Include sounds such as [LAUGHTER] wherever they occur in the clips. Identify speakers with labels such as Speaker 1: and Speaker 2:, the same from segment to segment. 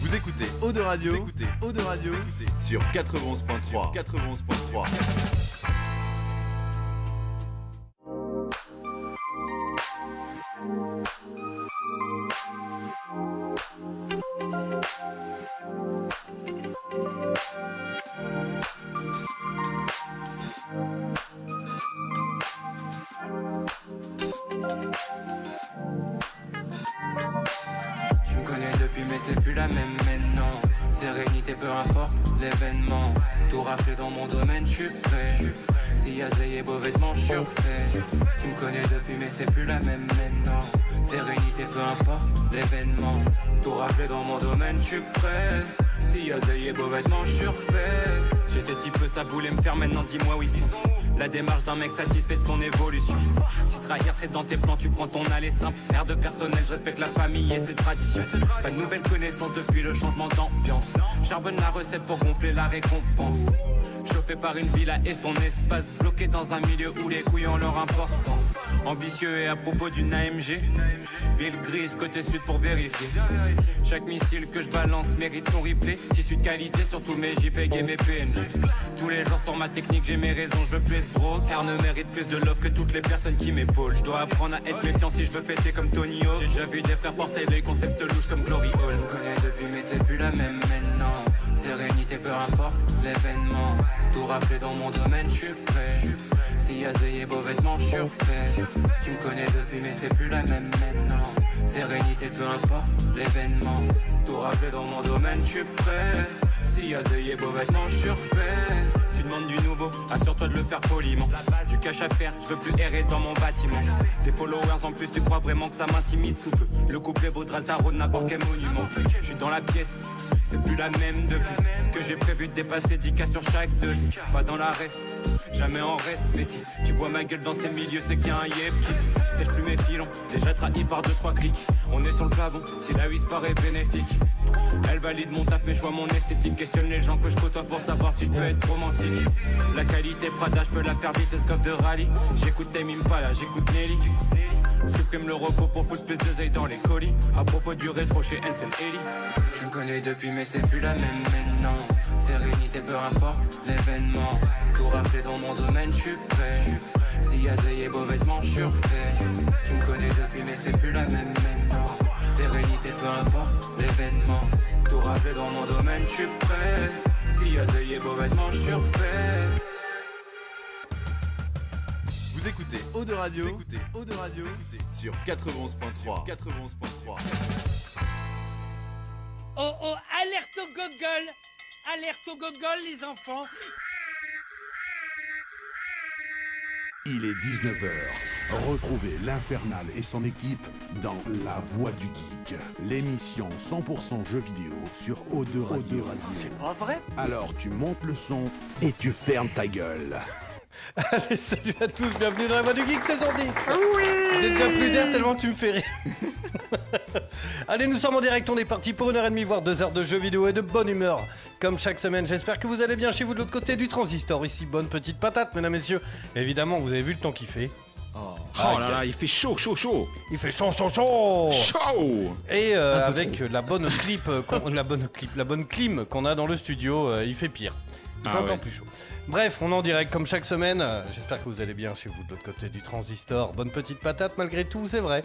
Speaker 1: Vous écoutez Eau de Radio, Vous écoutez Eau de Radio sur 91.3. 91.3.
Speaker 2: Je me connais depuis mais c'est plus la même maintenant Sérénité peu importe l'événement Tout raflé dans mon domaine, je suis prêt Si Yazé et beaux vêtements, je suis refait Tu me connais depuis mais c'est plus la même maintenant Sérénité peu importe l'événement Tout raflé dans mon domaine, je suis prêt Si Yazé et beaux vêtements, je suis refait J'étais type ça voulait me faire maintenant dis-moi où ils sont La démarche d'un mec satisfait de son évolution Si trahir c'est dans tes plans tu prends ton aller simple Air de personnel je respecte la famille et ses traditions Pas de nouvelles connaissances depuis le changement d'ambiance Charbonne la recette pour gonfler la récompense Chauffé par une villa et son espace Bloqué dans un milieu où les couilles ont leur importance Ambitieux et à propos d'une AMG Ville grise côté sud pour vérifier Chaque missile que je balance mérite son replay Tissu de qualité sur tous mes JPEG et mes PNG Tous les jours sur ma technique j'ai mes raisons Je veux plus être bro Car ne mérite plus de love que toutes les personnes qui m'épaulent Je dois apprendre à être méfiant si je veux péter comme Tony Hawk J'ai déjà vu des frères porter des concepts louches comme Glory Hall Je me connais depuis mais c'est plus la même maintenant Sérénité peu importe l'événement Tout raflé dans mon domaine, je suis prêt Si Yazé et beaux vêtements, je suis refait Tu me connais depuis mais c'est plus la même maintenant Sérénité peu importe l'événement Tout raflé dans mon domaine, je suis prêt Si Yazé et beaux vêtements, je suis refait Tu demandes du nouveau, assure-toi de le faire poliment Du cash à faire, je veux plus errer dans mon bâtiment Des followers en plus, tu crois vraiment que ça m'intimide sous peu Le couplet vaudra le tarot de n'importe quel monument Je suis dans la pièce, c'est plus la même depuis Que j'ai prévu de dépasser 10K sur chaque devis Pas dans la reste, jamais en reste Mais si tu vois ma gueule dans ces milieux c'est qu'il y a un yep qui suit Tèche plus mes filons, déjà trahi par 2-3 clics On est sur le plafond, si la huisse paraît bénéfique Elle valide mon taf, mes choix, mon esthétique Questionne les gens que je côtoie pour savoir si je peux être romantique La qualité Prada, je peux la faire vite, escope de rallye J'écoute Tame Impala, j'écoute Nelly Supprime le repos pour foutre plus de zèle dans les colis À propos du rétro chez Hansen Ellie Je me connais depuis mais c'est plus la même maintenant Sérénité peu importe l'événement Tout raflé dans mon domaine je suis prêt Si Yazé et beaux vêtements je suis refait Tu me connais depuis mais c'est plus la même maintenant Sérénité peu importe l'événement Tout raflé dans mon domaine je suis prêt Si Yazé et beaux vêtements je suis refait
Speaker 1: Vous écoutez Eau de Radio, Vous écoutez Eau de Radio sur 91.3. 91.3.
Speaker 3: Oh oh, alerte au gogol Alerte au gogol, les enfants
Speaker 4: Il est 19h. Retrouvez l'Infernal et son équipe dans La Voix du Geek, l'émission 100% jeux vidéo sur O2 Radio.
Speaker 3: Pas vrai
Speaker 4: Alors tu montes le son et tu fermes ta gueule.
Speaker 5: Allez, salut à tous, bienvenue dans la voix du geek saison 10 Oui J'ai déjà plus d'air tellement tu me fais rire Allez, nous sommes en direct, on est parti pour une heure et demie, voire deux heures de jeux vidéo et de bonne humeur. Comme chaque semaine, j'espère que vous allez bien chez vous de l'autre côté du transistor. Ici, bonne petite patate, mesdames, messieurs. Évidemment, vous avez vu le temps qu'il fait.
Speaker 6: Oh là là, il fait chaud, chaud, chaud.
Speaker 5: Il fait chaud, chaud, chaud
Speaker 6: Chaud
Speaker 5: Et euh, avec la bonne clip, euh, qu'on- la bonne clip, la bonne clim qu'on a dans le studio, euh, il fait pire. Il fait
Speaker 6: Ah
Speaker 5: encore
Speaker 6: ouais.
Speaker 5: plus chaud. Bref, on est en direct comme chaque semaine. Euh, J'espère que vous allez bien chez vous de l'autre côté du transistor. Bonne petite patate malgré tout, c'est vrai.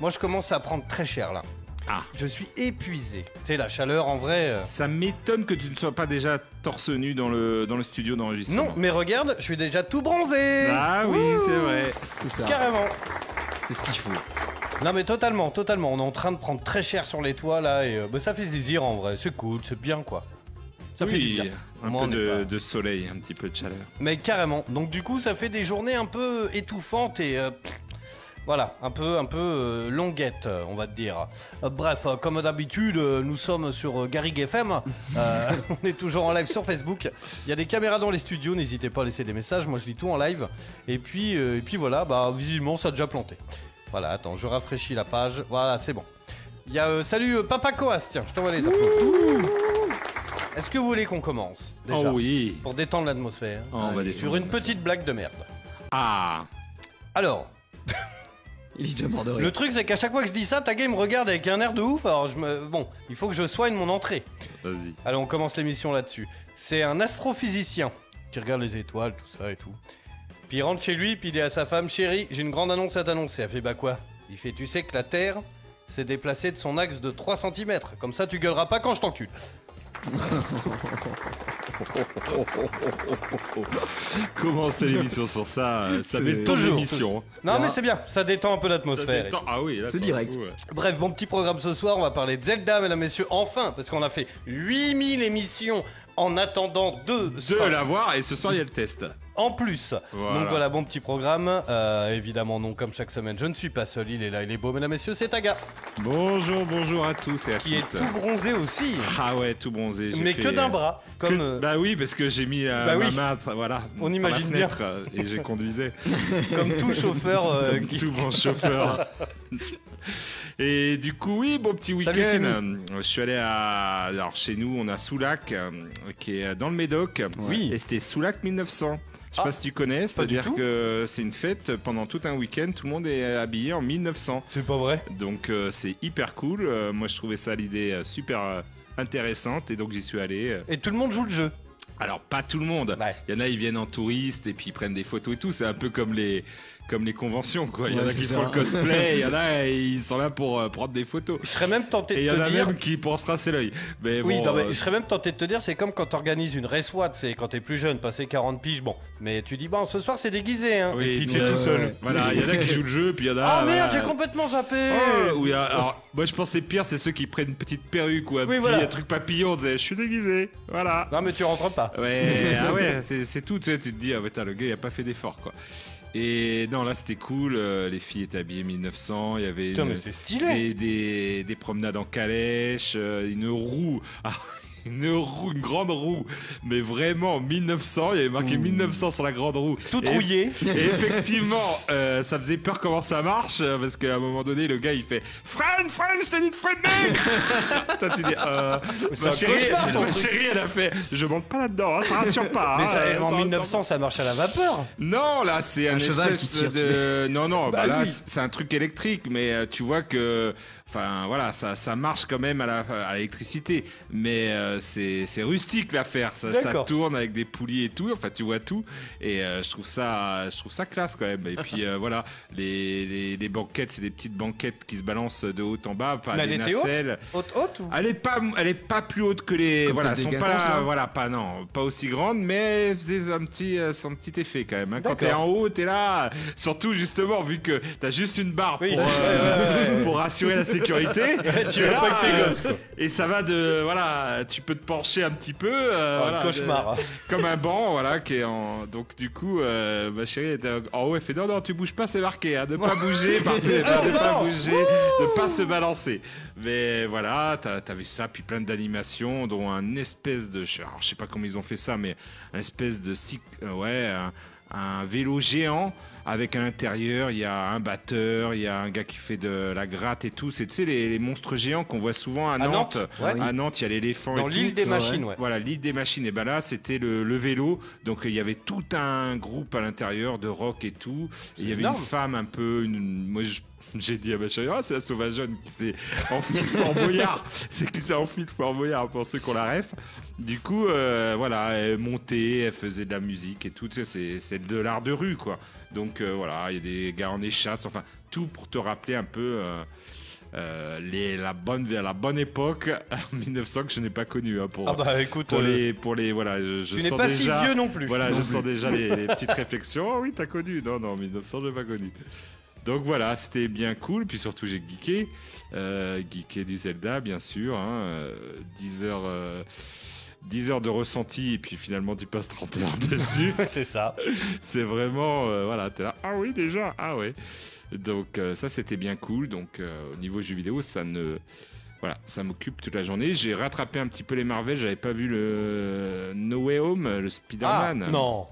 Speaker 5: Moi, je commence à prendre très cher là.
Speaker 6: Ah.
Speaker 5: Je suis épuisé. Tu sais, la chaleur en vrai. euh,
Speaker 6: Ça m'étonne que tu ne sois pas déjà torse nu dans le, dans le studio d'enregistrement.
Speaker 5: Non, mais regarde, je suis déjà tout bronzé.
Speaker 6: Ah oui,
Speaker 5: Ouh.
Speaker 6: c'est vrai.
Speaker 7: C'est ça,
Speaker 5: Carrément.
Speaker 7: c'est ce qu'il faut.
Speaker 5: Non mais totalement, totalement. On est en train de prendre très cher sur les toits là et euh, bah, ça fait plaisir en vrai. C'est cool, c'est bien quoi. Ça fait du
Speaker 6: oui,
Speaker 5: bien.
Speaker 6: un
Speaker 5: Moi,
Speaker 6: peu
Speaker 5: on est
Speaker 6: de,
Speaker 5: pas-
Speaker 6: de soleil, un petit peu de chaleur.
Speaker 5: Mais carrément. Donc du coup, ça fait des journées un peu étouffantes et euh, pff, voilà, un peu, un peu euh, longuettes, euh, on va te dire. Euh, bref, euh, comme d'habitude, euh, nous sommes sur euh, Garrigue FM. Euh, [LAUGHS] on est toujours en live sur Facebook. Il y a des caméras dans les studios. N'hésitez pas à laisser des messages. Moi, je lis tout en live. Et puis, euh, et puis voilà. Bah, visiblement, ça a déjà planté. Voilà. Attends, je rafraîchis la page. Voilà, c'est bon. Il y a euh, salut euh, Papa Coas. Tiens, je t'envoie les applaudissements. Est-ce que vous voulez qu'on commence déjà
Speaker 6: Oh oui.
Speaker 5: pour détendre l'atmosphère
Speaker 6: Oh, on va
Speaker 7: Allez,
Speaker 6: descendre.
Speaker 5: sur une petite blague de merde.
Speaker 6: Ah.
Speaker 5: Alors,
Speaker 7: [LAUGHS] Il est déjà mort de rire.
Speaker 5: Le truc, c'est qu'à chaque fois que je dis ça, Taga il me regarde avec un air de ouf. Alors, je me... bon, il faut que je soigne mon entrée.
Speaker 6: Vas-y.
Speaker 5: Allez, on commence l'émission là-dessus. C'est un astrophysicien qui regarde les étoiles, tout ça et tout. Puis il rentre chez lui, puis il dit à sa femme Chérie, j'ai une grande annonce à t'annoncer. Elle fait Bah quoi Il fait Tu sais que la Terre s'est déplacée de son axe de 3 cm. Comme ça, tu gueuleras pas quand je t'encule.
Speaker 6: Commencer l'émission sur ça, euh, ça
Speaker 7: C'est-
Speaker 6: met le ton de
Speaker 5: Toujours.
Speaker 6: l'émission.
Speaker 5: Non,
Speaker 7: Ah.
Speaker 5: mais c'est bien, ça détend un peu
Speaker 6: Ça
Speaker 5: l'atmosphère.
Speaker 6: détend- Ah oui, là,
Speaker 7: C'est
Speaker 6: sur le
Speaker 7: direct.
Speaker 6: coup, ouais.
Speaker 5: Bref, bon petit programme ce soir, on va parler de Zelda, mesdames, messieurs, enfin, parce qu'on a fait 8000 émissions en attendant deux.
Speaker 6: De
Speaker 5: enfin,
Speaker 6: l'avoir et ce soir il y a le test.
Speaker 5: En plus.
Speaker 6: Voilà.
Speaker 5: Donc voilà, bon petit programme. Euh, évidemment, non, comme chaque semaine, je ne suis pas seul, il est là, il est beau, mesdames, messieurs, c'est Taga,
Speaker 6: Bonjour, bonjour à tous et à
Speaker 5: qui est
Speaker 6: toutes.
Speaker 5: tout bronzé aussi,
Speaker 6: Ah ouais, tout bronzé. j'ai
Speaker 5: mais
Speaker 6: fait,
Speaker 5: que d'un
Speaker 6: euh,
Speaker 5: bras. Comme,
Speaker 6: que-
Speaker 5: euh,
Speaker 6: Bah oui, parce que j'ai mis euh,
Speaker 5: Bah
Speaker 6: ma
Speaker 5: oui.
Speaker 6: main, tra- voilà,
Speaker 5: On
Speaker 6: par la
Speaker 5: imagine
Speaker 6: fenêtre, euh, et j'ai conduisais.
Speaker 5: comme
Speaker 6: [LAUGHS]
Speaker 5: tout chauffeur euh,
Speaker 6: Comme
Speaker 5: qui-
Speaker 6: tout
Speaker 5: [LAUGHS]
Speaker 6: bon chauffeur. Et du coup, oui, bon petit
Speaker 5: Salut,
Speaker 6: week-end. Je suis allé à. Alors, chez nous, on a Soulac, euh, qui est dans le Médoc.
Speaker 5: Oui.
Speaker 6: Et c'était Soulac 1900. Je sais
Speaker 5: Ah,
Speaker 6: pas si tu connais,
Speaker 5: du
Speaker 6: c'est-à-dire
Speaker 5: tout.
Speaker 6: que c'est une fête pendant tout un week-end, tout le monde est habillé en 1900.
Speaker 5: C'est pas vrai
Speaker 6: Donc, euh, c'est hyper cool. Euh, moi, je trouvais ça l'idée euh, super euh, intéressante, et donc j'y suis allé. euh.
Speaker 5: Et tout le monde joue le jeu.
Speaker 6: Alors, pas tout le monde.
Speaker 5: Ouais.
Speaker 6: Il y en a, ils viennent en touriste et puis ils prennent des photos et tout. C'est un peu comme les, comme les conventions, quoi. Il y en
Speaker 7: Ouais,
Speaker 6: a qui
Speaker 7: c'est
Speaker 6: font
Speaker 7: ça.
Speaker 6: le cosplay, il y en
Speaker 7: [LAUGHS]
Speaker 6: a, ils sont là pour euh, prendre des photos.
Speaker 5: Je serais même tenté
Speaker 6: Et
Speaker 5: de
Speaker 6: il y en
Speaker 5: te
Speaker 6: a
Speaker 5: dire.
Speaker 6: même qui pensera c'est l'œil. Mais
Speaker 5: Oui,
Speaker 6: bon,
Speaker 5: non, mais
Speaker 6: euh,
Speaker 5: je serais même tenté de te dire, c'est comme quand t'organises une race Watt, c'est quand t'es plus jeune, passé 40 piges, bon. Mais tu dis, bon, ce soir c'est déguisé, hein.
Speaker 6: oui,
Speaker 5: et puis
Speaker 6: non,
Speaker 5: t'es
Speaker 6: euh,
Speaker 5: tout seul.
Speaker 6: Voilà, il y en a qui jouent le jeu, puis il y en a.
Speaker 5: Ah, merde,
Speaker 6: voilà.
Speaker 5: j'ai complètement zappé
Speaker 6: Oh, oui, alors, moi je pense que les pires, c'est ceux qui prennent une petite perruque ou un
Speaker 5: Oui,
Speaker 6: petit
Speaker 5: voilà.
Speaker 6: truc papillon, on disait, je suis déguisé, voilà.
Speaker 5: Non, mais tu rentres pas.
Speaker 6: Ouais, ah ouais, c'est c'est tout, tu sais, tu te dis, ah putain, le gars il a pas fait d'effort quoi. Et non, là c'était cool, euh, les filles étaient habillées 1900, il y avait
Speaker 5: Putain,
Speaker 6: une-
Speaker 5: mais c'est stylé
Speaker 6: des, des, des promenades en calèche, euh, une roue, [LAUGHS] Ah, une roue, une grande roue, mais vraiment 1900, il y avait marqué 1900 sur la grande roue.
Speaker 5: Tout
Speaker 6: Et-
Speaker 5: rouillé
Speaker 6: et effectivement, euh, ça faisait peur comment ça marche, euh, parce qu'à un moment donné, le gars il fait Fran, Fran, je t'ai dit de freiner Toi tu dis, euh,
Speaker 5: c'est
Speaker 6: ma,
Speaker 5: un
Speaker 6: chérie,
Speaker 5: cauchemar, ton
Speaker 6: ma chérie, elle a fait, je monte pas là-dedans, hein, ça rassure pas.
Speaker 5: Mais
Speaker 6: hein,
Speaker 5: Ah, ça,
Speaker 6: euh,
Speaker 5: en
Speaker 6: rassure
Speaker 5: 1900, ça marche à la vapeur
Speaker 6: pas. Non, là c'est un,
Speaker 7: Un cheval
Speaker 6: espèce
Speaker 7: qui tire,
Speaker 6: de. Non, non,
Speaker 5: Bah
Speaker 6: bah, là
Speaker 5: oui.
Speaker 6: c'est c'est un truc électrique, mais euh, tu vois que. Enfin voilà, ça, ça marche quand même à la- à l'électricité, mais euh, c'est c'est rustique l'affaire, ça, ça
Speaker 5: D'accord.
Speaker 6: tourne avec des poulies et tout, enfin tu vois tout, et euh, je trouve ça, je trouve ça classe quand même. Et puis euh, voilà, les, les, les banquettes, c'est des petites banquettes qui se balancent de haut en bas, pas
Speaker 5: Mais
Speaker 6: des
Speaker 5: elle était haute
Speaker 6: nacelles.
Speaker 5: Haute, haute ou...
Speaker 6: Elle est pas, elle est pas plus haute que les,
Speaker 7: Comme
Speaker 6: voilà,
Speaker 7: celle
Speaker 6: sont
Speaker 7: des
Speaker 6: pas,
Speaker 7: Guingamp,
Speaker 6: là-
Speaker 5: hein.
Speaker 7: ça
Speaker 6: voilà, pas non, pas aussi grande, mais elle faisait un petit, euh, son petit effet quand même. hein. Quand
Speaker 5: D'accord.
Speaker 6: t'es en haut, t'es là, surtout justement vu que t'as juste une barre
Speaker 5: Oui.
Speaker 6: pour,
Speaker 5: [LAUGHS]
Speaker 6: euh,
Speaker 5: Ouais, ouais, ouais.
Speaker 6: pour assurer
Speaker 5: [LAUGHS]
Speaker 6: la sécurité.
Speaker 5: Tu
Speaker 6: Et
Speaker 5: veux
Speaker 6: là,
Speaker 5: pas que t'es
Speaker 6: euh,
Speaker 5: gosse, quoi
Speaker 6: Et ça va de, voilà, tu peux te pencher un petit peu. euh,
Speaker 5: Oh,
Speaker 6: voilà,
Speaker 5: le
Speaker 6: de-
Speaker 5: cauchemar
Speaker 6: comme un banc, voilà, qui est en. Donc, du coup, euh, ma chérie était en haut, elle fait non, non, tu bouges pas, c'est marqué, hein,
Speaker 5: [LAUGHS]
Speaker 6: de pas bouger, partout, de
Speaker 5: Ah, on
Speaker 6: pas
Speaker 5: balance.
Speaker 6: bouger, de pas se balancer. Mais voilà, t'as t'as vu ça, puis plein d'animations, dont un espèce de. je- Alors, je sais pas comment ils ont fait ça, mais un espèce de. cyc- euh, Ouais, un, un vélo géant. Avec à l'intérieur, il y a un batteur, il y a un gars qui fait de la gratte et tout. C'est, tu sais, les, les monstres géants qu'on voit souvent à
Speaker 5: À Nantes,
Speaker 6: Nantes.
Speaker 5: ouais.
Speaker 6: À Nantes, il y a l'éléphant
Speaker 5: Dans
Speaker 6: et tout.
Speaker 5: l'île des machines, ouais.
Speaker 6: Voilà, l'île des machines. Et ben là, c'était le, le vélo. Donc il y avait tout un groupe à l'intérieur de rock et tout. Et il y avait
Speaker 5: énorme.
Speaker 6: une femme un peu. Une, une- moi, je- [LAUGHS] J'ai dit à ma chérie, ah, c'est la sauvageonne qui s'est enfuie de Fort Boyard. [LAUGHS] C'est qui s'est enfuie de Fort Boyard pour ceux qui ont la ref. Du coup, euh, voilà, elle montait, elle faisait de la musique et tout. Tu sais, c'est- c'est de l'art de rue, quoi. Donc euh, voilà, il y a des gars en échasse. Enfin, tout pour te rappeler un peu. euh, euh, les, la, bonne, la bonne époque, [LAUGHS] 1900 que je n'ai pas connue hein, pour,
Speaker 5: Ah bah écoute,
Speaker 6: pour
Speaker 5: euh,
Speaker 6: les pour les voilà je, je
Speaker 5: tu n'es
Speaker 6: sens
Speaker 5: pas
Speaker 6: déjà
Speaker 5: si vieux non plus
Speaker 6: voilà
Speaker 5: Non
Speaker 6: je
Speaker 5: plus.
Speaker 6: sens déjà les, les petites réflexions oh, oui t'as connu non non 1900 je l'ai pas connu donc voilà c'était bien cool puis surtout j'ai geeké euh, geeké du Zelda bien sûr hein, euh, 10 heures euh, 10 heures de ressenti et puis finalement tu passes 30 heures [LAUGHS] dessus
Speaker 5: [LAUGHS] C'est ça
Speaker 6: c'est vraiment euh, voilà t'es là ah oui déjà ah ouais donc euh, ça c'était bien cool donc euh, au niveau jeux vidéo ça ne voilà ça m'occupe toute la journée j'ai rattrapé un petit peu les Marvel j'avais pas vu le No Way Home le
Speaker 5: Ah,
Speaker 6: Spider-Man
Speaker 5: non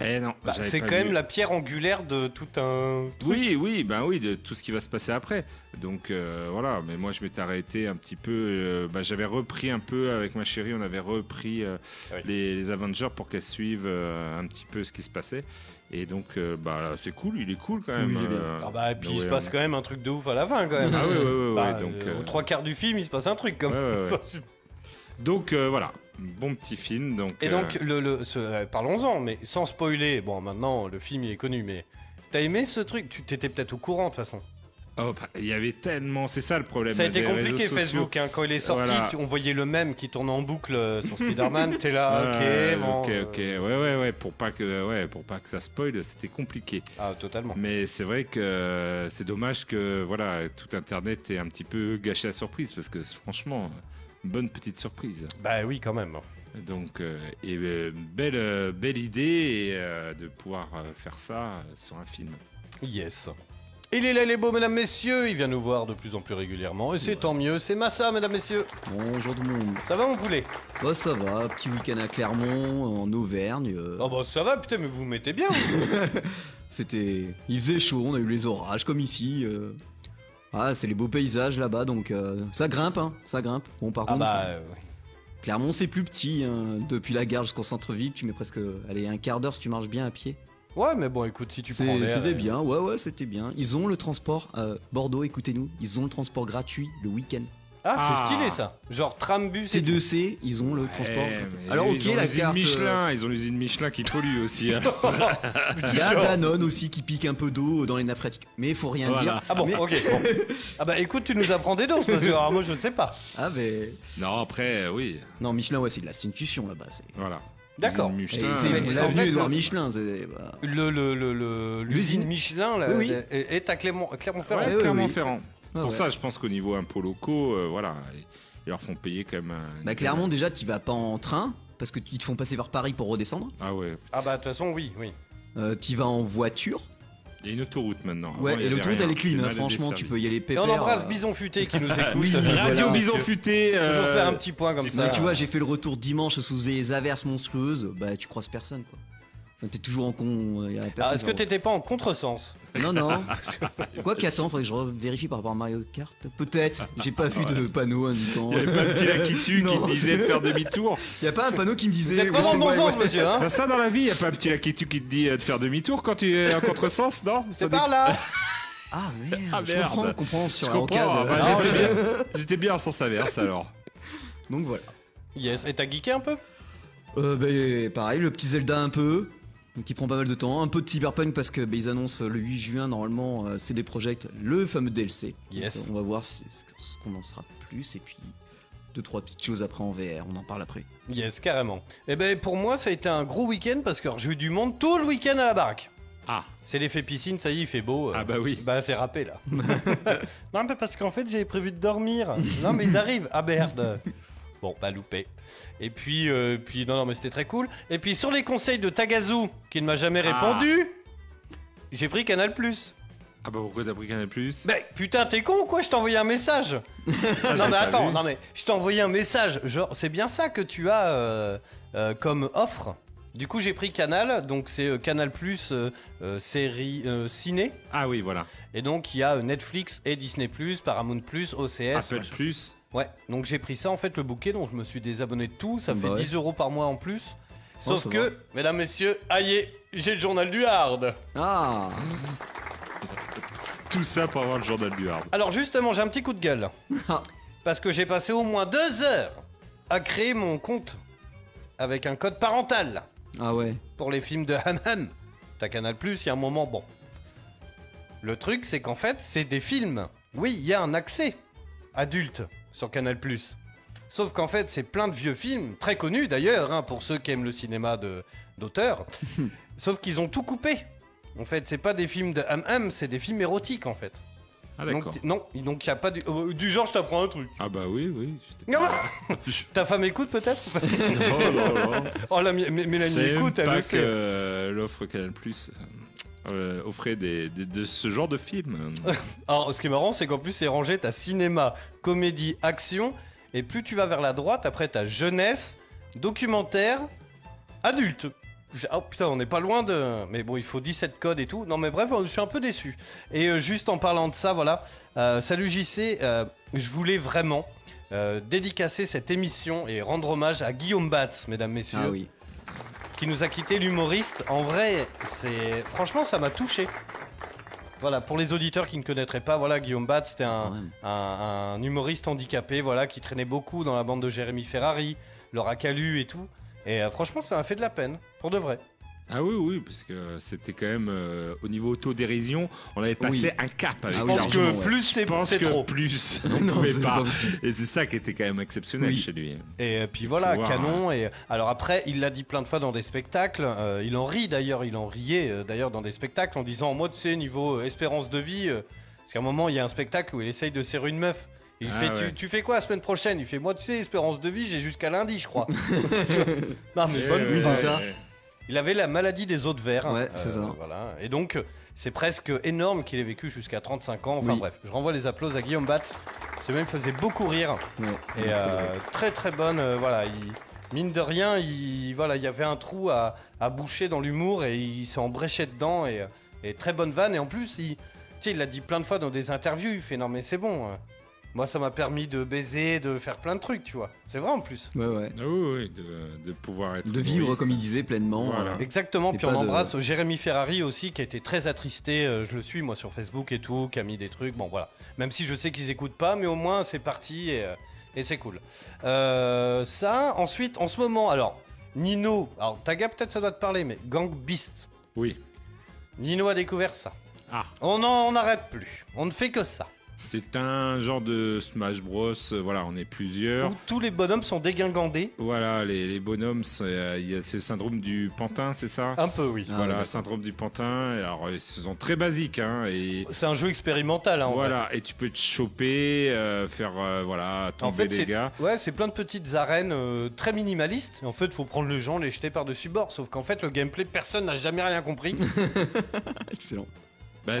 Speaker 6: eh non
Speaker 5: Bah,
Speaker 6: j'avais
Speaker 5: C'est
Speaker 6: pas
Speaker 5: quand
Speaker 6: vu.
Speaker 5: même la pierre angulaire de tout un...
Speaker 6: oui, oui, ben oui, de tout ce qui va se passer après. Donc euh, voilà, mais moi je m'étais arrêté un petit peu. euh, bah, J'avais repris un peu avec ma chérie, on avait repris euh,
Speaker 5: Ah oui.
Speaker 6: les, les Avengers pour qu'elle suive euh, un petit peu ce qui se passait. Et donc, euh, bah, là, c'est cool, il est cool quand même.
Speaker 7: Oui, il est bien.
Speaker 6: euh,
Speaker 5: Ah bah, et puis il se
Speaker 6: Nowhere.
Speaker 5: passe quand même un truc de ouf à la fin quand même.
Speaker 6: Ah oui, oui, oui,
Speaker 5: Bah,
Speaker 6: donc,
Speaker 5: euh,
Speaker 6: euh,
Speaker 5: Aux trois quarts du film, il se passe un truc quand
Speaker 6: ouais,
Speaker 5: même. [LAUGHS]
Speaker 6: ouais, ouais. Donc, euh, voilà, bon petit film. Donc,
Speaker 5: Et
Speaker 6: euh,
Speaker 5: donc, le, le- ce- euh, parlons-en, mais sans spoiler. Bon, maintenant, le film, il est connu, mais t'as aimé ce truc Tu t'étais peut-être au courant, de toute façon.
Speaker 6: oh, bah, il y avait tellement, c'est ça le problème. hein,
Speaker 5: Ça a été
Speaker 6: des
Speaker 5: compliqué,
Speaker 6: réseaux sociaux.
Speaker 5: Facebook. hein, Quand il est sorti,
Speaker 6: Voilà.
Speaker 5: tu- on voyait le même qui tournait en boucle euh, sur [LAUGHS] Spider-Man. T'es là, ok,
Speaker 6: Ah,
Speaker 5: bon,
Speaker 6: ok,
Speaker 5: euh,
Speaker 6: ok, ouais, ouais, ouais, pour pas que, ouais, pour pas que ça spoil, c'était compliqué.
Speaker 5: Ah, totalement.
Speaker 6: Mais c'est vrai que euh, c'est dommage que voilà, tout Internet ait un petit peu gâché la surprise parce que franchement, une bonne petite surprise.
Speaker 5: Bah oui, quand même.
Speaker 6: Donc, euh, et, euh, belle, euh, belle idée et, euh, de pouvoir euh, faire ça euh, sur un film.
Speaker 5: Yes. Il est là, il est beau, mesdames, messieurs. Il vient nous voir de plus en plus régulièrement. Et c'est tant mieux. C'est Massa, mesdames, messieurs.
Speaker 7: Bonjour tout le monde.
Speaker 5: Ça va, mon poulet
Speaker 7: Bah ça va, petit week-end à Clermont, en Auvergne. euh,
Speaker 5: Oh, bah ça va, putain, mais vous vous mettez bien. vous.
Speaker 7: C'était. Il faisait chaud, on a eu les orages comme ici. euh. Ah, c'est les beaux paysages là-bas, donc euh, ça grimpe, hein, ça grimpe. Bon, par
Speaker 5: [LAUGHS] ah,
Speaker 7: contre,
Speaker 5: bah. euh,
Speaker 7: Clermont c'est plus petit, hein. depuis la gare jusqu'au centre-ville, tu mets presque allez, un quart d'heure si tu marches bien à pied.
Speaker 5: Ouais, mais bon, écoute, si tu prends
Speaker 7: C'est-
Speaker 5: l'air,
Speaker 7: C'était
Speaker 5: euh,
Speaker 7: bien, ouais, ouais, c'était bien. Ils ont le transport, euh, Bordeaux, écoutez-nous, ils ont le transport gratuit le week-end.
Speaker 5: Ah, c'est
Speaker 6: Ah.
Speaker 5: stylé ça. Genre tram bus. et tout.
Speaker 7: T2C, ils ont le transport.
Speaker 6: Eh, mais
Speaker 7: Alors,
Speaker 6: ils
Speaker 7: ok,
Speaker 6: ont
Speaker 7: la
Speaker 6: l'usine
Speaker 7: carte. euh,
Speaker 6: Michelin, ils ont l'usine Michelin qui
Speaker 7: [LAUGHS]
Speaker 6: pollue aussi. hein.
Speaker 7: Il
Speaker 5: [LAUGHS]
Speaker 7: y a Danone aussi qui pique un peu d'eau dans les nappes phréatiques. Mais faut rien
Speaker 6: Voilà.
Speaker 7: dire.
Speaker 5: Ah bon,
Speaker 7: Mais-
Speaker 5: ok.
Speaker 7: [LAUGHS]
Speaker 5: bon. Ah bah écoute, tu nous apprends des doses parce que alors, moi je ne sais pas.
Speaker 7: Ah, mais.
Speaker 6: non, après, euh, oui,
Speaker 7: Non, Michelin, ouais, c'est de la l'institution là-bas. c'est-
Speaker 6: voilà.
Speaker 5: D'accord.
Speaker 6: L'usine
Speaker 7: Et
Speaker 6: Michelin,
Speaker 7: c'est
Speaker 6: euh,
Speaker 5: mais
Speaker 7: l'avenue
Speaker 5: en fait,
Speaker 7: Édouard
Speaker 5: le-
Speaker 7: Michelin. c'est- bah, voilà.
Speaker 5: Le le le- le- l'usine
Speaker 7: L'usine.
Speaker 5: Michelin là,
Speaker 7: Oui, oui.
Speaker 5: est, est à Clermont Clermont-Ferrand.
Speaker 7: Ouais,
Speaker 6: Ouais,
Speaker 7: ouais,
Speaker 6: Clermont-Ferrand.
Speaker 7: Ah,
Speaker 6: Pour
Speaker 7: ouais.
Speaker 6: ça, je pense qu'au niveau impôts locaux, euh, voilà, ils leur font payer quand même. un-
Speaker 7: Bah, clairement, déjà, tu vas pas en train parce que ils te font passer par Paris pour redescendre.
Speaker 6: Ah ouais.
Speaker 5: Ah bah de toute façon oui, oui.
Speaker 7: Euh, tu vas en voiture.
Speaker 6: Il y a une autoroute maintenant. Avant,
Speaker 7: Ouais,
Speaker 6: il y
Speaker 7: et
Speaker 6: avait
Speaker 7: l'autoroute,
Speaker 6: rien.
Speaker 7: elle est clean.
Speaker 6: C'est
Speaker 7: hein,
Speaker 6: mal
Speaker 7: franchement, tu
Speaker 6: desservi.
Speaker 7: peux y aller
Speaker 5: Et
Speaker 7: pépère.
Speaker 5: on embrasse
Speaker 7: euh.
Speaker 5: Bison Futé qui nous écoute.
Speaker 7: Oui,
Speaker 5: Voilà,
Speaker 6: Radio Bison
Speaker 5: monsieur.
Speaker 6: Futé.
Speaker 5: Toujours
Speaker 6: euh,
Speaker 5: faire un petit point comme
Speaker 6: petit
Speaker 5: ça.
Speaker 7: Donc, tu vois, j'ai fait le retour dimanche sous des averses monstrueuses. Bah, tu croises personne, quoi. Enfin, t'es toujours en con. euh, y a
Speaker 5: Alors,
Speaker 7: personne
Speaker 5: Ah, est-ce que
Speaker 7: sur-
Speaker 5: t'étais pas en contresens
Speaker 6: [LAUGHS]
Speaker 7: Non, non.
Speaker 6: Ah,
Speaker 7: Quoi qu'attends, faudrait que je vérifie par rapport à Mario Kart. Peut-être. J'ai pas vu de panneau indiquant.
Speaker 6: Il y avait pas le petit Lakitu qui
Speaker 7: [LAUGHS] Non,
Speaker 6: te disait de
Speaker 7: c'est-
Speaker 6: faire demi-tour.
Speaker 7: Y a pas un panneau qui me
Speaker 5: Vous
Speaker 7: disait.
Speaker 5: êtes
Speaker 7: oui,
Speaker 5: pas dans
Speaker 7: c'est
Speaker 5: le bon
Speaker 7: moi,
Speaker 5: sens,
Speaker 7: ouais.
Speaker 5: monsieur, hein
Speaker 6: C'est [LAUGHS] ça dans la vie, il y a pas un petit Lakitu qui te dit euh, de faire demi-tour quand tu es en contresens, non Ça
Speaker 5: C'est par là
Speaker 7: Ah merde.
Speaker 6: Ah,
Speaker 7: je
Speaker 6: merde.
Speaker 7: comprends, je comprends
Speaker 6: dé-
Speaker 7: sur
Speaker 6: Je
Speaker 7: la
Speaker 6: comprends.
Speaker 7: rocade.
Speaker 6: bah,
Speaker 7: Ah,
Speaker 6: j'étais bien- J'étais bien en sens inverse alors.
Speaker 7: Donc voilà.
Speaker 5: Yes, et t'as geeké un peu
Speaker 7: Euh, ben, pareil, le petit Zelda un peu, qui prend pas mal de temps, un peu de Cyberpunk parce que ben, ils annoncent le 8 juin normalement euh, CD Projekt le fameux DLC. Donc,
Speaker 5: Yes.
Speaker 7: euh, on va voir si- ce qu'on en sera plus et puis deux trois petites choses après en VR, on en parle après.
Speaker 5: Yes, carrément. Et ben pour moi, ça a été un gros week-end parce que alors, j'ai eu du monde tout le week-end à la baraque.
Speaker 6: Ah,
Speaker 5: C'est l'effet piscine, ça y est, il fait beau. euh,
Speaker 6: ah bah oui.
Speaker 5: Bah c'est râpé
Speaker 6: [LAUGHS]
Speaker 5: là. non mais parce qu'en fait j'avais prévu de dormir. Non mais ils arrivent. Ah merde. Bon bah loupé. Et puis euh, puis non non mais c'était très cool. Et puis sur les conseils de Tagazu qui ne m'a jamais
Speaker 6: Ah.
Speaker 5: répondu, j'ai pris Canal Plus.
Speaker 6: Ah bah pourquoi t'as pris Canal Plus
Speaker 5: Bah putain t'es con ou quoi Je t'ai envoyé un message. non mais
Speaker 6: pas
Speaker 5: attends
Speaker 6: vu.
Speaker 5: non mais je t'ai envoyé un message. Genre c'est bien ça que tu as euh, euh, comme offre. Du coup j'ai pris Canal donc c'est euh, Canal Plus euh, euh, série euh, ciné.
Speaker 6: Ah oui, voilà.
Speaker 5: Et donc il y a euh, Netflix et Disney+, Paramount+, OCS.
Speaker 6: Apple Plus.
Speaker 5: Ouais, donc j'ai pris ça en fait le bouquet, donc je me suis désabonné de tout, ça
Speaker 7: Bah
Speaker 5: fait
Speaker 7: ouais.
Speaker 5: 10 euros par mois en plus. Sauf
Speaker 7: ça
Speaker 5: que, mesdames, messieurs, aïe, j'ai le journal du hard.
Speaker 7: Ah
Speaker 6: Tout ça pour avoir le journal du Hard.
Speaker 5: Alors justement, j'ai un petit coup de gueule.
Speaker 7: Ah.
Speaker 5: Parce que j'ai passé au moins deux heures à créer mon compte avec un code parental
Speaker 7: Ah ouais.
Speaker 5: pour les films de Hammam. T'as Canal+, il y a un moment, bon. Le truc, c'est qu'en fait, c'est des films. Oui, il y a un accès adulte sur Canal+. Sauf qu'en fait, c'est plein de vieux films, très connus d'ailleurs, hein, pour ceux qui aiment le cinéma de- d'auteur. Sauf qu'ils ont tout coupé. En fait, c'est pas des films de Hammam, c'est des films érotiques, en fait.
Speaker 6: Ah
Speaker 5: Donc,
Speaker 6: d'accord.
Speaker 5: t- non, donc il y a pas du... euh, du genre, je t'apprends un truc.
Speaker 6: Ah bah oui, oui. j'étais-
Speaker 5: Non, mais- [LAUGHS] Ta femme écoute peut-être [LAUGHS]
Speaker 6: Oh là là.
Speaker 7: [LAUGHS]
Speaker 5: Oh, la mi- Mé- Mélanie
Speaker 6: C'est
Speaker 5: écoute, elle
Speaker 6: pas
Speaker 5: le
Speaker 6: que
Speaker 5: sait.
Speaker 6: euh, l'offre Canal Plus euh, offrait des, des- de ce genre de film.
Speaker 5: Alors, Ah, ce qui est marrant, c'est qu'en plus, c'est rangé, t'as cinéma, comédie, action, et plus tu vas vers la droite, après t'as jeunesse, documentaire, adulte. J'ai- Oh putain, on n'est pas loin de. Mais bon, il faut 17 codes et tout. Non, mais bref, je suis un peu déçu. Et euh, juste en parlant de ça, voilà. euh, salut JC, euh, je voulais vraiment euh, dédicacer cette émission et rendre hommage à Guillaume Batz, mesdames, messieurs.
Speaker 7: Ah oui.
Speaker 5: qui nous a quitté l'humoriste. En vrai, c'est franchement, ça m'a touché. Voilà, pour les auditeurs qui ne connaîtraient pas, voilà, Guillaume Bat, c'était un,
Speaker 7: même.
Speaker 5: un- un humoriste handicapé, voilà, qui traînait beaucoup dans la bande de Jérémy Ferrari, Laura Calu et tout. Et euh, franchement, ça m'a fait de la peine, pour de vrai.
Speaker 6: Ah oui, oui, parce que c'était quand même euh, au niveau autodérision, on avait passé
Speaker 7: Oui.
Speaker 6: un cap. Avec
Speaker 7: Ah
Speaker 5: Je
Speaker 7: oui,
Speaker 6: Georges.
Speaker 5: pense que
Speaker 7: largement, ouais.
Speaker 5: plus c'est
Speaker 6: Je pense
Speaker 5: c'est
Speaker 6: que
Speaker 5: trop.
Speaker 6: plus, on
Speaker 7: [LAUGHS] Non,
Speaker 6: pouvait
Speaker 7: c'est
Speaker 6: pas.
Speaker 7: pas possible.
Speaker 6: Et c'est ça qui était quand même exceptionnel
Speaker 7: Oui.
Speaker 6: chez lui.
Speaker 5: Et euh, puis voilà,
Speaker 6: Pouvoir,
Speaker 5: canon. Et alors après, il l'a dit plein de fois dans des spectacles. euh, il en rit d'ailleurs, il en riait euh, d'ailleurs dans des spectacles en disant moi tu sais niveau euh, espérance de vie, euh, parce qu'à un moment il y a un spectacle où il essaye de serrer une meuf. Il
Speaker 6: Ah
Speaker 5: fait
Speaker 6: ouais.
Speaker 5: tu, tu fais quoi la semaine prochaine Il fait moi tu sais espérance de vie j'ai jusqu'à lundi je
Speaker 7: [LAUGHS]
Speaker 5: crois. [LAUGHS] non mais
Speaker 6: Eh
Speaker 5: bonne
Speaker 6: ouais,
Speaker 7: oui,
Speaker 5: blague.
Speaker 7: c'est ça.
Speaker 6: ouais.
Speaker 5: Il avait la maladie des os de verre. hein. Euh,
Speaker 7: Ouais, c'est ça.
Speaker 5: Voilà. Et donc, c'est presque énorme qu'il ait vécu jusqu'à 35 ans. Enfin
Speaker 7: Oui.
Speaker 5: bref, je renvoie les applaudissements à Guillaume Batz. C'est même, il faisait beaucoup rire.
Speaker 7: Ouais.
Speaker 5: Et euh, très très bonne. euh, voilà, il- mine de rien, il voilà, il y avait un trou à, à boucher dans l'humour et il s'est embréché dedans. Et, et très bonne vanne. Et en plus, il, tu sais, il l'a dit plein de fois dans des interviews. Il fait non mais c'est bon. euh, Moi, ça m'a permis de baiser, de faire plein de trucs, tu vois. C'est vrai en plus.
Speaker 7: Ouais, ouais.
Speaker 6: Ah oui, oui, de, de pouvoir être.
Speaker 7: De vivre,
Speaker 6: humoriste.
Speaker 7: comme il disait, pleinement.
Speaker 6: Voilà.
Speaker 7: euh,
Speaker 5: Exactement,
Speaker 7: Et
Speaker 5: puis on
Speaker 7: pas de-
Speaker 5: embrasse Jérémy Ferrari aussi qui a été très attristé, euh, je le suis moi sur Facebook et tout, qui a mis des trucs, bon voilà. Même si je sais qu'ils écoutent pas, mais au moins c'est parti et, euh, et c'est cool. Euh, ça, ensuite, en ce moment, alors, Nino, alors Taga peut-être ça doit te parler, mais Gang Beast,
Speaker 6: Oui.
Speaker 5: Nino a découvert ça.
Speaker 6: Ah.
Speaker 5: On en- on n'arrête plus, on ne fait que ça.
Speaker 6: C'est un genre de Smash Bros. euh, Voilà, on est plusieurs.
Speaker 5: Où
Speaker 7: Oh.
Speaker 5: tous les bonhommes sont dégingandés,
Speaker 6: Voilà, les, les bonhommes, c'est euh, il y a- c'est le syndrome du pantin, c'est ça
Speaker 5: un peu oui.
Speaker 7: Ah,
Speaker 6: Voilà,
Speaker 7: d'accord.
Speaker 6: syndrome du pantin. Et Alors, ils sont très basiques, hein. Et
Speaker 5: C'est un jeu expérimental, hein, en fait.
Speaker 6: voilà, et tu peux te choper, euh, faire euh, voilà,
Speaker 5: En
Speaker 6: tomber
Speaker 5: fait,
Speaker 6: les
Speaker 5: c'est
Speaker 6: gars.
Speaker 5: ouais, c'est plein de petites arènes euh, très minimalistes. En fait, faut prendre les gens, les jeter par-dessus bord. Sauf qu'en fait, le gameplay, personne n'a jamais rien compris.
Speaker 7: Excellent.
Speaker 6: Bah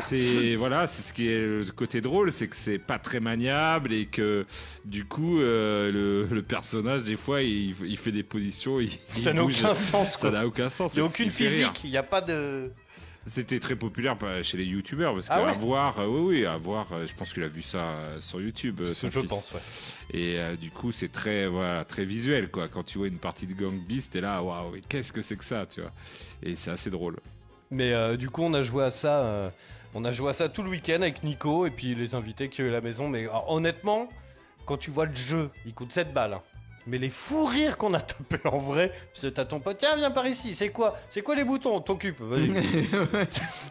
Speaker 5: [LAUGHS]
Speaker 6: c'est voilà, c'est ce qui est le côté drôle, c'est que c'est pas très maniable et que du coup euh, le, le personnage des fois il, il fait des positions, il, il
Speaker 5: ça n'a
Speaker 6: bouge.
Speaker 5: aucun sens.
Speaker 6: ça
Speaker 5: Quoi.
Speaker 6: n'a aucun sens.
Speaker 5: Il n'y a
Speaker 6: c'est ce qui
Speaker 5: aucune
Speaker 6: fait rire.
Speaker 5: physique. Il n'y a pas de.
Speaker 6: C'était très populaire bah, chez les youtubeurs parce
Speaker 5: Ah
Speaker 6: qu'à
Speaker 5: ouais
Speaker 6: voir, euh, oui, oui, à voir, euh, je pense qu'il a vu ça euh, sur YouTube. euh, son
Speaker 5: je
Speaker 6: fils.
Speaker 5: pense. Ouais.
Speaker 6: Et euh, du coup, c'est très, voilà, très visuel quoi. Quand tu vois une partie de Gang Beast, t'es là, waouh, mais qu'est-ce que c'est que ça, tu vois Et c'est assez drôle.
Speaker 5: Mais euh, du coup, on a joué à ça. euh, on a joué à ça tout le week-end avec Nico et puis les invités qui ont eu à la maison. Mais alors, honnêtement, quand tu vois le jeu, il coûte 7 balles. hein. Mais les fous rires qu'on a tapés en vrai, c'est à ton pote. Tiens, viens par ici. C'est quoi C'est quoi les boutons On T'occupe. Vas-y.
Speaker 6: [LAUGHS]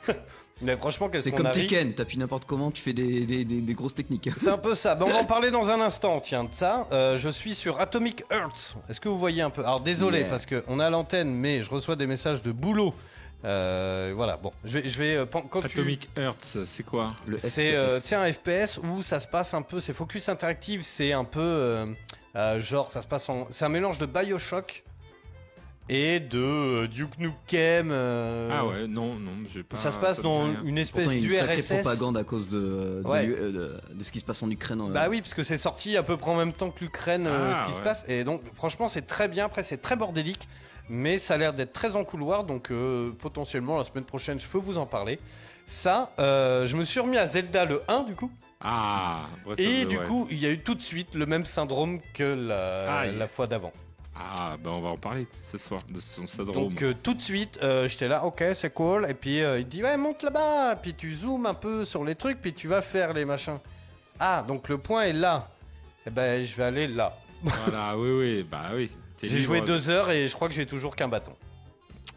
Speaker 7: [LAUGHS]
Speaker 5: Mais franchement, qu'est-ce
Speaker 7: C'est
Speaker 5: qu'on
Speaker 7: comme
Speaker 5: a ri.
Speaker 7: Tekken, t'appuies n'importe comment, tu fais des, des, des, des grosses techniques.
Speaker 5: C'est un peu ça. Ben, on va en parler dans un instant, tiens, de ça. Euh, je suis sur Atomic Hertz. Est-ce que vous voyez un peu Alors, désolé,
Speaker 7: Yeah.
Speaker 5: parce qu'on a l'antenne, mais je reçois des messages de boulot. Euh, voilà, bon, je vais. Je vais euh, pen- quand tu-
Speaker 6: Atomic Hearts, c'est quoi
Speaker 7: Le
Speaker 5: C'est euh,
Speaker 7: FPS.
Speaker 5: tiens, un FPS où ça se passe un peu. C'est Focus Interactive, c'est un peu. euh, euh, genre, ça se passe en. C'est un mélange de Bioshock et de euh, Duke Nukem. euh,
Speaker 6: Ah ouais, non, non, j'ai pas.
Speaker 5: Ça
Speaker 7: Ah,
Speaker 5: se passe
Speaker 6: me dit
Speaker 5: dans
Speaker 6: rien.
Speaker 5: une espèce
Speaker 7: Pourtant, il y a une sacrée
Speaker 5: d'URSS.
Speaker 7: propagande à cause de, de,
Speaker 5: Ouais.
Speaker 7: l'U- euh, de- de ce qui se passe en Ukraine. euh,
Speaker 5: Bah oui, parce que c'est sorti à peu près en même temps que l'Ukraine, euh,
Speaker 6: Ah,
Speaker 5: ce qui se
Speaker 6: ouais.
Speaker 5: passe. Et donc, franchement, c'est très bien. Après, c'est très bordélique, mais ça a l'air d'être très en couloir. Donc, euh, potentiellement, la semaine prochaine, je peux vous en parler. Ça, euh, je me suis remis à Zelda le 1, du coup.
Speaker 6: Ah, Breath of
Speaker 5: Et
Speaker 6: the
Speaker 5: du
Speaker 6: Wild.
Speaker 5: coup, il y a eu tout de suite le même syndrome que la,
Speaker 6: Aïe.
Speaker 5: la fois d'avant.
Speaker 6: Ah, ben on va en parler ce soir de son syndrome.
Speaker 5: Donc, euh, [LAUGHS] tout de suite, euh, j'étais là, ok, c'est cool. Et puis, euh, il dit, ouais, monte là-bas. Puis, tu zoomes un peu sur les trucs, puis tu vas faire les machins. Ah, donc le point est là. Eh ben, je vais aller là.
Speaker 6: Voilà, oui, oui, bah oui. t'es
Speaker 5: J'ai
Speaker 6: libre.
Speaker 5: joué deux heures et je crois que j'ai toujours qu'un bâton.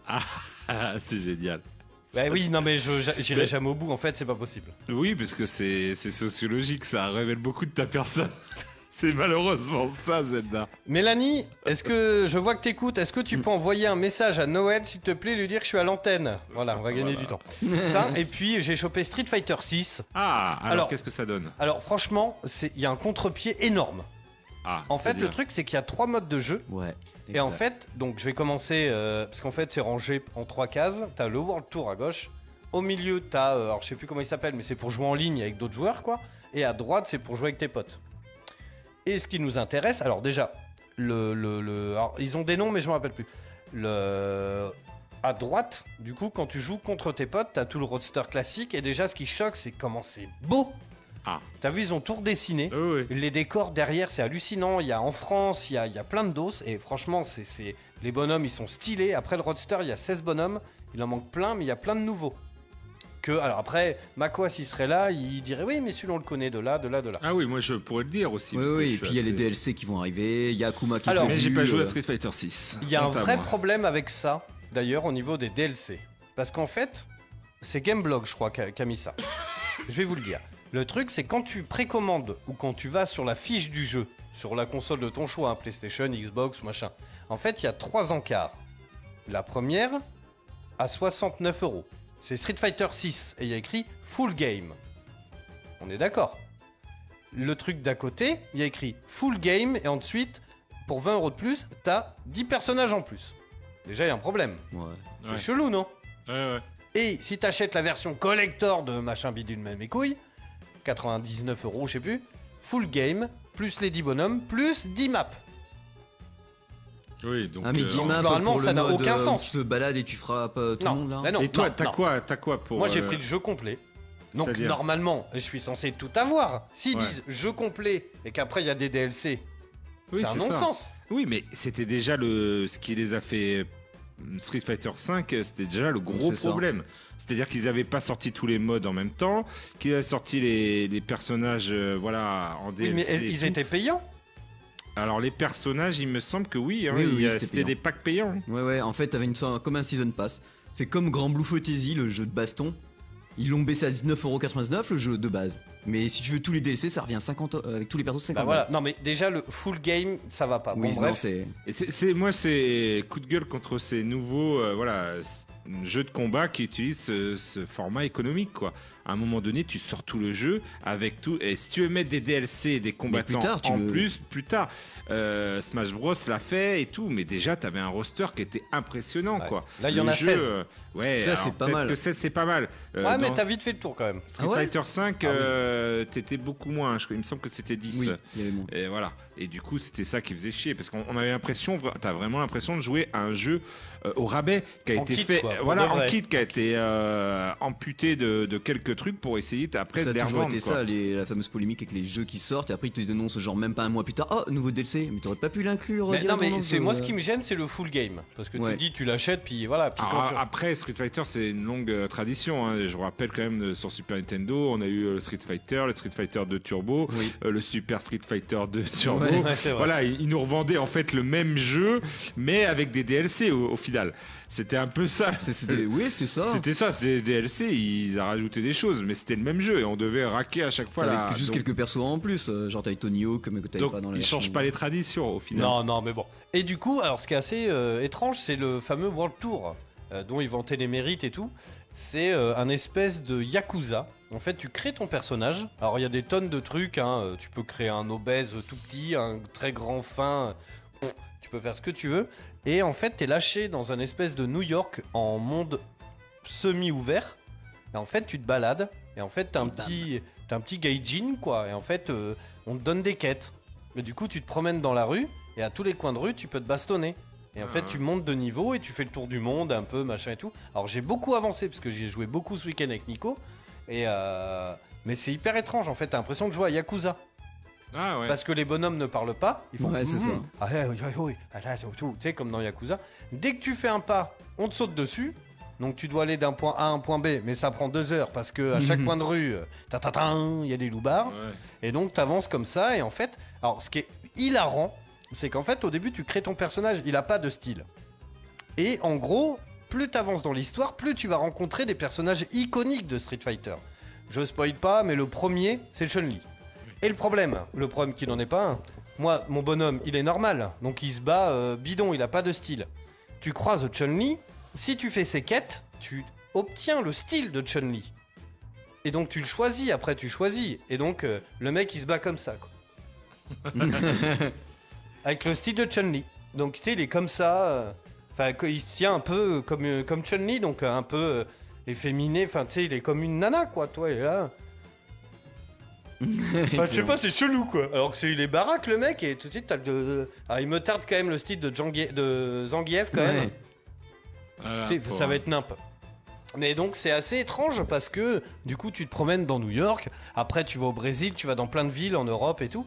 Speaker 6: Ah, c'est génial.
Speaker 5: Bah oui, non mais je- j'a- j'irai
Speaker 6: Mais-
Speaker 5: jamais au bout, en fait, c'est pas possible.
Speaker 6: Oui, parce que c'est c'est sociologique, ça révèle beaucoup de ta personne. [LAUGHS] C'est malheureusement ça, Zelda.
Speaker 5: Mélanie, est-ce que je vois que t'écoutes, est-ce que
Speaker 6: Mm.
Speaker 5: tu peux envoyer un message à Noël, s'il te plaît, lui dire que je suis à l'antenne Voilà, on va gagner
Speaker 6: Voilà.
Speaker 5: du temps. Ça, et puis j'ai chopé Street Fighter 6.
Speaker 6: Ah, alors,
Speaker 5: Alors-
Speaker 6: qu'est-ce que ça donne
Speaker 5: Alors franchement, c'est- il y a un contre-pied énorme.
Speaker 6: Ah,
Speaker 5: En
Speaker 6: c'est
Speaker 5: fait,
Speaker 6: bien.
Speaker 5: le truc, c'est qu'il y a trois modes de jeu.
Speaker 7: Ouais.
Speaker 5: Et en
Speaker 7: exact.
Speaker 5: fait, donc je vais commencer, euh, parce qu'en fait c'est rangé en trois cases. T'as le World Tour à gauche, au milieu t'as, euh, alors je sais plus comment il s'appelle, mais c'est pour jouer en ligne avec d'autres joueurs quoi. Et à droite c'est pour jouer avec tes potes. Et ce qui nous intéresse, alors déjà, le, le- le- alors, ils ont des noms mais je me rappelle plus. Le, à droite, du coup, quand tu joues contre tes potes, t'as tout le roadster classique. Et déjà, ce qui choque, c'est comment c'est beau.
Speaker 6: Ah.
Speaker 5: T'as vu, ils ont tout redessiné.
Speaker 6: Oui, oui.
Speaker 5: Les décors derrière, c'est hallucinant. Il y a en France, il y a, il y a plein de doses. Et franchement, c'est, c'est- les bonhommes, ils sont stylés. Après le Roadster, il y a 16 bonhommes. Il en manque plein, mais il y a plein de nouveaux. Que, alors après, Makoas, il serait là, il dirait oui, mais celui-là, on le connaît de là, de là, de là.
Speaker 6: Ah oui, moi je pourrais le dire aussi.
Speaker 7: Oui,
Speaker 6: parce que
Speaker 7: oui,
Speaker 6: je
Speaker 7: et
Speaker 6: suis
Speaker 7: puis il y a les
Speaker 6: assez-
Speaker 7: DLC qui vont arriver, il y a Akuma qui est
Speaker 5: Alors,
Speaker 6: Mais
Speaker 7: prévu,
Speaker 6: j'ai pas joué
Speaker 7: euh,
Speaker 6: à Street Fighter 6.
Speaker 5: Il y a un vrai problème avec ça, d'ailleurs, au niveau des DLC. Parce qu'en fait, c'est Gameblog, je crois, qui a- qui a mis ça. je vais vous le dire. Le truc, c'est quand tu précommandes ou quand tu vas sur la fiche du jeu, sur la console de ton choix, hein, PlayStation, Xbox, machin, en fait, il y a trois encarts. La première, à 69 euros. C'est Street Fighter 6 et il y a écrit Full Game. On est d'accord. Le truc d'à côté, il y a écrit Full Game et ensuite, pour 20 euros de plus, t'as 10 personnages en plus. Déjà, il y a un problème.
Speaker 7: ouais.
Speaker 5: C'est
Speaker 6: Ouais.
Speaker 5: chelou, non
Speaker 6: Ouais, ouais.
Speaker 5: et si t'achètes la version collector de machin bidule même et couilles, 99 euros, je sais plus, full game, plus les 10 bonhommes, plus 10 maps.
Speaker 6: Oui, donc.
Speaker 7: ah mais
Speaker 6: euh,
Speaker 7: 10
Speaker 5: en-
Speaker 7: maps
Speaker 5: normalement,
Speaker 7: pour le
Speaker 5: ça n'a
Speaker 7: mode,
Speaker 5: aucun
Speaker 7: euh, où
Speaker 5: sens.
Speaker 7: Tu te balades et tu frappes euh, tout
Speaker 5: non,
Speaker 7: le monde là.
Speaker 5: bah non,
Speaker 6: Et toi,
Speaker 5: non,
Speaker 6: t'as
Speaker 5: non.
Speaker 6: quoi, t'as quoi pour.
Speaker 5: Moi j'ai
Speaker 6: euh,
Speaker 5: pris le jeu complet. Donc
Speaker 6: C'est-à-dire
Speaker 5: normalement, je suis censé tout avoir. S'ils
Speaker 6: Ouais.
Speaker 5: disent jeu complet et qu'après il y a des DLC,
Speaker 6: Oui,
Speaker 5: c'est un
Speaker 6: c'est ça.
Speaker 5: non-sens.
Speaker 6: Oui, mais c'était déjà le ce qui les a fait euh, Street Fighter 5, c'était déjà le gros
Speaker 7: C'est ça.
Speaker 6: problème. C'est-à-dire qu'ils n'avaient pas sorti tous les modes en même temps, qu'ils avaient sorti les, les personnages euh, voilà, en
Speaker 5: Oui,
Speaker 6: DLC.
Speaker 5: mais
Speaker 6: et
Speaker 5: ils
Speaker 6: tout. Bah
Speaker 5: étaient payants.
Speaker 6: Alors les personnages, il me semble que oui, hein,
Speaker 7: Oui, oui,
Speaker 6: il y a-
Speaker 7: c'était
Speaker 6: c'était
Speaker 7: payant.
Speaker 6: des packs payants.
Speaker 7: Ouais ouais, en fait t'avais une sorte- comme un season pass. C'est comme Grand Blue Fantasy, le jeu de baston. Ils l'ont baissé à 19,99€ le jeu de base. Mais si tu veux tous les DLC, ça revient 50 euh, avec tous les persos 50.
Speaker 5: Bah voilà, non mais déjà le full game, ça va pas.
Speaker 7: Oui,
Speaker 5: bon,
Speaker 7: non,
Speaker 5: bref.
Speaker 7: c'est
Speaker 6: Et c'est- c'est moi c'est coup de gueule contre ces nouveaux euh, voilà s- jeux de combat qui utilisent ce, ce format économique quoi. À un moment donné, tu sors tout le jeu avec tout et si tu veux mettre des DLC et des combattants
Speaker 7: tard, tu
Speaker 6: en
Speaker 7: le-
Speaker 6: plus plus tard euh, Smash Bros l'a fait et tout mais déjà tu avais un roster qui était impressionnant
Speaker 5: Ouais.
Speaker 6: quoi.
Speaker 5: Là, il y en
Speaker 6: Le
Speaker 5: a
Speaker 6: jeu,
Speaker 5: 16.
Speaker 6: euh, ouais,
Speaker 7: Ça,
Speaker 6: alors,
Speaker 7: c'est pas
Speaker 6: peut-être
Speaker 7: mal.
Speaker 6: que 16, c'est pas mal. Euh,
Speaker 5: ouais, mais
Speaker 6: dans
Speaker 5: t'as vite fait le tour quand même.
Speaker 6: Street
Speaker 7: Ah ouais
Speaker 6: Fighter 5
Speaker 7: Ah oui.
Speaker 6: euh, t'étais beaucoup moins, je crois. il me semble que c'était 10.
Speaker 7: oui, il y avait moins.
Speaker 6: Et voilà. Et du coup, c'était ça qui faisait chier. Parce qu'on on avait l'impression, vra- t'as vraiment l'impression de jouer à un jeu euh, au rabais qui a
Speaker 5: En
Speaker 6: été
Speaker 5: kit,
Speaker 6: fait.
Speaker 5: quoi, pour de
Speaker 6: voilà, en
Speaker 5: vrai.
Speaker 6: kit qui a été euh, amputé de, de quelques trucs pour essayer après
Speaker 7: ça
Speaker 6: de
Speaker 7: a
Speaker 6: les
Speaker 7: toujours
Speaker 6: revendre.
Speaker 7: été
Speaker 6: quoi.
Speaker 7: ça, les- la fameuse polémique avec les jeux qui sortent et après ils te dénoncent genre même pas un mois plus tard, oh nouveau DLC, mais t'aurais pas pu l'inclure.
Speaker 5: Mais, non
Speaker 7: directement dans
Speaker 5: mais
Speaker 7: le
Speaker 5: c'est
Speaker 7: jeu,
Speaker 5: moi
Speaker 7: euh.
Speaker 5: ce qui me gêne, c'est le full game. Parce que
Speaker 7: Ouais.
Speaker 5: tu dis tu l'achètes puis voilà. Puis quand
Speaker 6: Alors,
Speaker 5: tu-
Speaker 6: Après, Street Fighter, c'est une longue euh, tradition. hein. Je vous rappelle quand même, euh, sur Super Nintendo, on a eu euh, le Street Fighter, le Street Fighter 2 Turbo, euh, le Super Street Fighter 2 Turbo.
Speaker 5: [LAUGHS]
Speaker 7: Ouais.
Speaker 5: Ouais, c'est vrai.
Speaker 6: Voilà, ils ils nous revendaient en fait le même jeu, mais avec des DLC au, au final. C'était un peu ça.
Speaker 7: C'est- c'était- Oui, c'était
Speaker 5: [LAUGHS]
Speaker 7: ça.
Speaker 6: C'était ça, c'était des DLC, ils ont rajouté des choses, mais c'était le même jeu et on devait raquer à chaque fois. la-
Speaker 7: Avec juste
Speaker 6: donc,
Speaker 7: quelques persos en plus, euh, genre t'avais Tony Hawk, mais que t'avais
Speaker 6: donc,
Speaker 7: pas dans la
Speaker 6: ils
Speaker 7: version-
Speaker 6: changent pas les traditions au final.
Speaker 5: Non, non, mais bon. Et du coup, alors ce qui est assez euh, étrange, c'est le fameux World Tour, euh, dont ils vantaient les mérites et tout. C'est euh, un espèce de Yakuza. En fait, tu crées ton personnage. Alors, il y a des tonnes de trucs. hein. Euh, Tu peux créer un obèse tout petit, un très grand fin. Pff, tu peux faire ce que tu veux. Et en fait, t'es lâché dans un espèce de New York en monde semi-ouvert. Et en fait, tu te balades. Et en fait, t'as un petit, t'as un petit gaijin, quoi. Et en fait, euh, on te donne des quêtes. Mais du coup, tu te promènes dans la rue. Et à tous les coins de rue, tu peux te bastonner. Et en
Speaker 6: Ah.
Speaker 5: fait, tu montes de niveau et tu fais le tour du monde, un peu, machin et tout. Alors, j'ai beaucoup avancé, parce que j'y ai joué beaucoup ce week-end avec Nico. Et euh, Mais c'est hyper étrange, en fait. T'as l'impression de jouer à Yakuza.
Speaker 6: Ah ouais.
Speaker 5: Parce que les bonhommes ne parlent pas. Ils font
Speaker 7: Ouais, c'est ça.
Speaker 5: Ah ouais, ouais, ouais, ouais. Ah là, c'est tout. Tu sais, comme dans Yakuza. Dès que tu fais un pas, on te saute dessus. Donc tu dois aller d'un point A à un point B, mais ça prend deux heures parce que à chaque
Speaker 7: Mhm.
Speaker 5: point de rue, euh, ta ta ta, il y a des loupards.
Speaker 6: Ouais.
Speaker 5: Et donc t'avances comme ça. Et en fait, alors ce qui est hilarant, c'est qu'en fait au début tu crées ton personnage, il a pas de style. Et en gros, plus t'avances dans l'histoire, plus tu vas rencontrer des personnages iconiques de Street Fighter. Je spoil pas, mais le premier, c'est Chun-Li. Et le problème, le problème qui n'en est pas un, moi, mon bonhomme, il est normal, donc il se bat euh, bidon, il a pas de style. Tu croises Chun-Li, si tu fais ses quêtes, tu obtiens le style de Chun-Li. Et donc tu le choisis, après tu choisis. Et donc euh, le mec, il se bat comme ça, quoi. Avec le style de Chun-Li. Donc tu sais, il est comme ça. euh, Enfin, que- il se tient un peu comme, euh, comme Chun-Li, donc euh, un peu euh, efféminé. Enfin, tu sais, il est comme une nana, quoi, toi, il est là. Enfin, je sais pas, c'est chelou, quoi. Alors que c'est il est baraque, le mec, et tout de suite, t'as le. Ah, il me tarde quand même le style de, Jangie- de Zangief, quand même.
Speaker 7: Ouais.
Speaker 6: Ah,
Speaker 5: Tu sais,
Speaker 6: pour-
Speaker 5: ça va être nimp. Mais donc c'est assez étrange parce que du coup tu te promènes dans New York, après tu vas au Brésil, tu vas dans plein de villes en Europe et tout.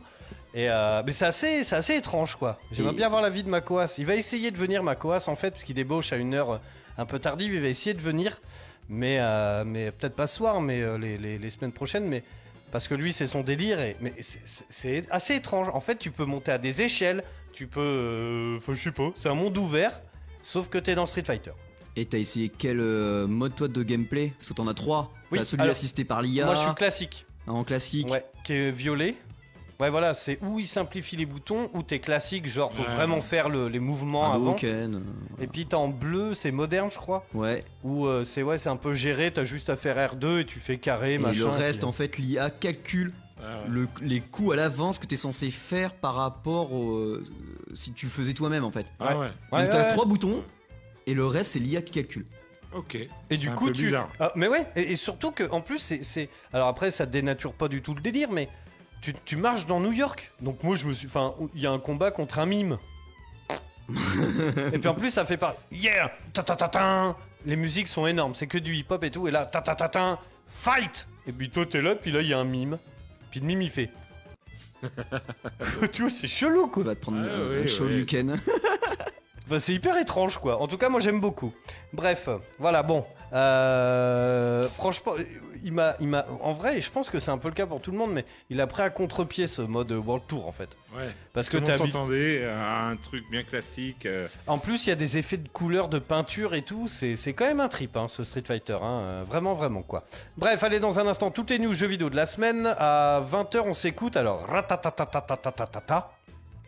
Speaker 5: Et euh, mais c'est assez, c'est assez étrange quoi. J'aimerais
Speaker 7: Et-
Speaker 5: bien voir la vie de Makoas. Il va essayer de venir Makoas en fait parce qu'il débauche à une heure euh, un peu tardive. Il va essayer de venir, mais euh, mais peut-être pas ce soir, mais euh, les, les- les semaines prochaines. Mais parce que lui c'est son délire. Et, mais c'est- c'est c'est assez étrange. En fait tu peux monter à des échelles, tu peux, euh, faut- je sais pas. C'est un monde ouvert, sauf que t'es dans Street Fighter.
Speaker 7: Et t'as essayé quel euh, mode toi de gameplay Parce que t'en as trois.
Speaker 5: Oui,
Speaker 7: T'as celui
Speaker 5: alors,
Speaker 7: assisté par l'IA,
Speaker 5: Moi je suis classique.
Speaker 7: en classique.
Speaker 5: Ouais, qui est violet. Ouais, voilà, c'est où il simplifie les boutons, où t'es classique, genre faut
Speaker 6: Ouais.
Speaker 5: vraiment faire le- les mouvements
Speaker 7: un
Speaker 5: avant.
Speaker 7: Hadouken, euh,
Speaker 5: Et puis t'as en bleu, c'est moderne, je crois.
Speaker 7: Ouais.
Speaker 5: Où euh, c'est ouais, c'est un peu géré, t'as juste à faire R2 et tu fais carré,
Speaker 7: Et
Speaker 5: machin.
Speaker 7: le
Speaker 5: et puis-
Speaker 7: reste, en fait, l'IA calcule
Speaker 6: euh,
Speaker 7: le- les coups à l'avance que t'es censé faire par rapport au. euh, si tu le faisais toi-même, en fait.
Speaker 6: Ah ouais.
Speaker 5: Ouais,
Speaker 7: Donc t'as
Speaker 5: ouais.
Speaker 7: trois boutons, et le reste, c'est l'IA qui calcule.
Speaker 6: Ok.
Speaker 5: Et du
Speaker 6: un
Speaker 5: coup,
Speaker 6: peu
Speaker 5: tu.
Speaker 6: bizarre.
Speaker 5: Ah, mais ouais, et, et surtout que, en plus, c'est- c'est. Alors après, ça dénature pas du tout le délire, mais tu, tu marches dans New York. Donc moi, je me suis. Enfin, il y a un combat contre un mime. et puis en plus, ça fait pas. Yeah ta ta ta tin Les musiques sont énormes, c'est que du hip-hop et tout. Et là, ta ta ta tin Fight Et puis toi, t'es là, puis là, il y a un mime. Puis le mime, il fait. [LAUGHS] tu vois, c'est chelou, quoi.
Speaker 7: On va te prendre
Speaker 6: Ah,
Speaker 7: euh,
Speaker 6: oui,
Speaker 7: un
Speaker 6: oui.
Speaker 7: Shoryuken.
Speaker 5: Enfin, c'est hyper étrange, quoi. En tout cas, moi, j'aime beaucoup. Bref, voilà, bon. Euh, franchement, il m'a, il m'a. En vrai, je pense que c'est un peu le cas pour tout le monde, mais il a pris à contre-pied ce mode World Tour, en fait.
Speaker 6: Ouais.
Speaker 5: Parce que
Speaker 6: Tout le
Speaker 5: t'as
Speaker 6: monde
Speaker 5: habi-
Speaker 6: s'entendait euh, à un truc bien classique. euh,
Speaker 5: En plus, il y a des effets de couleurs, de peinture et tout. C'est, c'est quand même un trip, hein, ce Street Fighter. hein. Euh, Vraiment, vraiment, quoi. Bref, allez, dans un instant, toutes les news jeux vidéo de la semaine. À 20h, on s'écoute. Alors, ratatatatatatatatata.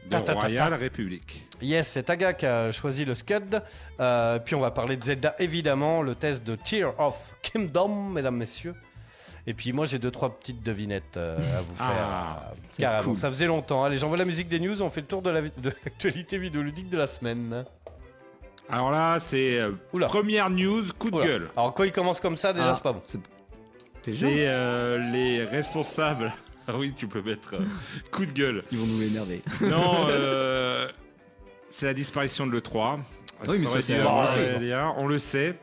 Speaker 6: de
Speaker 5: Ta, ta, ta, ta.
Speaker 6: Royal République.
Speaker 5: Yes, c'est Taga qui a choisi le Scud. Euh, puis on va parler de Zelda, évidemment, le test de Tear of Kingdom, mesdames, messieurs. Et puis moi, j'ai deux, trois petites devinettes euh, à vous faire.
Speaker 6: Ah,
Speaker 5: Euh, Carrément,
Speaker 7: cool.
Speaker 5: ça faisait longtemps. Allez, j'envoie la musique des news, on fait le tour de la vi- de l'actualité vidéoludique de la semaine.
Speaker 6: Alors là, c'est euh,
Speaker 5: Oula.
Speaker 6: première news, coup de
Speaker 5: Ah. Oula.
Speaker 6: gueule.
Speaker 5: Alors quand il commence comme ça, déjà,
Speaker 7: Ah,
Speaker 5: c'est pas bon.
Speaker 7: c'est- T'es sûr
Speaker 6: C'est euh, les responsables. [LAUGHS] Ah oui, tu peux mettre euh, coup de gueule.
Speaker 7: [LAUGHS] Ils vont nous énerver.
Speaker 6: Non, euh, c'est la disparition de l'E3.
Speaker 7: Ah oui, mais ça,
Speaker 6: aurait
Speaker 7: c'est
Speaker 6: dû
Speaker 7: avancé,
Speaker 6: avoir
Speaker 7: quoi.
Speaker 6: lieu, on le sait.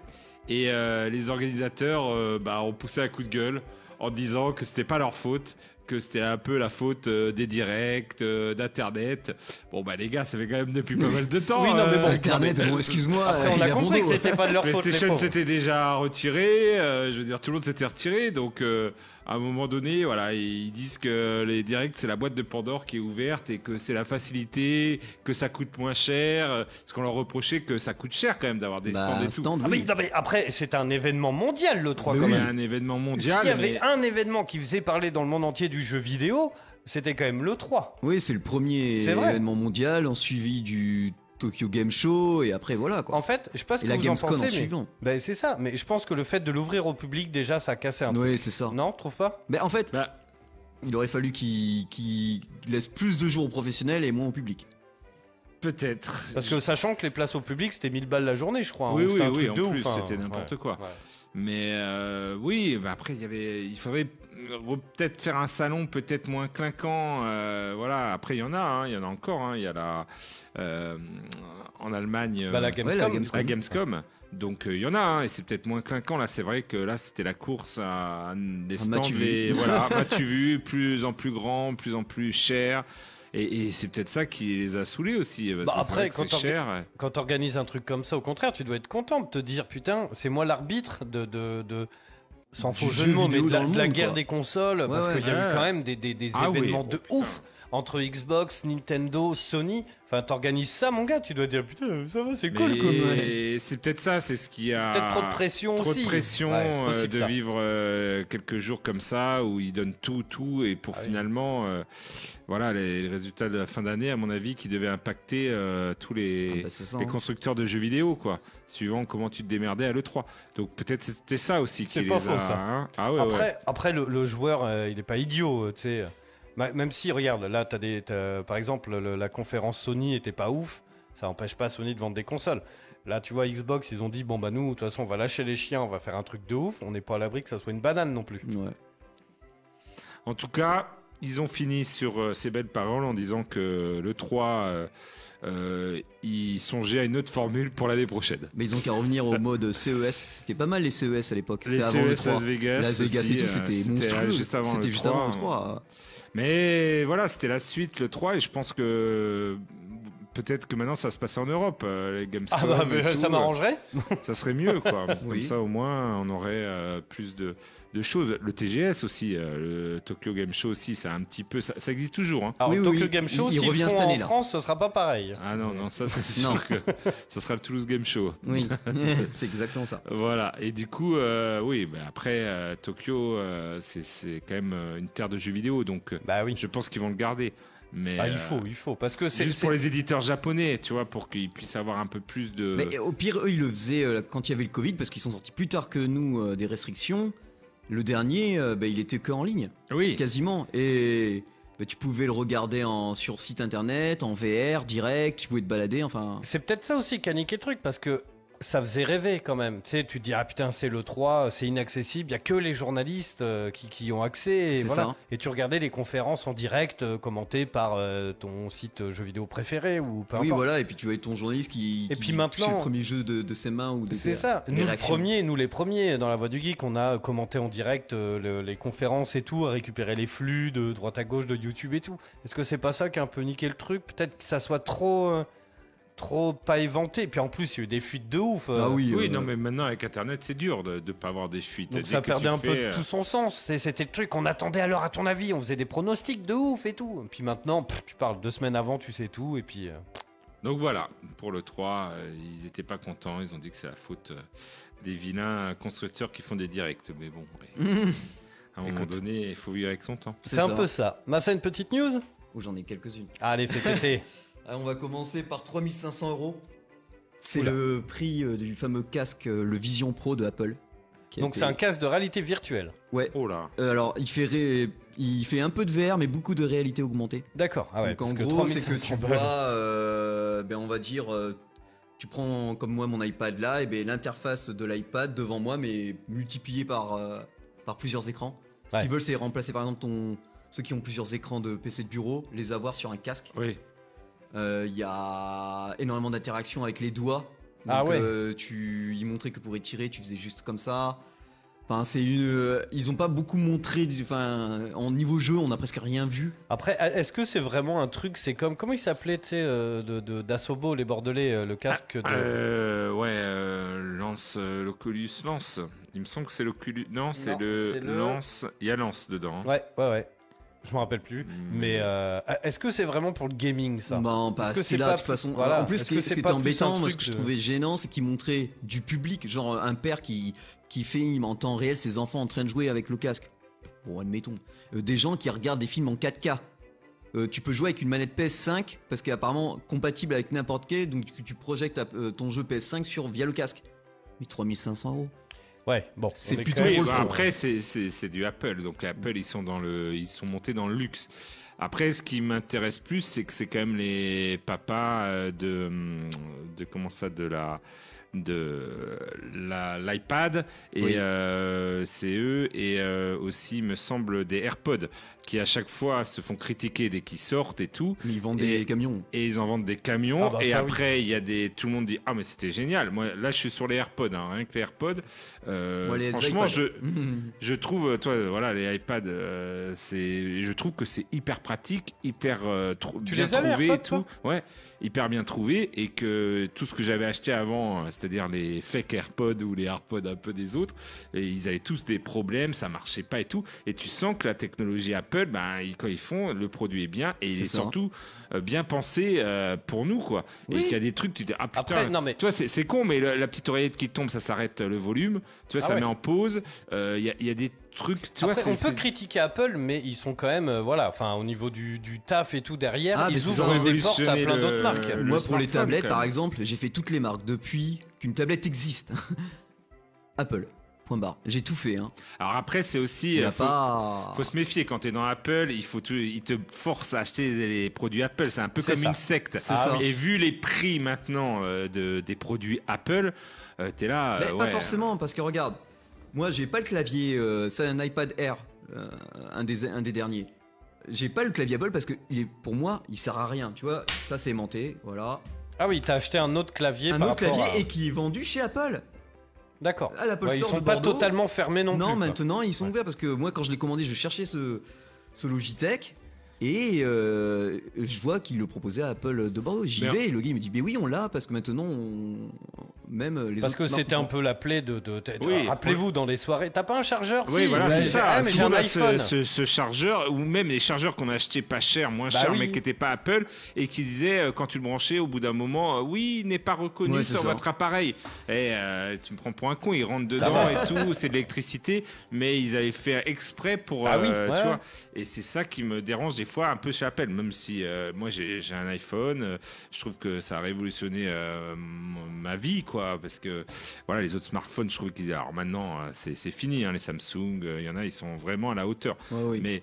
Speaker 6: Et euh, les organisateurs euh, bah, ont poussé un coup de gueule en disant que c'était pas leur faute, que c'était un peu la faute euh, des directs, euh, d'Internet. Bon, bah les gars, ça fait quand même depuis pas mal de temps.
Speaker 5: [LAUGHS]
Speaker 6: euh,
Speaker 5: Oui, non, mais bon,
Speaker 7: Internet, Ah, bon, excuse-moi.
Speaker 5: Après, on
Speaker 7: il
Speaker 5: a
Speaker 7: bon
Speaker 5: compris
Speaker 7: dos.
Speaker 5: que c'était pas de leur faute. les
Speaker 6: PlayStation
Speaker 5: pauvres.
Speaker 6: s'était déjà retiré, euh, je veux dire tout le monde s'était retiré, donc euh, à un moment donné, voilà, ils disent que les directs c'est la boîte de Pandore qui est ouverte et que c'est la facilité, que ça coûte moins cher, euh, parce qu'on leur reprochait que ça coûte cher quand même d'avoir des stands
Speaker 7: Bah,
Speaker 6: et tout.
Speaker 7: stand,
Speaker 5: Ah
Speaker 7: oui.
Speaker 5: oui, non, mais après, c'est un événement mondial, le 3
Speaker 7: Mais
Speaker 5: quand
Speaker 7: oui. Ah,
Speaker 5: même.
Speaker 6: C'est un événement
Speaker 5: S'il
Speaker 6: mondial.
Speaker 5: y avait
Speaker 6: mais-
Speaker 5: un événement qui faisait parler dans le monde entier du jeu vidéo, c'était quand même le 3.
Speaker 7: Oui, c'est le premier
Speaker 5: C'est vrai.
Speaker 7: événement mondial, en suivi du Tokyo Game Show, et après voilà quoi.
Speaker 5: En fait, je sais pas ce
Speaker 7: et
Speaker 5: que
Speaker 7: la
Speaker 5: vous en
Speaker 7: Gamescom en
Speaker 5: pensez, mais
Speaker 7: suivant.
Speaker 5: ben, c'est ça. Mais je pense que le fait de l'ouvrir au public déjà, ça a cassé un peu.
Speaker 7: Oui, c'est ça.
Speaker 5: Non, trouve pas
Speaker 7: Mais en fait,
Speaker 6: Bah,
Speaker 7: il aurait fallu qu'il qu'il laisse plus de jours aux professionnels et moins au public.
Speaker 6: peut-être.
Speaker 5: Parce que sachant que les places au public c'était 1000 balles la journée, je crois. hein.
Speaker 6: Oui,
Speaker 5: C'était
Speaker 6: oui,
Speaker 5: un
Speaker 6: oui,
Speaker 5: truc de
Speaker 6: en
Speaker 5: ouf,
Speaker 6: plus,
Speaker 5: hein.
Speaker 6: c'était n'importe
Speaker 5: Ouais.
Speaker 6: quoi.
Speaker 5: Ouais.
Speaker 6: Mais euh, oui, bah après, il y avait, il faudrait re- peut-être faire un salon peut-être moins clinquant. euh, voilà, après, il y en a, hein, il y en a encore. hein, Il y a la, euh, en Allemagne,
Speaker 5: Bah, la
Speaker 6: euh,
Speaker 5: Gamescom.
Speaker 7: la
Speaker 6: la Gamescom. Donc, euh, il y en a, hein, et c'est peut-être moins clinquant. Là, c'est vrai que là, c'était la course à des
Speaker 7: Un
Speaker 6: stands.
Speaker 7: m'as-tu vu.
Speaker 6: et
Speaker 5: [LAUGHS]
Speaker 6: voilà, tu vu, plus en plus grand, plus en plus cher. Et, et c'est peut-être ça qui les a saoulés aussi. Parce
Speaker 5: Bah,
Speaker 6: que c'est
Speaker 5: après,
Speaker 6: vrai que
Speaker 5: quand
Speaker 6: c'est
Speaker 5: on-
Speaker 6: cher.
Speaker 5: Quand t'organises un truc comme ça, au contraire, tu dois être content de te dire putain, c'est moi l'arbitre de. de, de- sans
Speaker 7: Du
Speaker 5: faux jeu
Speaker 7: jeu
Speaker 5: de mots, mais
Speaker 7: vidéo
Speaker 5: de la,
Speaker 7: dans le
Speaker 5: de la
Speaker 7: monde,
Speaker 5: guerre
Speaker 7: quoi.
Speaker 5: des consoles, parce
Speaker 7: ouais.
Speaker 5: qu'il y a eu
Speaker 6: Ouais.
Speaker 5: quand même des, des- des
Speaker 6: Ah oui,
Speaker 5: événements
Speaker 6: oh,
Speaker 5: de
Speaker 6: putain.
Speaker 5: ouf entre Xbox, Nintendo, Sony. Enfin, t'organises ça, mon gars, tu dois dire putain, ça va, c'est cool.
Speaker 6: Mais
Speaker 5: quoi.
Speaker 6: c'est peut-être ça, c'est ce qui a.
Speaker 5: Peut-être trop de pression
Speaker 6: trop
Speaker 5: aussi.
Speaker 6: de pression
Speaker 5: Ouais, c'est
Speaker 6: euh,
Speaker 5: possible,
Speaker 6: de
Speaker 5: ça.
Speaker 6: vivre euh, quelques jours comme ça où ils donnent tout, tout et pour
Speaker 5: Ah oui.
Speaker 6: finalement, euh, voilà, les, les résultats de la fin d'année, à mon avis, qui devaient impacter euh, tous les,
Speaker 7: Ah bah, c'est ça,
Speaker 6: les
Speaker 7: hein.
Speaker 6: constructeurs de jeux vidéo, quoi, suivant comment tu te démerdais à l'E3. Donc peut-être c'était ça aussi qui
Speaker 5: C'est
Speaker 6: les
Speaker 5: pas
Speaker 6: a.
Speaker 5: faux, ça.
Speaker 6: hein. Ah ouais, ouais.
Speaker 5: Après, après le, le joueur, euh, il n'est pas idiot, euh, tu sais. Ma- Même si, regarde, là, t'as des, t'as- par exemple, le- la conférence Sony était pas ouf, ça n'empêche pas Sony de vendre des consoles. Là, tu vois, Xbox, ils ont dit, bon, bah nous, de toute façon, on va lâcher les chiens, on va faire un truc de ouf, on n'est pas à l'abri que ça soit une banane non plus.
Speaker 7: Ouais.
Speaker 6: En tout cas, ils ont fini sur euh, ces belles paroles en disant que le 3, euh, euh, ils songeaient à une autre formule pour l'année prochaine.
Speaker 7: Mais ils ont qu'à revenir au mode CES. C'était pas mal les CES à l'époque.
Speaker 6: Les
Speaker 7: C'était avant le
Speaker 6: CES
Speaker 7: 3.
Speaker 6: Las Vegas,
Speaker 7: Las Vegas
Speaker 6: aussi,
Speaker 7: et tout,
Speaker 6: euh,
Speaker 7: c'était monstrueux.
Speaker 6: juste avant
Speaker 7: C'était
Speaker 6: le
Speaker 7: juste avant le
Speaker 6: 3.
Speaker 7: 3.
Speaker 6: Mais voilà, c'était la suite, le 3, et je pense que peut-être que maintenant ça se passait en Europe, euh, les Gamescom.
Speaker 5: Ah bah,
Speaker 6: et
Speaker 5: mais, euh,
Speaker 6: tout,
Speaker 5: ça
Speaker 6: euh,
Speaker 5: m'arrangerait.
Speaker 6: Ça serait mieux,
Speaker 7: [LAUGHS]
Speaker 6: quoi. Comme
Speaker 7: Oui.
Speaker 6: ça, au moins, on aurait euh, plus de, de choses. Le TGS aussi, euh, le Tokyo Game Show aussi, ça a un petit peu. Ça, ça existe toujours, hein.
Speaker 5: Alors,
Speaker 7: Oui, oui,
Speaker 5: Tokyo
Speaker 7: oui.
Speaker 5: Game Show,
Speaker 7: Il- il
Speaker 5: s'ils
Speaker 7: revient
Speaker 5: font
Speaker 7: cette année,
Speaker 5: en
Speaker 7: là.
Speaker 5: France, ce sera pas pareil.
Speaker 6: Ah non, non, ça c'est sûr
Speaker 7: Non.
Speaker 6: que [LAUGHS] ça sera le Toulouse Game Show.
Speaker 7: euh, Oui, [LAUGHS] c'est exactement ça.
Speaker 6: Voilà, et du coup, euh, oui, bah, après euh, Tokyo, euh, c'est- c'est quand même euh, une terre de jeux vidéo, donc euh,
Speaker 5: Bah oui.
Speaker 6: je pense qu'ils vont le garder. Mais
Speaker 5: Ah, il
Speaker 6: euh,
Speaker 5: faut, il faut. Parce que c'est.
Speaker 6: juste
Speaker 5: c'est-
Speaker 6: pour les éditeurs japonais, tu vois, pour qu'ils puissent avoir un peu plus de.
Speaker 7: Mais
Speaker 5: Euh,
Speaker 7: au pire, eux, ils le faisaient euh, quand il y avait le Covid parce qu'ils sont sortis plus tard que nous euh, des restrictions. Le dernier, euh, bah, il était que en ligne,
Speaker 5: euh,
Speaker 6: oui,
Speaker 7: quasiment. Et bah, tu pouvais le regarder en, sur site internet, en VR, direct, tu pouvais te balader, enfin.
Speaker 5: C'est peut-être ça aussi qui a niqué le truc, parce que ça faisait rêver quand même. Tu sais, tu te dis, ah putain, c'est le 3, c'est inaccessible, il n'y a que les journalistes euh, qui, qui y ont accès. Et,
Speaker 7: C'est
Speaker 5: voilà.
Speaker 7: ça.
Speaker 5: et tu regardais les conférences en direct euh, commentées par euh, ton site euh, jeu vidéo préféré ou peu
Speaker 7: oui,
Speaker 5: importe.
Speaker 7: voilà, et puis tu voyais ton journaliste qui,
Speaker 5: Et
Speaker 7: qui
Speaker 5: puis
Speaker 7: touchait
Speaker 5: maintenant-
Speaker 7: le premier jeu de, de ses mains ou de
Speaker 5: C'est
Speaker 7: ses-
Speaker 5: ça.
Speaker 7: les
Speaker 5: Nous les
Speaker 7: réactions.
Speaker 5: premiers, nous les premiers dans la voie du geek, on a commenté en direct euh, le- les conférences et tout, à récupérer les flux de droite à gauche de YouTube et tout. Est-ce que c'est pas ça qui a un peu niqué le truc Peut-être que ça soit trop, euh, trop pas éventé. Puis en plus, il y a eu des fuites de ouf. euh,
Speaker 7: Ah oui,
Speaker 6: oui,
Speaker 7: euh,
Speaker 6: non, mais maintenant avec Internet, c'est dur de ne pas avoir des fuites.
Speaker 5: Donc
Speaker 6: Dès
Speaker 5: ça
Speaker 6: que
Speaker 5: perdait
Speaker 6: tu
Speaker 5: un peu
Speaker 6: fais, euh,
Speaker 5: de tout son sens. C'est- C'était le truc, on attendait alors à ton avis, on faisait des pronostics de ouf et tout. Puis maintenant, pff, tu parles deux semaines avant, tu sais tout. Et puis, euh,
Speaker 6: Donc voilà, pour le 3, euh, ils n'étaient pas contents, ils ont dit que c'est la faute euh, des vilains constructeurs qui font des directs. Mais bon, ouais. à un moment
Speaker 5: Écoute.
Speaker 6: donné, il faut vivre avec son temps.
Speaker 7: C'est
Speaker 5: c'est un
Speaker 7: ça.
Speaker 5: peu ça. Massa, une petite news
Speaker 7: [LAUGHS] Oh, J'en ai quelques-unes.
Speaker 5: Allez, fais
Speaker 7: [LAUGHS]
Speaker 5: péter.
Speaker 7: Ah, on va commencer par 3500 euros. C'est
Speaker 5: Oula.
Speaker 7: le prix euh, du fameux casque, euh, le Vision Pro de Apple. qui a
Speaker 5: Donc
Speaker 7: été-
Speaker 5: c'est un casque de réalité virtuelle.
Speaker 7: Ouais.
Speaker 6: Oh là
Speaker 7: Euh, alors, il fait, ré- il fait un peu de VR, mais beaucoup de réalité augmentée.
Speaker 5: D'accord. Ah ouais,
Speaker 7: Donc, en
Speaker 5: parce que
Speaker 7: gros, c'est que
Speaker 5: 3500
Speaker 7: tu vois,
Speaker 5: balles.
Speaker 7: euh, ben, on va dire, euh, tu prends comme moi mon iPad là, et ben, l'interface de l'iPad devant moi, mais multipliée par, euh, par plusieurs écrans. Ce
Speaker 5: Ouais.
Speaker 7: qu'ils veulent, c'est remplacer par exemple ton... ceux qui ont plusieurs écrans de PC de bureau, les avoir sur un casque.
Speaker 6: Oui,
Speaker 7: Euh, Il y a énormément d'interactions avec les doigts. Donc,
Speaker 5: Ah ouais.
Speaker 7: euh, tu y montrais que pour étirer, tu faisais juste comme ça. Enfin, c'est une. euh, Ils ont pas beaucoup montré. du- Enfin, en niveau jeu, on a presque rien vu.
Speaker 5: Après, est-ce que c'est vraiment un truc C'est comme comment il s'appelait, tu sais, euh, de, de- d'Assobo, les Bordelais, euh, le casque de.
Speaker 6: Euh, ouais, euh, Lance, euh, l'Oculus Lance. Il me semble que c'est l'Oculus. Non, c'est
Speaker 5: Non,
Speaker 6: le,
Speaker 5: c'est le-
Speaker 6: Lance. Il y a Lance dedans.
Speaker 5: Ouais, ouais, ouais. Je me rappelle plus.
Speaker 6: Hmm.
Speaker 5: Mais euh, est-ce que c'est vraiment pour le gaming ça
Speaker 7: Ben,
Speaker 5: Est-ce
Speaker 7: pas
Speaker 5: que c'est
Speaker 7: celui-là,
Speaker 5: pas
Speaker 7: de toute
Speaker 5: plus-
Speaker 7: façon.
Speaker 5: voilà.
Speaker 7: En plus,
Speaker 5: Est-ce
Speaker 7: ce qui,
Speaker 5: que
Speaker 7: ce
Speaker 5: c'est
Speaker 7: qui
Speaker 5: pas
Speaker 7: était
Speaker 5: plus un
Speaker 7: embêtant, moi, ce
Speaker 5: truc
Speaker 7: que je
Speaker 5: de-
Speaker 7: trouvais gênant, c'est qu'ils montraient du public, genre un père qui, qui filme en temps réel ses enfants en train de jouer avec le casque. Bon, admettons. Euh, des gens qui regardent des films en 4K. Euh, tu peux jouer avec une manette PS5 parce qu'elle est apparemment compatible avec n'importe quel, donc tu, tu projectes ta- euh, ton jeu PS5 sur via le casque. Mais 3500 euros.
Speaker 5: Ouais, bon.
Speaker 7: C'est
Speaker 5: on est
Speaker 7: plutôt
Speaker 5: quand même-
Speaker 6: Oui,
Speaker 7: drôle
Speaker 6: bah,
Speaker 7: pour-
Speaker 6: après, c'est- c'est c'est du Apple. Donc, Apple, ils sont, dans le, ils sont montés dans le luxe. Après, ce qui m'intéresse plus, c'est que c'est quand même les papas euh, de, hum, de comment ça, de la de la- l'iPad et
Speaker 7: Oui.
Speaker 6: euh, c'est eux et euh, aussi il me semble des AirPods qui à chaque fois se font critiquer dès qu'ils sortent et tout
Speaker 7: Mais ils vendent des
Speaker 6: Et-
Speaker 7: camions.
Speaker 6: et ils en vendent des camions
Speaker 5: Ah bah
Speaker 6: et
Speaker 5: ça,
Speaker 6: après il y a des tout le monde dit ah mais c'était génial moi là je suis sur les AirPods hein, rien que les AirPods Euh,
Speaker 7: Moi, les
Speaker 6: franchement
Speaker 7: iPads.
Speaker 6: je
Speaker 7: Mhm.
Speaker 6: je trouve, euh, toi, euh, voilà, les iPads, euh, c'est, je trouve que c'est hyper pratique, hyper euh, trou-
Speaker 5: Tu
Speaker 6: bien
Speaker 5: les as, les
Speaker 6: trouvé et
Speaker 5: AirPods,
Speaker 6: tout.
Speaker 5: toi
Speaker 6: Ouais, hyper bien trouvé et que tout ce que j'avais acheté avant, euh, c'est-à-dire les fake AirPods ou les AirPods un peu des autres, et ils avaient tous des problèmes, ça marchait pas et tout. Et tu sens que la technologie Apple, ben, ils- quand ils font, le produit est bien et il
Speaker 7: C'est
Speaker 6: est
Speaker 7: ça.
Speaker 6: surtout euh, bien pensé euh, pour nous, quoi. Et
Speaker 5: Oui.
Speaker 6: qu'il y a des trucs, tu dis ah putain.
Speaker 5: Après, non mais.
Speaker 6: Tu vois, c'est- c'est con, mais le- la petite oreillette qui tombe, ça s'arrête euh, le volume. Tu vois,
Speaker 5: Ah
Speaker 6: ça
Speaker 5: ouais.
Speaker 6: met en pause. Euh, Il y, a- il y a des trucs. Tu vois,
Speaker 5: Après,
Speaker 6: c'est-
Speaker 5: on peut
Speaker 6: c'est-
Speaker 5: critiquer Apple, mais ils sont quand même, euh, voilà, enfin, au niveau du, du taf et tout derrière,
Speaker 7: Ah, mais
Speaker 5: ils
Speaker 7: c'est
Speaker 5: ouvrent
Speaker 7: ça,
Speaker 5: des portes à
Speaker 6: révolutionner
Speaker 5: plein
Speaker 6: le-
Speaker 5: d'autres marques.
Speaker 6: le-
Speaker 7: Moi, pour les
Speaker 6: smartphone,
Speaker 7: tablettes,
Speaker 6: quand
Speaker 7: par
Speaker 6: même.
Speaker 7: exemple, j'ai fait toutes les marques depuis qu'une tablette existe. [LAUGHS] Apple. Point barre. J'ai tout fait. Hein.
Speaker 6: Alors après, c'est
Speaker 7: Il
Speaker 6: aussi.
Speaker 7: n'y
Speaker 6: euh,
Speaker 7: a
Speaker 6: faut,
Speaker 7: pas.
Speaker 6: faut se méfier quand t'es dans Apple. Il faut, tout- ils te forcent à acheter les, les produits Apple. C'est un peu
Speaker 5: C'est
Speaker 6: comme
Speaker 5: ça.
Speaker 6: une secte.
Speaker 7: C'est
Speaker 5: Ah
Speaker 7: ça.
Speaker 6: Et vu les prix maintenant euh, de, des produits Apple, euh, t'es là.
Speaker 7: Mais
Speaker 6: euh,
Speaker 7: pas
Speaker 6: ouais.
Speaker 7: forcément, parce que regarde, moi j'ai pas le clavier, euh, c'est un iPad Air, euh, un, des, un des derniers. J'ai pas le claviable parce que il est, pour moi, il sert à rien. Tu vois, ça c'est aimanté, voilà.
Speaker 5: Ah oui, t'as acheté un autre clavier
Speaker 7: Un
Speaker 5: par
Speaker 7: autre
Speaker 5: rapport
Speaker 7: clavier
Speaker 5: à-
Speaker 7: et qui est vendu chez Apple.
Speaker 5: D'accord.
Speaker 7: à l'Apple
Speaker 5: Ouais, ils
Speaker 7: Store
Speaker 5: sont
Speaker 7: de
Speaker 5: pas
Speaker 7: Bordeaux.
Speaker 5: totalement fermés non,
Speaker 7: Non,
Speaker 5: plus. quoi.
Speaker 7: maintenant ils sont ouverts parce que moi quand je l'ai commandé, je cherchais ce, ce Logitech et euh, je vois qu'il le proposait à Apple de Bordeaux. J'y
Speaker 6: Mais-
Speaker 7: vais et le gars il me dit Mais oui, on l'a parce que maintenant on... même les
Speaker 5: Parce
Speaker 7: autres
Speaker 5: que
Speaker 7: marques
Speaker 5: c'était
Speaker 7: font
Speaker 5: un peu la plaie de. de- de-
Speaker 6: Oui.
Speaker 5: Rappelez-vous dans les soirées. T'as pas un chargeur
Speaker 6: Oui,
Speaker 5: Si,
Speaker 6: voilà,
Speaker 5: ouais,
Speaker 6: c'est ça.
Speaker 5: Ah, mais
Speaker 6: Si
Speaker 5: j'ai
Speaker 6: on
Speaker 5: un
Speaker 6: a ce,
Speaker 5: iPhone.
Speaker 6: ce- ce chargeur, ou même les chargeurs qu'on achetait pas cher, moins
Speaker 5: Bah
Speaker 6: cher,
Speaker 5: oui.
Speaker 6: mais qui n'étaient pas Apple, et qui disaient, euh, quand tu le branchais, au bout d'un moment, euh, oui, il n'est pas reconnu
Speaker 7: Ouais, c'est
Speaker 6: sur
Speaker 7: ça.
Speaker 6: votre appareil. Et euh, tu me prends pour un con, ils rentrent
Speaker 5: Ça
Speaker 6: dedans et tout, c'est de l'électricité, mais ils avaient fait exprès pour.
Speaker 5: Bah oui,
Speaker 6: euh,
Speaker 5: ouais,
Speaker 6: tu
Speaker 5: ouais.
Speaker 6: vois. Et c'est ça qui me dérange des fois un peu chez Apple, même si euh, moi j'ai j'ai un iPhone, euh, je trouve que ça a révolutionné euh, mon- ma vie, quoi, parce que voilà, les autres smartphones, je trouve qu'ils. Alors maintenant, euh, c'est c'est fini, hein, les Samsung, euh, il y en a, ils sont vraiment à la hauteur.
Speaker 7: Ouais, oui.
Speaker 6: Mais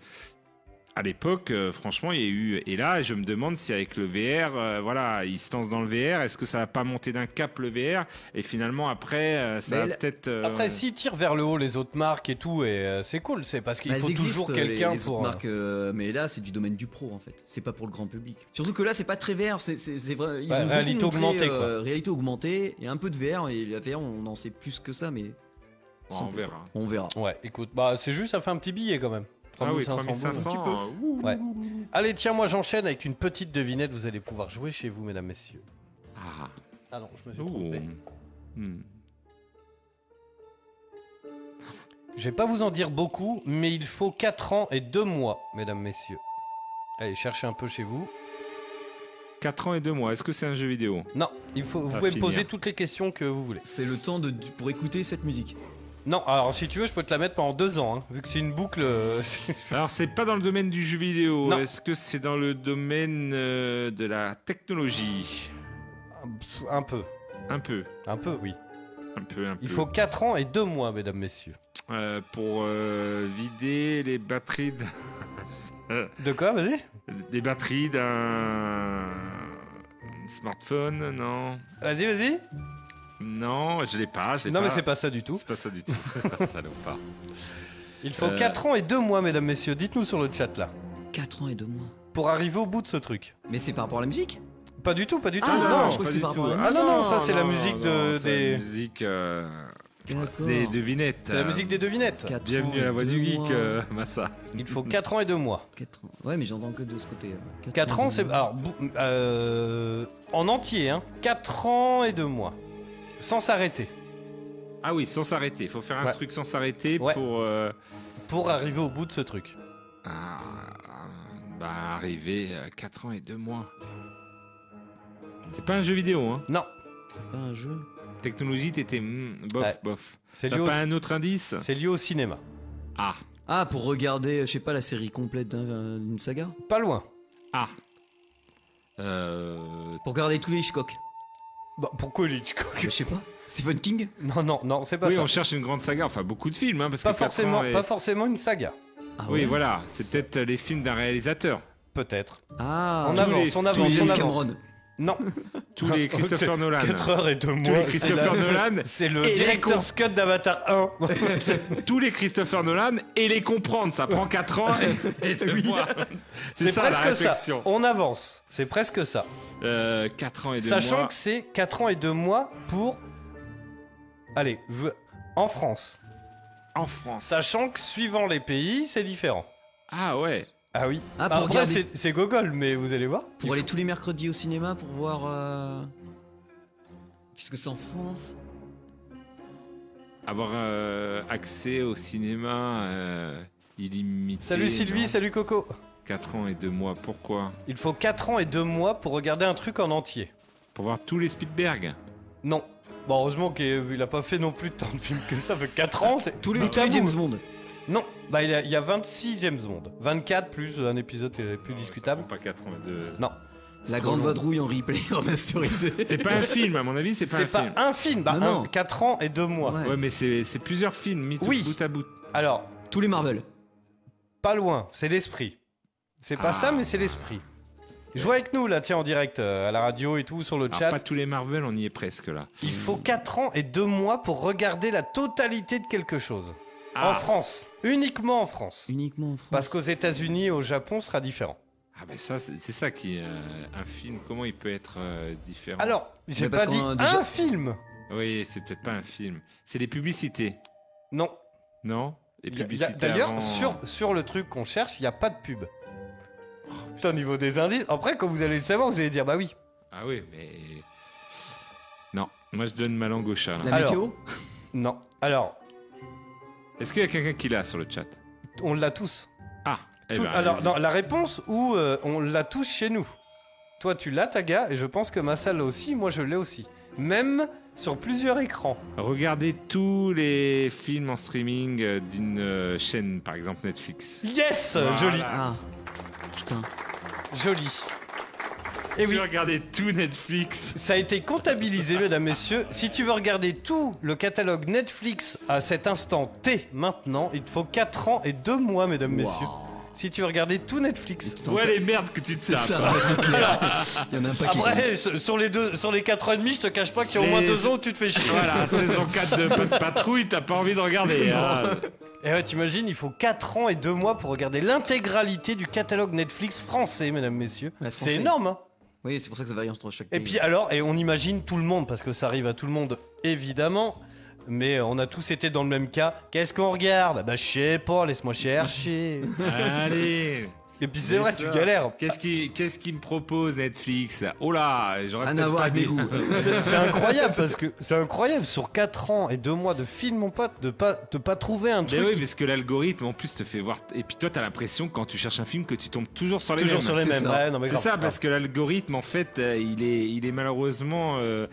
Speaker 6: à l'époque, euh, franchement, il y a eu. Et là, je me demande si avec le VR, euh, voilà, ils se lancent dans le VR, est-ce que ça va pas monter d'un cap le VR Et finalement, après, euh,
Speaker 7: Mais
Speaker 6: ça va
Speaker 7: la-
Speaker 6: peut-être. euh,
Speaker 5: Après, s'ils tirent vers le haut les autres marques et tout, et euh, c'est cool, c'est parce qu'il
Speaker 7: Bah,
Speaker 5: faut
Speaker 7: elles existent,
Speaker 5: toujours
Speaker 7: les-
Speaker 5: quelqu'un
Speaker 7: les autres
Speaker 5: pour. euh,
Speaker 7: marques, euh, mais là, c'est du domaine du pro en fait. C'est pas pour le grand public. Surtout que là, c'est pas très vert. C'est c'est- c'est vrai. Ils
Speaker 5: Ouais,
Speaker 7: ont
Speaker 5: réalité
Speaker 7: beaucoup montré,
Speaker 5: augmentée, quoi.
Speaker 7: euh, réalité augmentée et un peu de VR. Et la VR, on en sait plus que ça, mais
Speaker 6: bon, on verra.
Speaker 7: on verra.
Speaker 5: Ouais, écoute, bah c'est juste, ça fait un petit billet quand même.
Speaker 6: Ah oui,
Speaker 5: 3500 boules.
Speaker 6: 3500. euh, ouh.
Speaker 5: Ouais. Allez, tiens, moi j'enchaîne avec une petite devinette, vous allez pouvoir jouer chez vous, mesdames, messieurs.
Speaker 6: Ah.
Speaker 5: Ah non, je me suis
Speaker 6: Ouh.
Speaker 5: trompé.
Speaker 6: Hmm.
Speaker 5: Je vais pas vous en dire beaucoup, mais il faut 4 ans et 2 mois, mesdames, messieurs. Allez, cherchez un peu chez vous.
Speaker 6: 4 ans et 2 mois, est-ce que c'est un jeu vidéo
Speaker 5: Non, il faut, vous
Speaker 6: À
Speaker 5: pouvez me
Speaker 6: finir.
Speaker 5: poser toutes les questions que vous voulez.
Speaker 7: C'est le temps de, du- pour écouter cette musique.
Speaker 5: Non, alors si tu veux, je peux te la mettre pendant 2 ans, hein, vu que c'est une boucle. euh, [LAUGHS]
Speaker 6: Alors, c'est pas dans le domaine du jeu vidéo,
Speaker 5: Non.
Speaker 6: est-ce que c'est dans le domaine euh, de la technologie
Speaker 5: un peu.
Speaker 6: Un peu,
Speaker 5: Un peu, oui.
Speaker 6: un peu, un peu.
Speaker 5: Il faut 4 ans et 2 mois, mesdames, messieurs.
Speaker 6: Euh, pour euh, vider les batteries d'un-
Speaker 5: De quoi, vas-y
Speaker 6: les batteries d'un smartphone, non.
Speaker 5: Vas-y, vas-y.
Speaker 6: Non, je l'ai pas, je l'ai
Speaker 5: Non,
Speaker 6: pas.
Speaker 5: mais c'est pas ça du tout.
Speaker 6: C'est pas
Speaker 5: [LAUGHS]
Speaker 6: ça du tout. c'est pas salopard.
Speaker 5: Il faut
Speaker 6: Euh.
Speaker 5: 4 ans et 2 mois, mesdames, messieurs. Dites-nous sur le chat là.
Speaker 7: 4 ans et 2 mois.
Speaker 5: Pour arriver au bout de ce truc.
Speaker 7: Mais c'est par rapport à la musique
Speaker 5: Pas du tout, pas du tout.
Speaker 7: Ah,
Speaker 5: non.
Speaker 7: je crois que
Speaker 6: pas
Speaker 7: c'est
Speaker 6: du
Speaker 7: par
Speaker 6: tout.
Speaker 7: rapport à la
Speaker 5: Ah non, non, ça, c'est la
Speaker 6: non,
Speaker 5: musique de-
Speaker 6: non, c'est
Speaker 5: des-
Speaker 6: La musique euh,
Speaker 7: D'accord.
Speaker 6: des devinettes. Euh,
Speaker 5: C'est la musique des devinettes.
Speaker 7: Quatre
Speaker 6: Bienvenue
Speaker 7: ans
Speaker 6: à la
Speaker 7: et
Speaker 6: voix
Speaker 7: deux
Speaker 6: du geek,
Speaker 7: mois.
Speaker 6: euh, Massa.
Speaker 5: Il faut 4 ans et 2 mois.
Speaker 7: Quatre ans. Ouais, mais j'entends que de ce côté.
Speaker 5: 4 ans, c'est.
Speaker 7: ah.
Speaker 5: Alors, bou- euh, en entier, hein. 4 ans et 2 mois. Sans s'arrêter.
Speaker 6: Ah oui, sans s'arrêter. Il faut faire un
Speaker 5: Ouais.
Speaker 6: truc sans s'arrêter
Speaker 5: Ouais.
Speaker 6: pour. euh,
Speaker 5: Pour arriver au bout de ce truc.
Speaker 6: ah, ah, bah, arriver à 4 ans et 2 mois. C'est pas un jeu vidéo, hein.
Speaker 5: Non.
Speaker 7: pas un jeu.
Speaker 6: Technologie, t'étais. hmm, bof,
Speaker 5: Ouais.
Speaker 6: bof.
Speaker 5: C'est
Speaker 6: T'as
Speaker 5: lié, au...
Speaker 6: pas un autre indice
Speaker 5: c'est lié au cinéma.
Speaker 6: Ah,
Speaker 7: Ah, pour regarder, je sais pas, la série complète d'un- euh, d'une saga
Speaker 5: Pas loin.
Speaker 6: ah. Euh,
Speaker 7: Pour regarder tous
Speaker 6: [LAUGHS]
Speaker 7: les Hitchcock
Speaker 5: Bah, pourquoi Hitchcock
Speaker 7: Je sais pas. Stephen King
Speaker 5: Non, non, non, c'est pas
Speaker 6: oui,
Speaker 5: ça.
Speaker 6: on cherche une grande saga, enfin beaucoup de films, hein, parce
Speaker 5: Pas
Speaker 6: que 4 ans
Speaker 5: forcément,
Speaker 6: et-
Speaker 5: pas forcément une saga.
Speaker 7: Ah
Speaker 6: oui,
Speaker 7: ouais.
Speaker 6: voilà, c'est peut-être les films d'un réalisateur.
Speaker 5: Peut-être.
Speaker 7: Ah,
Speaker 5: On
Speaker 7: tous
Speaker 5: avance,
Speaker 6: les-
Speaker 5: on
Speaker 6: tous
Speaker 5: avance,
Speaker 6: les
Speaker 5: on
Speaker 7: James
Speaker 5: avance.
Speaker 7: Cameron.
Speaker 5: Non.
Speaker 6: [LAUGHS] Tous
Speaker 5: [LAUGHS]
Speaker 6: les Christopher Nolan.
Speaker 5: 4 heures et 2 mois.
Speaker 6: Tous les
Speaker 5: c'est
Speaker 6: Christopher
Speaker 5: la-
Speaker 6: Nolan.
Speaker 5: C'est
Speaker 6: Et
Speaker 5: le
Speaker 6: les
Speaker 5: directeur
Speaker 6: cons.
Speaker 5: Scott d'Avatar 1.
Speaker 6: Tous les Christopher Nolan et les comprendre, ça prend 4 ans et, et deux
Speaker 5: [LAUGHS]
Speaker 6: mois.
Speaker 5: C'est
Speaker 6: ça, la
Speaker 5: presque ça.
Speaker 6: réflexion.
Speaker 5: On avance. C'est presque ça.
Speaker 6: Euh, 4 ans et 2 mois.
Speaker 5: Sachant que c'est 4 ans et 2 mois pour. Allez, v- en France.
Speaker 6: en France.
Speaker 5: Sachant que suivant les pays, c'est différent.
Speaker 6: Ah ouais.
Speaker 5: Ah oui.
Speaker 7: Ah, pour
Speaker 5: Après,
Speaker 7: regarder-
Speaker 5: c'est- c'est gogol, mais vous allez voir.
Speaker 7: Pour
Speaker 5: Il
Speaker 7: aller tous les mercredis au cinéma pour voir. euh, Puisque c'est en France.
Speaker 6: Avoir euh, accès au cinéma euh, illimité.
Speaker 5: faut- Salut Sylvie, salut Coco.
Speaker 6: 4 ans et 2 mois, pourquoi
Speaker 5: Il faut 4 ans et 2 mois pour regarder un truc en entier.
Speaker 6: Pour voir tous les Spielberg.
Speaker 5: Non. Bon, heureusement qu'il euh, a pas fait non plus tant de films que ça. Fait 4 ans. c'est-
Speaker 7: Tous les,
Speaker 5: Bah,
Speaker 7: tous les
Speaker 5: tabou.
Speaker 7: James Bond.
Speaker 5: Non. Bah, il y a, il y a 26 James Bond. 24 plus un épisode euh, plus discutable.
Speaker 6: Ça prend Pas 4 ans et 2.
Speaker 5: Non.
Speaker 7: La
Speaker 5: trop
Speaker 7: grande
Speaker 5: long.
Speaker 7: vadrouille en replay [LAUGHS] remasterisé.
Speaker 6: C'est pas un film, à mon avis, c'est pas un
Speaker 5: C'est pas
Speaker 6: film.
Speaker 5: un film. Bah,
Speaker 7: Non,
Speaker 5: un-
Speaker 7: non.
Speaker 5: 4 ans et 2 mois.
Speaker 7: Ouais.
Speaker 6: Ouais, mais c'est c'est plusieurs films mis
Speaker 5: Oui.
Speaker 6: bout à bout.
Speaker 5: Alors,
Speaker 7: Tous les Marvel.
Speaker 5: Pas loin, c'est l'esprit. C'est pas
Speaker 6: Ah.
Speaker 5: ça, mais c'est l'esprit. Jouez avec nous, là, tiens, en direct, euh, à la radio et tout, sur le
Speaker 6: Alors,
Speaker 5: chat.
Speaker 6: pas tous les Marvel, on y est presque là.
Speaker 5: Il faut 4 ans et 2 mois pour regarder la totalité de quelque chose.
Speaker 6: Ah.
Speaker 5: En France. Uniquement en France.
Speaker 7: Uniquement en France.
Speaker 5: Parce qu'aux États-Unis et au Japon, ce sera différent.
Speaker 6: Ah ben ça, c'est c'est ça qui est euh, un film. Comment il peut être euh, différent
Speaker 5: Alors, j'ai
Speaker 7: Mais parce
Speaker 5: pas dit
Speaker 7: qu'on a déjà-
Speaker 5: un film.
Speaker 6: Oui, c'est peut-être pas un film. C'est les publicités,
Speaker 5: Non.
Speaker 6: non Les
Speaker 5: Il y a- il y a-
Speaker 6: publicités. avant-
Speaker 5: D'ailleurs, sur, sur le truc qu'on cherche, il n'y a pas de pub.
Speaker 6: Oh,
Speaker 5: Putain, au niveau des indices, après, quand vous allez le savoir, vous allez dire bah oui.
Speaker 6: Ah oui, mais non. Moi, je donne ma langue au chat. là.
Speaker 7: La
Speaker 5: Alors.
Speaker 7: météo
Speaker 5: Non. Alors,
Speaker 6: Est-ce qu'il y a quelqu'un qui l'a sur le chat
Speaker 5: on l'a tous.
Speaker 6: Ah. eh
Speaker 5: Tout-
Speaker 6: ben,
Speaker 5: alors,
Speaker 6: allez-y.
Speaker 5: non, la réponse ou euh, on l'a tous chez nous. Toi, tu l'as, Taga, et je pense que Massa l'a aussi, moi, je l'ai aussi. Même sur plusieurs écrans.
Speaker 6: Regardez tous les films en streaming euh, d'une euh, chaîne, par exemple Netflix.
Speaker 5: Yes
Speaker 6: Voilà.
Speaker 5: Joli,
Speaker 7: Ah. Putain.
Speaker 5: joli. Et Eh
Speaker 6: tu
Speaker 5: oui,
Speaker 6: regardez tout Netflix.
Speaker 5: ça a été comptabilisé, mesdames, messieurs. Si tu veux regarder tout le catalogue Netflix à cet instant T maintenant, il te faut 4 ans et 2 mois, mesdames, messieurs. Si tu veux regarder tout Netflix.
Speaker 7: Putain,
Speaker 6: Ouais les merdes que tu te
Speaker 7: C'est
Speaker 6: tapes.
Speaker 7: ça, ouais, c'est clair. [LAUGHS] Il y en a un paquet.
Speaker 5: Après, sur sur les, deux, sur les 4 ans et demi, je te cache pas qu'il y a au
Speaker 6: Les-
Speaker 5: moins 2 ans où tu te fais chier. [LAUGHS]
Speaker 6: Voilà, saison 4 de Pat- Patrouille, t'as pas envie de regarder. hein.
Speaker 5: Et Eh ouais, t'imagines, il faut 4 ans et 2 mois pour regarder l'intégralité du catalogue Netflix français, mesdames, messieurs.
Speaker 7: Ouais, français.
Speaker 5: C'est énorme, hein
Speaker 7: Oui, c'est pour ça que ça varie entre chaque
Speaker 5: Et
Speaker 7: pays.
Speaker 5: puis alors, et on imagine tout le monde, parce que ça arrive à tout le monde, évidemment. Mais on a tous été dans le même cas. Qu'est-ce qu'on regarde Bah, je sais pas, laisse-moi chercher.
Speaker 6: Allez.
Speaker 5: et puis c'est
Speaker 6: Mais
Speaker 5: vrai,
Speaker 6: ça,
Speaker 5: tu galères.
Speaker 6: Qu'est-ce qui, qu'est-ce qui me propose Netflix Oh là, j'aurais
Speaker 7: Rien
Speaker 6: peut-être
Speaker 7: à voir
Speaker 6: pas
Speaker 7: avec mes
Speaker 6: dit.
Speaker 7: goûts.
Speaker 5: C'est c'est incroyable parce que c'est incroyable sur 4 ans et 2 mois de film mon pote de pas de pas trouver un
Speaker 6: Mais
Speaker 5: truc
Speaker 6: ben oui, parce que l'algorithme en plus te fait voir. Et puis toi, t'as l'impression quand tu cherches un film que tu tombes toujours sur les
Speaker 5: toujours
Speaker 6: mêmes.
Speaker 5: sur les
Speaker 7: c'est
Speaker 5: mêmes.
Speaker 7: ça.
Speaker 5: Ouais, non, mais
Speaker 6: C'est
Speaker 5: grave.
Speaker 6: ça, parce que l'algorithme, en fait, euh, il est, il est malheureusement. euh,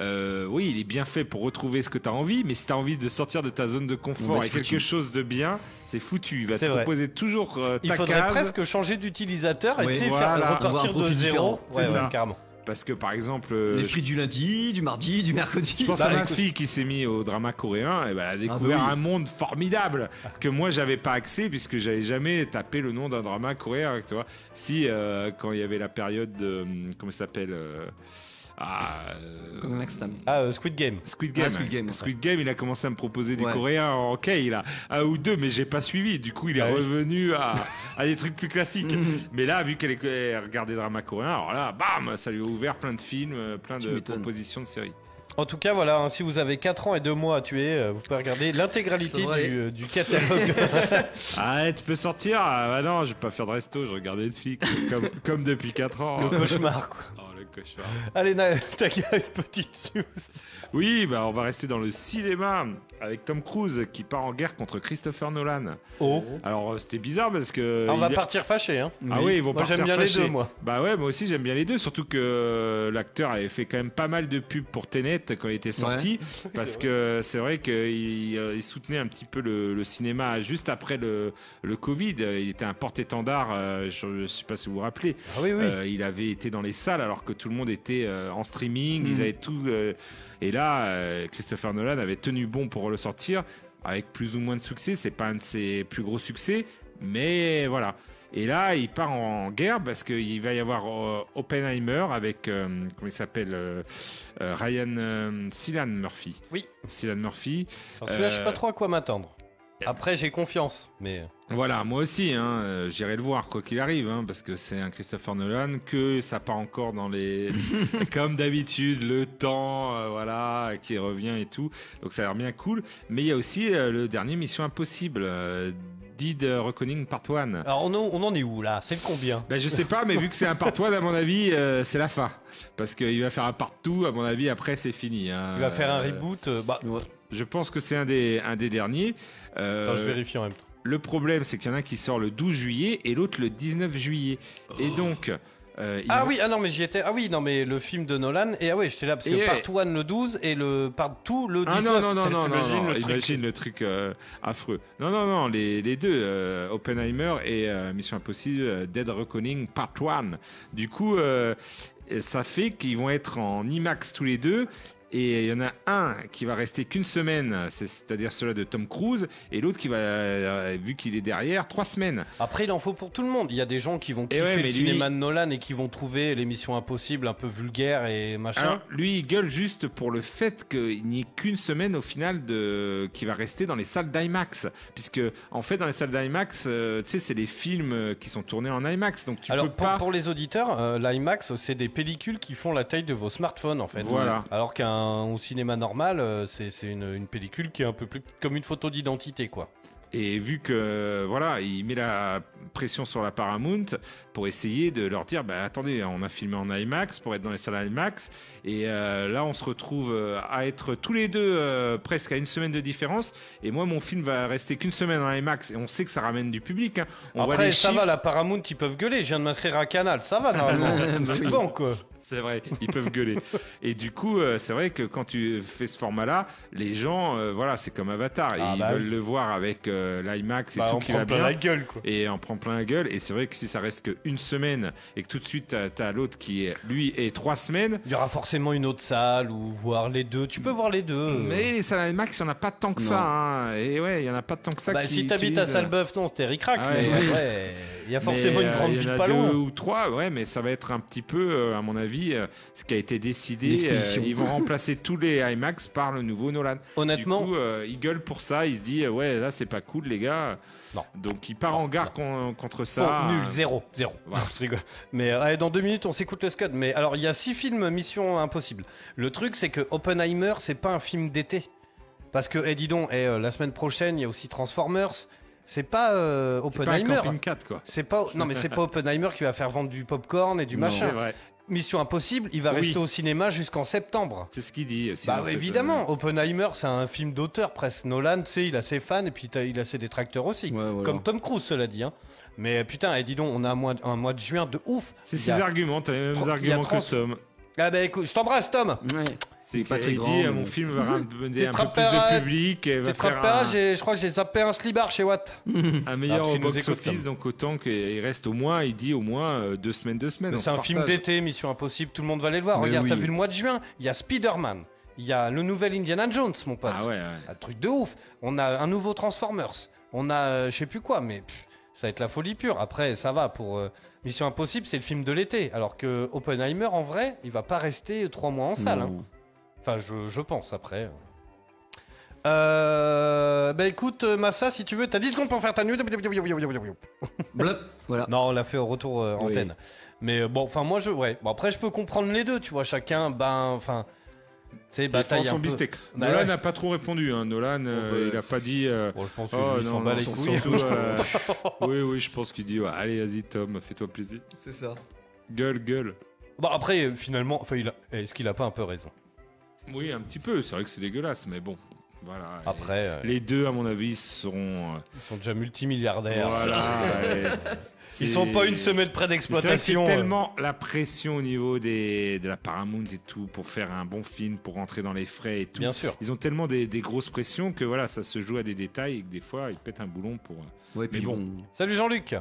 Speaker 6: euh, oui, il est bien fait pour retrouver ce que tu as envie, mais si tu as envie de sortir de ta zone de confort
Speaker 7: Bah, c'est
Speaker 6: et quelque
Speaker 7: foutu.
Speaker 6: chose de bien, c'est foutu. Il va te
Speaker 5: C'est vrai.
Speaker 6: proposer toujours euh,
Speaker 5: Il
Speaker 6: ta
Speaker 5: faudrait
Speaker 6: case.
Speaker 5: presque changer d'utilisateur et
Speaker 7: Oui,
Speaker 5: tu sais,
Speaker 6: voilà.
Speaker 5: faire
Speaker 7: Avoir un
Speaker 5: repartir de
Speaker 7: profil
Speaker 5: zéro.
Speaker 7: différent.
Speaker 5: Ouais,
Speaker 6: C'est
Speaker 5: ouais,
Speaker 6: ça.
Speaker 5: carrément.
Speaker 6: Parce que, par exemple, euh,
Speaker 7: L'esprit du lundi, du mardi, du mercredi.
Speaker 6: je pense
Speaker 5: Bah,
Speaker 6: à ma
Speaker 5: écoute. Ah,
Speaker 6: fille qui s'est mise au drama coréen, et ben, elle a découvert
Speaker 7: bah oui.
Speaker 6: un monde formidable que moi, j'avais pas accès puisque j'avais jamais tapé le nom d'un drama coréen. Tu vois. Si, euh, quand il y avait la période de. hum, Comment ça s'appelle euh, ah, euh,
Speaker 7: Comme Laxtam.
Speaker 5: Ah, euh, Squid Game.
Speaker 6: Squid Game.
Speaker 7: Ah, Squid Game.
Speaker 6: Squid Game, il a commencé à me proposer des
Speaker 7: Ouais.
Speaker 6: Coréens en K, là. Un ou deux, mais j'ai pas suivi. Du coup, il est
Speaker 5: Ah oui.
Speaker 6: revenu à, à des trucs plus classiques.
Speaker 7: Mhm.
Speaker 6: mais là, vu qu'elle est- elle regardait des dramas coréens, alors là, bam, ça lui a ouvert plein de films, euh, plein
Speaker 7: Tu
Speaker 6: de
Speaker 7: m'étonnes.
Speaker 6: propositions de séries.
Speaker 5: En tout cas, voilà, hein, si vous avez 4 ans et 2 mois à tuer, euh, vous pouvez regarder l'intégralité
Speaker 7: Ça va aller.
Speaker 5: du, euh, du catalogue.
Speaker 6: Ah, tu peux sortir Ah bah non, je vais pas faire de resto, je regarde Netflix, [LAUGHS] comme, comme depuis 4 ans.
Speaker 5: Le cauchemar, quoi.
Speaker 6: [LAUGHS] Oh, le cauchemar.
Speaker 5: Allez, Na- t'as qu'à une petite news.
Speaker 6: Oui, bah on va rester dans le cinéma avec Tom Cruise qui part en guerre contre Christopher Nolan.
Speaker 5: Oh.
Speaker 6: Alors euh, c'était bizarre parce que
Speaker 5: on va
Speaker 6: il-
Speaker 5: partir fâché, hein.
Speaker 6: Ah oui, ils vont
Speaker 5: Moi,
Speaker 6: partir
Speaker 5: j'aime bien les
Speaker 6: fâchés.
Speaker 5: deux, moi.
Speaker 6: Bah ouais, moi aussi j'aime bien les deux, surtout que euh, l'acteur avait fait quand même pas mal de pubs pour Tenet quand il
Speaker 5: [LAUGHS]
Speaker 6: était sorti, parce que c'est vrai qu'il euh, il soutenait un petit peu le, le cinéma juste après le, le Covid. Euh, Il était un porte-étendard, euh, je, je sais pas si vous vous rappelez.
Speaker 5: Ah oui, oui.
Speaker 6: Euh, il avait été dans les salles alors que tout le monde était euh, en streaming,
Speaker 5: Hmm.
Speaker 6: ils avaient tout. euh, et là, euh, Christopher Nolan avait tenu bon pour le sortir, avec plus ou moins de succès. C'est pas un de ses plus gros succès, mais voilà. Et là, il part en guerre parce qu'il va y avoir euh, Oppenheimer avec, euh, comment il s'appelle euh, euh, Ryan euh, Cillian Murphy.
Speaker 5: Oui.
Speaker 6: Cillian Murphy.
Speaker 5: Alors, celui-là, je sais pas
Speaker 6: euh,
Speaker 5: trop à quoi m'attendre. Après, j'ai confiance, mais. euh,
Speaker 6: Voilà, moi aussi, hein, euh, j'irai le voir quoi qu'il arrive, hein, parce que c'est un Christopher Nolan, que ça part encore dans les... Comme d'habitude, le temps, euh, voilà, qui revient et tout. Donc ça a l'air bien cool. Mais il y a aussi euh, le dernier Mission Impossible, euh, Did Reckoning Part 1.
Speaker 5: Alors, on, en- on en est où, là C'est le combien
Speaker 6: Ben, je sais pas, mais vu que c'est un part 1, à mon avis, euh, c'est la fin. Parce qu'il va faire un part 2, à mon avis, après c'est fini. hein.
Speaker 5: Il va faire un
Speaker 6: Euh,
Speaker 5: reboot. euh, bah,
Speaker 6: Je pense que c'est un des, un des derniers. Euh,
Speaker 5: attends, je vérifie en même temps.
Speaker 6: le problème, c'est qu'il y en a un qui sort le 12 juillet et l'autre le 19 juillet.
Speaker 5: Oh.
Speaker 6: Et donc. euh, il
Speaker 5: Ah
Speaker 6: va-
Speaker 5: oui, ah non, mais j'y étais. Ah oui, non, mais le film de Nolan. Et ah oui, j'étais là parce
Speaker 6: Et-
Speaker 5: que Part 1 le 12 et le Part 2 le 19.
Speaker 6: Ah non, non, non, non, non,
Speaker 5: T'imagines
Speaker 6: non,
Speaker 5: le truc
Speaker 6: imagine le truc euh, affreux. Non, non, non, les, les deux, euh, Oppenheimer et euh, Mission Impossible, euh, Dead Reckoning Part 1. Du coup, euh, ça fait qu'ils vont être en IMAX tous les deux Et il y en a un qui va rester qu'une semaine, c'est- c'est-à-dire celui de Tom Cruise, et l'autre qui va, euh, vu qu'il est derrière, trois semaines.
Speaker 5: Après, il en faut pour tout le monde. Il y a des gens qui vont kiffer
Speaker 6: ouais,
Speaker 5: le
Speaker 6: mais lui-
Speaker 5: cinéma de Nolan et qui vont trouver l'émission impossible un peu vulgaire et machin.
Speaker 6: Alors, lui, il gueule juste pour le fait qu'il n'y ait qu'une semaine au final de... qui va rester dans les salles d'IMAX. Puisque, en fait, dans les salles d'IMAX, euh, tu sais, c'est les films euh, qui sont tournés en IMAX. Donc, tu
Speaker 5: Alors,
Speaker 6: peux
Speaker 5: pour,
Speaker 6: pas.
Speaker 5: pour les auditeurs, euh, l'IMAX, c'est des pellicules qui font la taille de vos smartphones, en fait.
Speaker 6: Voilà.
Speaker 5: Alors qu'un au cinéma normal, euh, c'est c'est une, une pellicule qui est un peu plus petite, comme une photo d'identité, quoi.
Speaker 6: Et vu que, euh, voilà, il met la pression sur la Paramount pour essayer de leur dire bah, attendez, on a filmé en IMAX pour être dans les salles IMAX. Et euh, là, on se retrouve euh, à être tous les deux euh, presque à une semaine de différence. Et moi, mon film va rester qu'une semaine en IMAX. Et on sait que ça ramène du public. hein. On voit
Speaker 5: Après,
Speaker 6: les
Speaker 5: ça
Speaker 6: chiffres.
Speaker 5: va, la Paramount, ils peuvent gueuler. Je viens de m'inscrire à Canal, ça va
Speaker 6: [LAUGHS]
Speaker 5: normalement.
Speaker 7: Bah
Speaker 5: c'est
Speaker 7: oui.
Speaker 5: bon, quoi.
Speaker 6: C'est vrai, ils peuvent gueuler. Et du coup, euh, c'est vrai que quand tu fais ce format-là, les gens, euh, voilà, c'est comme Avatar.
Speaker 5: Ah
Speaker 6: ils
Speaker 5: bah
Speaker 6: veulent
Speaker 5: oui.
Speaker 6: le voir avec euh, l'IMAX et
Speaker 5: Bah,
Speaker 6: tout
Speaker 5: on
Speaker 6: qui
Speaker 5: prend
Speaker 6: va
Speaker 5: plein
Speaker 6: bien.
Speaker 5: la gueule, quoi.
Speaker 6: Et on prend plein la gueule. Et c'est vrai que si ça reste qu'une semaine et que tout de suite, t'as- t'as l'autre qui, est, lui, est trois semaines.
Speaker 5: Il y aura forcément une autre salle ou voir les deux. Tu peux voir les deux.
Speaker 6: Mais les salles IMAX, il n'y en a pas tant que ça. hein. Et ouais, il n'y en a pas tant que ça.
Speaker 5: Bah,
Speaker 6: qui
Speaker 5: si t'habites à
Speaker 6: utilisent-
Speaker 5: Salbeuf, non, t'es ricrac.
Speaker 6: Ah
Speaker 5: mais
Speaker 6: ouais.
Speaker 5: après, il y a forcément
Speaker 6: Mais,
Speaker 5: une
Speaker 6: euh,
Speaker 5: grande
Speaker 6: il y en
Speaker 5: ville
Speaker 6: a
Speaker 5: pas
Speaker 6: deux
Speaker 5: loin.
Speaker 6: ou trois, ouais, mais ça va être un petit peu, euh, à mon avis, euh, ce qui a été décidé.
Speaker 7: L'expédition.
Speaker 6: euh, ils vont remplacer tous les IMAX par le nouveau Nolan.
Speaker 5: Honnêtement,
Speaker 6: Du coup, euh, il gueule pour ça. Il se dit, euh, ouais, là, c'est pas cool, les gars.
Speaker 5: Non.
Speaker 6: Donc, il part en gare con- contre
Speaker 5: Faux,
Speaker 6: ça.
Speaker 5: oh, nul, zéro, zéro.
Speaker 6: Voilà.
Speaker 5: [LAUGHS] Je rigole. Mais euh, ouais, dans deux minutes, on s'écoute le Scud. Mais alors, il y a six films Mission Impossible. Le truc, c'est que Oppenheimer, c'est pas un film d'été. Parce que, eh, dis donc, eh, euh, la semaine prochaine, il y a aussi Transformers. C'est pas euh,
Speaker 6: C'est pas un
Speaker 5: Oppenheimer.
Speaker 6: camping 4, quoi.
Speaker 5: C'est pas, non, mais
Speaker 6: [LAUGHS]
Speaker 5: c'est pas Oppenheimer qui va faire vendre du popcorn et du
Speaker 7: Non.
Speaker 5: machin.
Speaker 6: C'est vrai.
Speaker 5: Mission Impossible, il va
Speaker 6: Oui.
Speaker 5: rester au cinéma jusqu'en septembre.
Speaker 6: C'est ce qu'il dit. aussi
Speaker 5: Bah
Speaker 6: dans cette-
Speaker 5: évidemment, Oppenheimer c'est un film d'auteur presque. Nolan, tu sais, il a ses fans et puis t'as- il a ses détracteurs aussi.
Speaker 7: Ouais, voilà.
Speaker 5: Comme Tom Cruise, cela dit. hein. Mais putain, et dis donc, on a un mois, un mois de juin de ouf.
Speaker 6: C'est
Speaker 5: Il y
Speaker 6: ses
Speaker 5: a-
Speaker 6: arguments, t'as les
Speaker 5: Pro- il
Speaker 6: mêmes
Speaker 5: y a
Speaker 6: arguments
Speaker 5: trans-
Speaker 6: que Tom.
Speaker 5: Ah bah écoute, je t'embrasse Tom.
Speaker 7: Ouais.
Speaker 6: C'est
Speaker 7: pas
Speaker 6: qu'il
Speaker 7: très
Speaker 6: dit,
Speaker 7: grand,
Speaker 6: euh,
Speaker 7: mais
Speaker 6: mon
Speaker 7: bon.
Speaker 6: film va ramener
Speaker 5: T'es
Speaker 6: un peu plus
Speaker 5: frappeur,
Speaker 6: de
Speaker 5: euh,
Speaker 6: public et va
Speaker 5: T'es
Speaker 6: faire
Speaker 5: frappé,
Speaker 6: un,
Speaker 5: hein, j'ai- je crois que j'ai zappé un slibard chez Watt.
Speaker 6: un meilleur
Speaker 5: Alors,
Speaker 6: au
Speaker 5: tu nous
Speaker 6: box-office.
Speaker 5: écoutes, Tom.
Speaker 6: Donc, autant qu'il reste au moins, il dit au moins euh, deux semaines, deux semaines.
Speaker 5: Mais
Speaker 6: on
Speaker 5: C'est un
Speaker 6: se
Speaker 5: film
Speaker 6: partage.
Speaker 5: d'été, Mission Impossible, tout le monde va aller le voir.
Speaker 7: Mais
Speaker 5: Regarde,
Speaker 7: oui.
Speaker 5: t'as vu le mois de juin, il y a Spider-Man, il y a le nouvel Indiana Jones, mon pote.
Speaker 6: Ah ouais, ouais.
Speaker 5: Un truc de ouf. On a un nouveau Transformers. On a euh, je sais plus quoi, mais pff, ça va être la folie pure. Après, ça va pour euh, Mission Impossible, c'est le film de l'été. Alors que Oppenheimer, en vrai, il va pas rester trois mois en salle. hein.
Speaker 7: Non.
Speaker 5: Enfin, je, je pense après. Euh, bah écoute, euh, Massa, si tu veux, t'as 10 secondes pour faire ta news.
Speaker 7: Blop. Voilà.
Speaker 5: Non, on l'a fait au retour euh,
Speaker 7: Oui.
Speaker 5: antenne. Mais euh, bon, enfin, moi, je. Ouais. Bon, après, je peux comprendre les deux, tu vois. Chacun, ben, enfin. Tu sais,
Speaker 6: Défend
Speaker 5: bataille.
Speaker 6: son
Speaker 5: un peu.
Speaker 6: bistec.
Speaker 5: Bah
Speaker 6: Nolan
Speaker 5: ouais. Oh,
Speaker 6: n'a pas trop répondu. hein. Nolan, euh,
Speaker 7: bah,
Speaker 6: il n'a pas dit. euh,
Speaker 5: Bon, je pense qu'il
Speaker 6: Oh,
Speaker 5: s'en
Speaker 6: non,
Speaker 5: bat
Speaker 6: non,
Speaker 5: les
Speaker 6: sur-
Speaker 5: couilles.
Speaker 6: surtout,
Speaker 5: [LAUGHS]
Speaker 6: euh, oui, oui, je pense qu'il dit ouais, Allez, vas-y, Tom, fais-toi plaisir.
Speaker 7: C'est ça.
Speaker 6: Gueule, gueule.
Speaker 5: Bon, après, euh, finalement, enfin, il a- est-ce qu'il a pas un peu raison
Speaker 6: Oui, un petit peu. C'est vrai que c'est dégueulasse, mais bon. Voilà.
Speaker 5: Après, euh,
Speaker 6: Et Les deux, à mon avis, sont. euh,
Speaker 5: ils sont déjà multimilliardaires. [LAUGHS]
Speaker 6: Voilà. et c'est-
Speaker 5: Ils sont pas une semaine près
Speaker 6: C'est vrai que c'est
Speaker 5: d'exploitation. euh,
Speaker 6: tellement la pression au niveau des, de la Paramount et tout pour faire un bon film, pour rentrer dans les frais et
Speaker 5: euh,
Speaker 6: tout.
Speaker 5: Bien sûr.
Speaker 6: Ils ont tellement des, des grosses pressions que voilà, ça se joue à des détails et que des fois, ils pètent un boulon pour. euh,
Speaker 7: Ouais, puis
Speaker 6: Mais bon.
Speaker 7: bon.
Speaker 5: Salut Jean-Luc.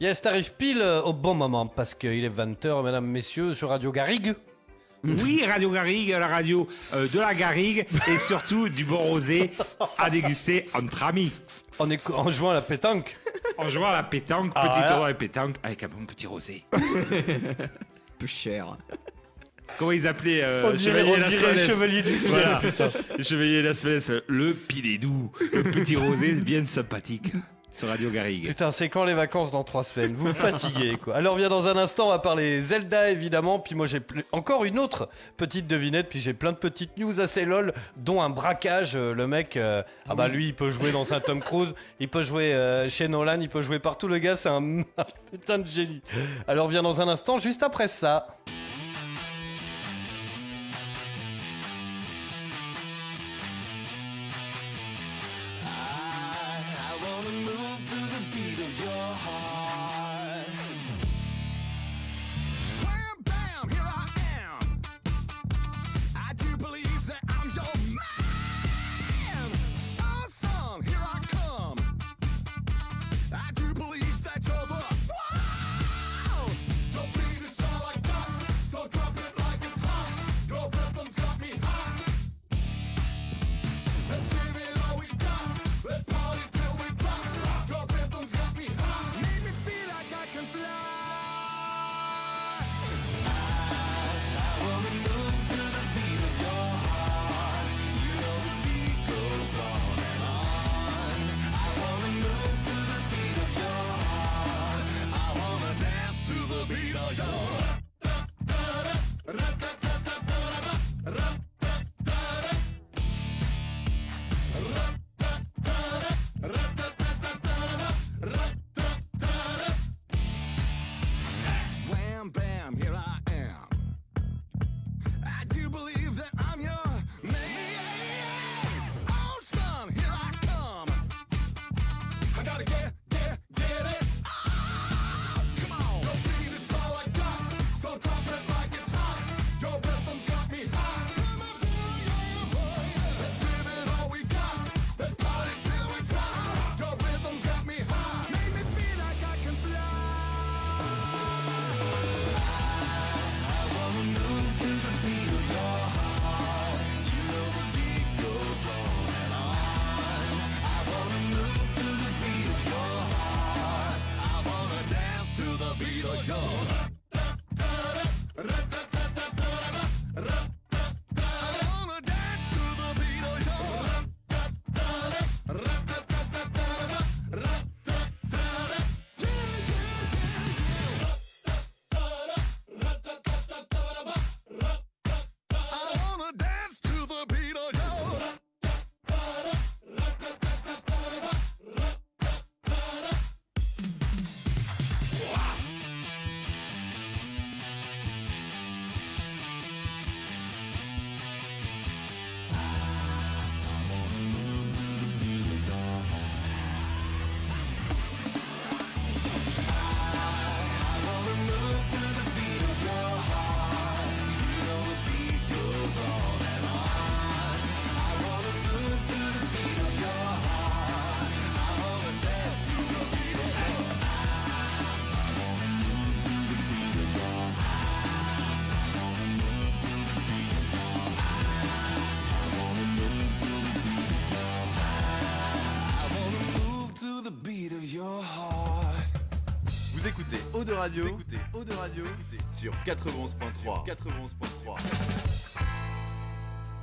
Speaker 5: Yes, t'arrives pile euh, au bon moment parce qu'il est 20h, mesdames, messieurs, sur Radio Garrigue.
Speaker 6: [LAUGHS] Oui, Radio Garrigue, la radio euh, de la Garrigue et surtout du bon rosé à déguster entre amis.
Speaker 5: En,
Speaker 6: [LAUGHS]
Speaker 5: éco- en jouant à la pétanque.
Speaker 6: En jouant à la pétanque,
Speaker 5: Ah,
Speaker 6: petit
Speaker 5: là.
Speaker 6: tour à la pétanque avec un bon petit rosé.
Speaker 7: Peu cher.
Speaker 6: Comment ils appelaient euh,
Speaker 5: On dirait-
Speaker 6: Chevalier
Speaker 5: on dirait
Speaker 6: Lasmélès
Speaker 5: Chevalier du Fiel,
Speaker 6: Voilà. Chevalier Lasmélès, le pilédou, le petit rosé bien sympathique sur Radio Garrigue.
Speaker 5: Putain, c'est quand les vacances dans trois semaines Vous me fatiguez, quoi. Alors, viens dans un instant, on va parler Zelda, évidemment. Puis moi, j'ai ple- encore une autre petite devinette. Puis j'ai plein de petites news assez lol, dont un braquage. euh, le mec, euh, ah bah lui, il peut jouer dans un Tom Cruise, il peut jouer euh, chez Nolan, il peut jouer partout. Le gars, c'est un, [LAUGHS] un putain de génie. Alors, viens dans un instant, juste après ça.
Speaker 8: I do believe that you're the Wow! Don't be the all I got.
Speaker 1: Ah, écoutez Eau de Radio, vous écoutez Eau de Radio sur 91.3. 91.3.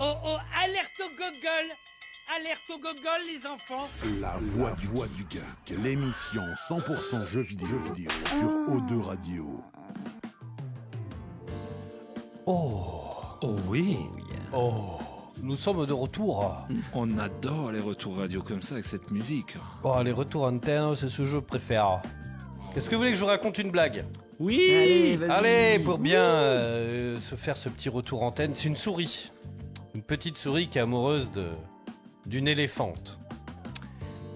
Speaker 3: Oh oh, alerte au gogol Alerte au gogol les enfants
Speaker 4: La voix du, voix du geek, l'émission 100% jeux vidéo, jeux vidéo sur O2 Radio.
Speaker 5: Oh oui. Oh. Nous sommes de retour.
Speaker 6: On adore les retours radio comme ça avec cette musique. hein.
Speaker 5: Oh, les retours antennes, c'est ce que je préfère. Qu'est-ce que vous voulez que je vous raconte une blague
Speaker 6: Oui
Speaker 7: Allez, vas-y.
Speaker 5: Allez, pour bien euh, se faire ce petit retour antenne, c'est une souris. Une petite souris qui est amoureuse de d'une éléphante.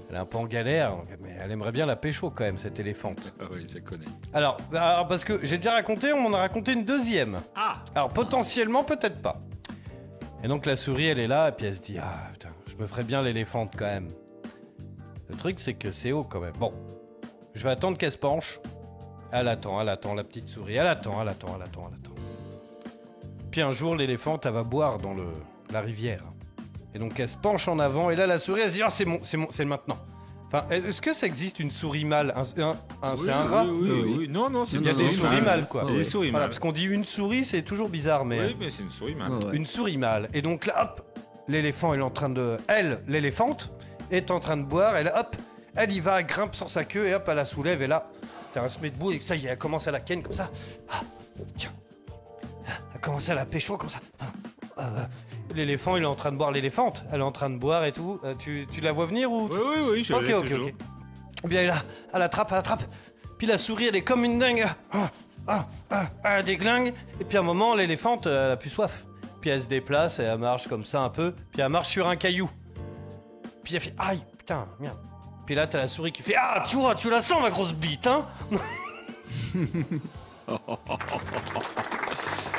Speaker 5: Elle est un peu en galère, mais elle aimerait bien la pécho quand même, cette éléphante.
Speaker 6: Ah oui, je la connais.
Speaker 5: Alors, alors, parce que j'ai déjà raconté, on m'en a raconté une deuxième.
Speaker 6: Ah
Speaker 5: Alors potentiellement, peut-être pas. Et donc la souris, elle est là, et puis elle se dit, ah putain, je me ferais bien l'éléphante quand même. Le truc, c'est que c'est haut quand même. Bon, je vais attendre qu'elle se penche. Elle attend, elle attend, la petite souris, elle attend, elle attend, elle attend, elle attend. Puis un jour, l'éléphante, elle va boire dans le, la rivière. Et donc elle se penche en avant, et là la souris, elle se dit, ah c'est mon, c'est mon, c'est le maintenant. Enfin, est-ce que ça existe une souris mâle Un- un- un- C'est un rat Euh,
Speaker 6: oui,
Speaker 7: oui.
Speaker 6: Non, non, c'est
Speaker 7: Il
Speaker 5: Il y a
Speaker 7: Non,
Speaker 5: des
Speaker 7: non,
Speaker 5: souris
Speaker 7: c'est un-
Speaker 5: mâles, quoi.
Speaker 7: Ah
Speaker 6: Il y a
Speaker 7: ouais.
Speaker 6: des souris
Speaker 5: Voilà,
Speaker 6: mâles.
Speaker 5: parce qu'on dit une souris, c'est toujours bizarre, mais...
Speaker 6: Oui, bah, mais c'est une souris mâle.
Speaker 7: Ouais, ouais.
Speaker 5: une souris mâle. Et donc là, hop, l'éléphant, elle est en train de. Elle, l'éléphante, est en train de boire. Elle, hop, elle y va, elle grimpe sur sa queue et hop, elle la soulève. Et là, t'as un se met debout et ça y est, elle commence à la ken comme ça. Ah, tiens. Elle commence à la pécho comme ça. Ah, ah, ah. L'éléphant, il est en train de boire l'éléphante. Elle est en train de boire et tout. Euh, tu, tu la vois venir ou tu-
Speaker 6: Oui, oui, oui, je
Speaker 5: Ok,
Speaker 6: l'ai
Speaker 5: ok,
Speaker 6: toujours.
Speaker 5: ok. Eh Bien, elle, a- elle attrape, elle attrape. Puis la souris, elle est comme une dingue. Ah, ah, ah, ah, elle déglingue. Et puis à un moment, l'éléphante, euh, elle a plus soif. Puis elle se déplace et elle marche comme ça un peu. Puis elle marche sur un caillou. Puis elle fait Aïe, putain, merde. Puis là, t'as la souris qui fait Ah, tu vois, tu la sens, ma grosse bite, hein [LAUGHS]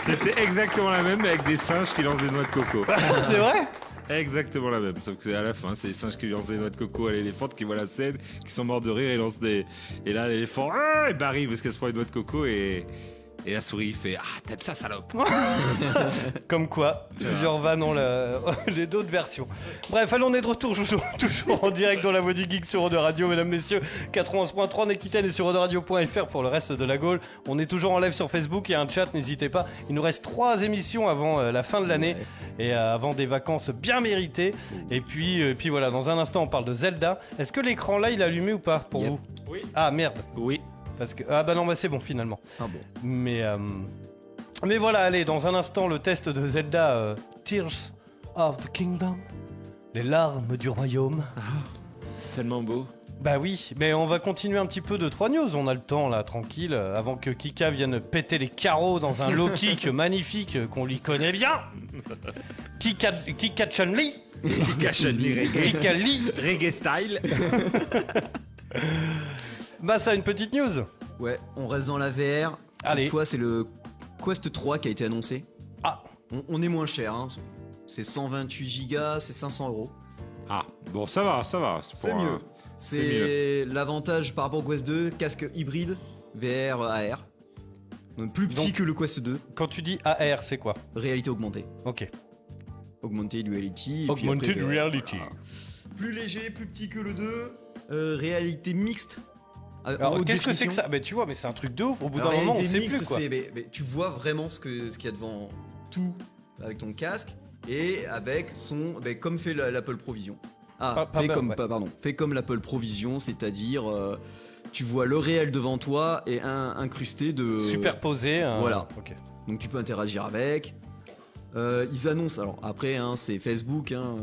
Speaker 6: C'était exactement la même mais avec des singes qui lancent des noix de coco.
Speaker 5: C'est vrai
Speaker 6: Exactement la même, sauf que c'est à la fin, c'est les singes qui lancent des noix de coco à l'éléphante qui voit la scène, qui sont morts de rire et lancent des. Et là, l'éléphant, ah, il barille parce qu'elle se prend une noix de coco et. Et la souris fait Ah, t'aimes ça, salope
Speaker 5: Comme quoi, plusieurs vannes ont la- [LAUGHS] les d'autres versions. Bref, allons, on est de retour, toujours, [LAUGHS] toujours en direct dans la voix du geek sur Eau de Radio, mesdames, messieurs. 91.3 en Aquitaine et sur Radio.fr pour le reste de la Gaule. On est toujours en live sur Facebook, il y a un chat, n'hésitez pas. Il nous reste trois émissions avant euh, la fin de l'année et euh, avant des vacances bien méritées. Et puis, euh, puis voilà, dans un instant, on parle de Zelda. Est-ce que l'écran là, il est allumé ou pas pour
Speaker 7: Yep.
Speaker 5: vous
Speaker 6: Oui.
Speaker 5: Ah merde,
Speaker 6: Oui.
Speaker 5: parce que. Ah bah non, bah c'est bon finalement.
Speaker 7: Ah bon.
Speaker 5: Mais, euh, mais voilà, allez, dans un instant, le test de Zelda euh, Tears of the Kingdom. Les larmes du royaume.
Speaker 6: C'est tellement beau.
Speaker 5: Bah oui, mais on va continuer un petit peu de trois news. On a le temps là, tranquille, euh, avant que Kika vienne péter les carreaux dans un low kick magnifique euh, qu'on lui connaît bien. Kika, Kika Chun-Li,
Speaker 6: [LAUGHS] Il cache les reggae.
Speaker 5: Kika Lee.
Speaker 6: Reggae style.
Speaker 5: Bah ça, une petite news.
Speaker 7: Ouais, on reste dans la VR.
Speaker 5: Allez.
Speaker 7: Cette fois, c'est le Quest 3 qui a été annoncé.
Speaker 5: Ah.
Speaker 7: On, on est moins cher, hein. C'est 128 gigas, c'est 500 euros.
Speaker 6: Ah, bon, ça va, ça va.
Speaker 7: C'est
Speaker 6: pour euh, un-
Speaker 7: mieux. C'est l'avantage par rapport au Quest 2, casque hybride, VR, AR. Donc plus petit
Speaker 5: Donc-
Speaker 7: que le Quest 2,
Speaker 5: Quand tu dis AR, c'est quoi
Speaker 7: réalité augmentée.
Speaker 5: Ok.
Speaker 7: Augmented Reality. et puis
Speaker 5: Augmented
Speaker 7: après, VR,
Speaker 5: reality.
Speaker 7: voilà. Plus léger, plus petit que le 2, euh, réalité mixte. euh, en
Speaker 5: Alors
Speaker 7: haute
Speaker 5: qu'est-ce que c'est que
Speaker 7: définition. Ah
Speaker 5: ça Bah tu vois, mais c'est un truc de ouf. Au bout d'un
Speaker 7: Alors,
Speaker 5: moment, on
Speaker 7: réalité
Speaker 5: sait
Speaker 7: mixte,
Speaker 5: plus quoi.
Speaker 7: c'est- mais- mais tu vois vraiment ce que- ce qu'il y a devant tout avec ton casque et avec son. ben, comme fait la- l'Apple Provision. Ah,
Speaker 5: Par- par-
Speaker 7: fait, comme,
Speaker 5: ouais.
Speaker 7: pa- pardon, fait comme l'Apple Provision, c'est-à-dire euh, tu vois le réel devant toi et un incrusté de.
Speaker 5: Superposé. hein.
Speaker 7: euh, voilà.
Speaker 5: Ok.
Speaker 7: Donc tu peux interagir avec. Euh, ils annoncent, alors après, hein, c'est Facebook, hein,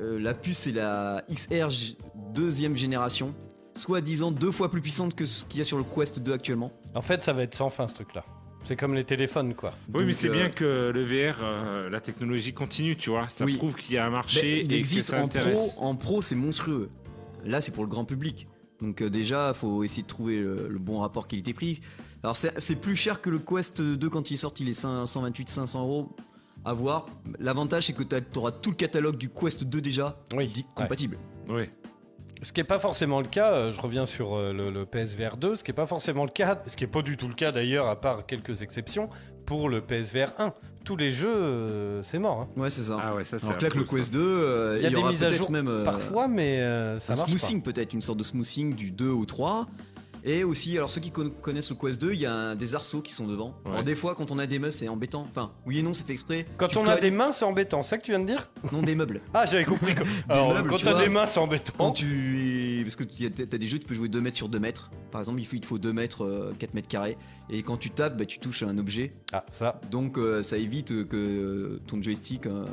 Speaker 7: euh, euh, la puce c'est la XR g- deuxième génération, soi-disant deux fois plus puissante que ce qu'il y a sur le Quest 2 actuellement.
Speaker 5: En fait, ça va être sans fin ce truc-là. C'est comme les téléphones, quoi.
Speaker 6: Oui, mais
Speaker 7: Donc,
Speaker 6: c'est
Speaker 7: euh,
Speaker 6: bien que le VR, euh, la technologie continue, tu vois. Ça
Speaker 7: Oui.
Speaker 6: prouve qu'il y a un
Speaker 7: ben,
Speaker 6: marché
Speaker 7: il
Speaker 6: et
Speaker 7: existe
Speaker 6: que ça
Speaker 7: en pro,
Speaker 6: intéresse.
Speaker 7: en pro c'est monstrueux. Là c'est pour le grand public. Donc euh, déjà, faut essayer de trouver le, le bon rapport qualité-prix. Alors c'est c'est plus cher que le Quest 2 quand il est sorti, il est 128-500 euros à voir. L'avantage c'est que tu auras tout le catalogue du Quest 2 déjà
Speaker 5: Oui.
Speaker 7: dit-
Speaker 5: ouais.
Speaker 7: compatible.
Speaker 6: Oui.
Speaker 5: Ce qui n'est pas forcément le cas, euh, je reviens sur euh, le, le PSVR 2, ce qui n'est pas forcément le cas, ce qui n'est pas du tout le cas d'ailleurs, à part quelques exceptions, pour le PSVR 1. Tous les jeux, euh, c'est mort. hein.
Speaker 7: Ouais, c'est ça.
Speaker 6: Ah ouais, ça c'est.
Speaker 7: Alors que là,
Speaker 6: un
Speaker 7: que le
Speaker 6: peu, ça.
Speaker 7: Quest 2, euh,
Speaker 5: Il
Speaker 7: il
Speaker 5: y
Speaker 7: y,
Speaker 5: a des
Speaker 7: aura
Speaker 5: mises à
Speaker 7: peut-être
Speaker 5: jour
Speaker 7: même euh,
Speaker 5: Parfois, mais euh, ça
Speaker 7: un
Speaker 5: marche pas.
Speaker 7: smoothing, peut-être une sorte de smoothing du 2 au 3. Et aussi, alors ceux qui con- connaissent le Quest 2, il y a un- des arceaux qui sont devant.
Speaker 6: Ouais.
Speaker 7: Alors des fois, quand on a des meubles, c'est embêtant. Enfin, oui et non, c'est fait exprès.
Speaker 5: Quand
Speaker 7: Tu
Speaker 5: on a
Speaker 7: cognes-
Speaker 5: des mains, c'est embêtant, c'est ça que tu viens de dire
Speaker 7: Non, [LAUGHS]
Speaker 5: [LAUGHS]
Speaker 7: des meubles.
Speaker 5: Ah, j'avais compris. que- Alors,
Speaker 7: meubles,
Speaker 5: quand
Speaker 7: tu
Speaker 5: t'as
Speaker 7: vois.
Speaker 5: des mains, c'est
Speaker 7: Quand
Speaker 5: embêtant.
Speaker 7: tu es- Parce que tu as des jeux, tu peux jouer 2 mètres sur 2 mètres. Par exemple, il, faut, il te faut 2 mètres, euh, 4 mètres carrés. Et quand tu tapes, bah, tu touches un objet.
Speaker 5: Ah, ça.
Speaker 7: Donc euh, ça évite euh, que euh, ton joystick. euh,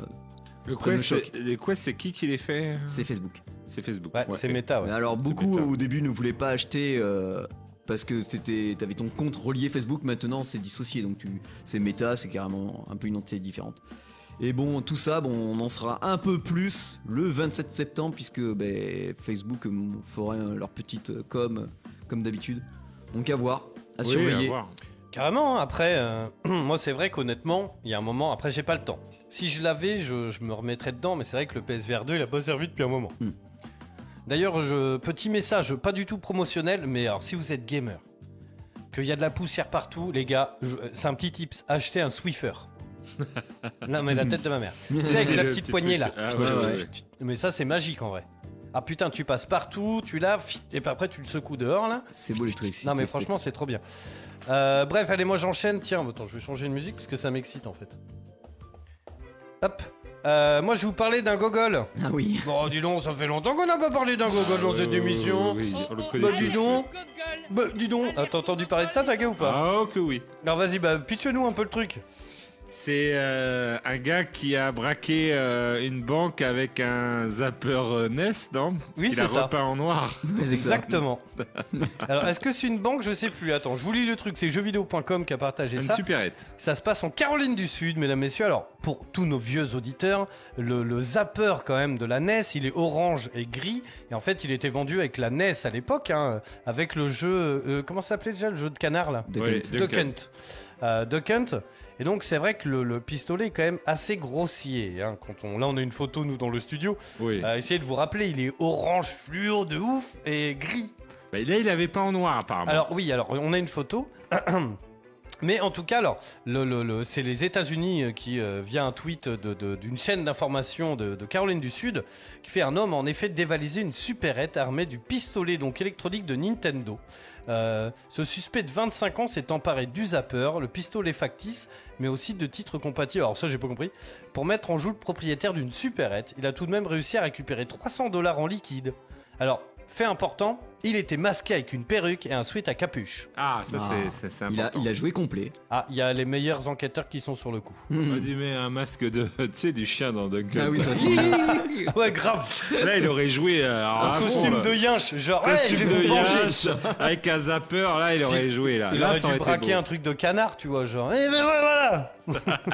Speaker 6: Le
Speaker 7: Prenne le
Speaker 6: Quest,
Speaker 7: choc.
Speaker 6: c'est- le Quest, c'est qui qui les fait hein
Speaker 7: c'est Facebook.
Speaker 6: C'est Facebook.
Speaker 5: Ouais,
Speaker 6: Ouais.
Speaker 5: c'est méta, ouais.
Speaker 7: Mais alors beaucoup
Speaker 6: bêta.
Speaker 7: au début ne voulaient pas acheter. euh, parce que t'étais- t'avais ton compte relié Facebook, maintenant c'est dissocié, donc tu, c'est méta, c'est carrément un peu une entité différente. Et bon, tout ça, bon, on en sera un peu plus le 27 septembre, puisque ben, Facebook euh, fera euh, leur petite euh, com, euh, comme d'habitude. Donc à voir, à
Speaker 6: Oui,
Speaker 7: surveiller.
Speaker 6: à voir.
Speaker 5: Carrément, hein. après, euh, [CLEARS THROAT] moi c'est vrai qu'honnêtement, il y a un moment, après j'ai pas le temps. Si je l'avais, je, je me remettrais dedans, mais c'est vrai que le PSVR 2, il a pas servi depuis un moment.
Speaker 7: Hmm.
Speaker 5: D'ailleurs, je- petit message, pas du tout promotionnel, mais alors si vous êtes gamer, qu'il y a de la poussière partout, les gars, je- euh, c'est un petit tips, achetez un
Speaker 6: [LAUGHS]
Speaker 5: Swiffer. non mais la tête de ma mère. C'est avec la
Speaker 6: Le
Speaker 5: petite
Speaker 6: petit
Speaker 5: poignée là.
Speaker 6: truc. Ah, ouais,
Speaker 7: ouais,
Speaker 6: ouais.
Speaker 5: Mais ça c'est magique en vrai. Ah putain, tu passes partout, tu laves, fit- et puis après tu le secoues dehors là.
Speaker 7: C'est beau l'électricité.
Speaker 5: Non mais
Speaker 7: c'était-
Speaker 5: franchement c'est trop bien. Euh, bref, allez moi j'enchaîne. Tiens, attends, je vais changer de musique parce que ça m'excite en fait. Hop. Euh, moi je vais vous parler d'un gogol.
Speaker 7: Ah oui.
Speaker 5: Bon dis donc, ça fait longtemps qu'on n'a pas parlé d'un gogol dans
Speaker 6: Ouais,
Speaker 5: cette
Speaker 6: ouais,
Speaker 5: émission.
Speaker 6: ouais,
Speaker 3: Oh,
Speaker 6: ouais, Euh, oui, on le connaît
Speaker 5: Bah,
Speaker 6: tous.
Speaker 5: dis donc.
Speaker 3: Gogol.
Speaker 5: Bah dis donc, t'as entendu parler de ça ta gueule ou pas
Speaker 6: Ah, oh que oui.
Speaker 5: Alors vas-y, bah pitche-nous un peu le
Speaker 6: [LAUGHS]
Speaker 5: truc.
Speaker 6: C'est euh, un gars qui a braqué euh, une banque avec un zapper euh, Nest, non
Speaker 5: Oui,
Speaker 6: Il
Speaker 5: c'est
Speaker 6: a
Speaker 5: ça.
Speaker 6: repeint en noir.
Speaker 7: c'est
Speaker 6: [LAUGHS]
Speaker 7: ça.
Speaker 5: Exactement. Alors est-ce que c'est une banque Je sais plus. Attends, je vous lis le truc. C'est jeuxvideo.com qui a partagé
Speaker 6: Une
Speaker 5: ça.
Speaker 6: supérette.
Speaker 5: Ça se passe en Caroline du Sud, mesdames, messieurs. Alors, pour tous nos vieux auditeurs, le, le zapper quand même de la NES, il est orange et gris. Et en fait, il était vendu avec la NES à l'époque, hein, avec le jeu... euh, comment ça s'appelait déjà le jeu de canard, là
Speaker 7: Des
Speaker 6: Ouais,
Speaker 7: comptes.
Speaker 6: Duck
Speaker 5: Duck Hunt. Euh, Duck Hunt. Et donc, c'est vrai que le, le pistolet est quand même assez grossier. hein, quand on, là, on a une photo, nous, dans le studio.
Speaker 6: Oui.
Speaker 5: Euh, essayez de vous rappeler, il est orange fluo de ouf et gris.
Speaker 6: Bah, là, il avait pas en noir, apparemment.
Speaker 5: Alors oui, alors on a une photo. [CLEARS THROAT] Mais en tout cas, alors, le, le- le- c'est les États-Unis euh, qui, euh, via un tweet de- de- d'une chaîne d'information de, de Caroline du Sud, qui fait un homme en effet dévaliser une supérette armée du pistolet donc électronique de Nintendo. Euh, ce suspect de 25 ans s'est emparé du zapper, le pistolet factice, mais aussi de titres compatibles. Alors ça, j'ai pas compris. Pour mettre en joue le propriétaire d'une supérette, il a tout de même réussi à récupérer 300 dollars en liquide. Alors, fait important, il était masqué avec une perruque et un sweat à capuche.
Speaker 6: Ah, ça,
Speaker 7: Ah.
Speaker 6: c'est- c'est c'est
Speaker 7: Il a,
Speaker 6: important.
Speaker 7: il a joué complet.
Speaker 5: Ah, il y a les meilleurs enquêteurs qui sont sur le coup.
Speaker 6: On dû mettre un masque de, [LAUGHS] tu sais, du chien dans Duck
Speaker 7: Ah
Speaker 6: Hunt.
Speaker 7: oui, ça va
Speaker 5: [LAUGHS] ouais, grave.
Speaker 6: Là, il aurait joué euh, alors, à
Speaker 5: un
Speaker 6: fond,
Speaker 5: costume
Speaker 6: là.
Speaker 5: de yinche, genre.
Speaker 6: Costume
Speaker 5: hey, je vais
Speaker 6: de
Speaker 5: vous venger.
Speaker 6: Yash, avec un zapper, là, il aurait joué Ah, là.
Speaker 5: Il
Speaker 6: là,
Speaker 5: aurait
Speaker 6: ça
Speaker 5: dû
Speaker 6: été
Speaker 5: braquer
Speaker 6: beau.
Speaker 5: un truc de canard, tu vois, genre. Eh ben voilà. voilà. [LAUGHS]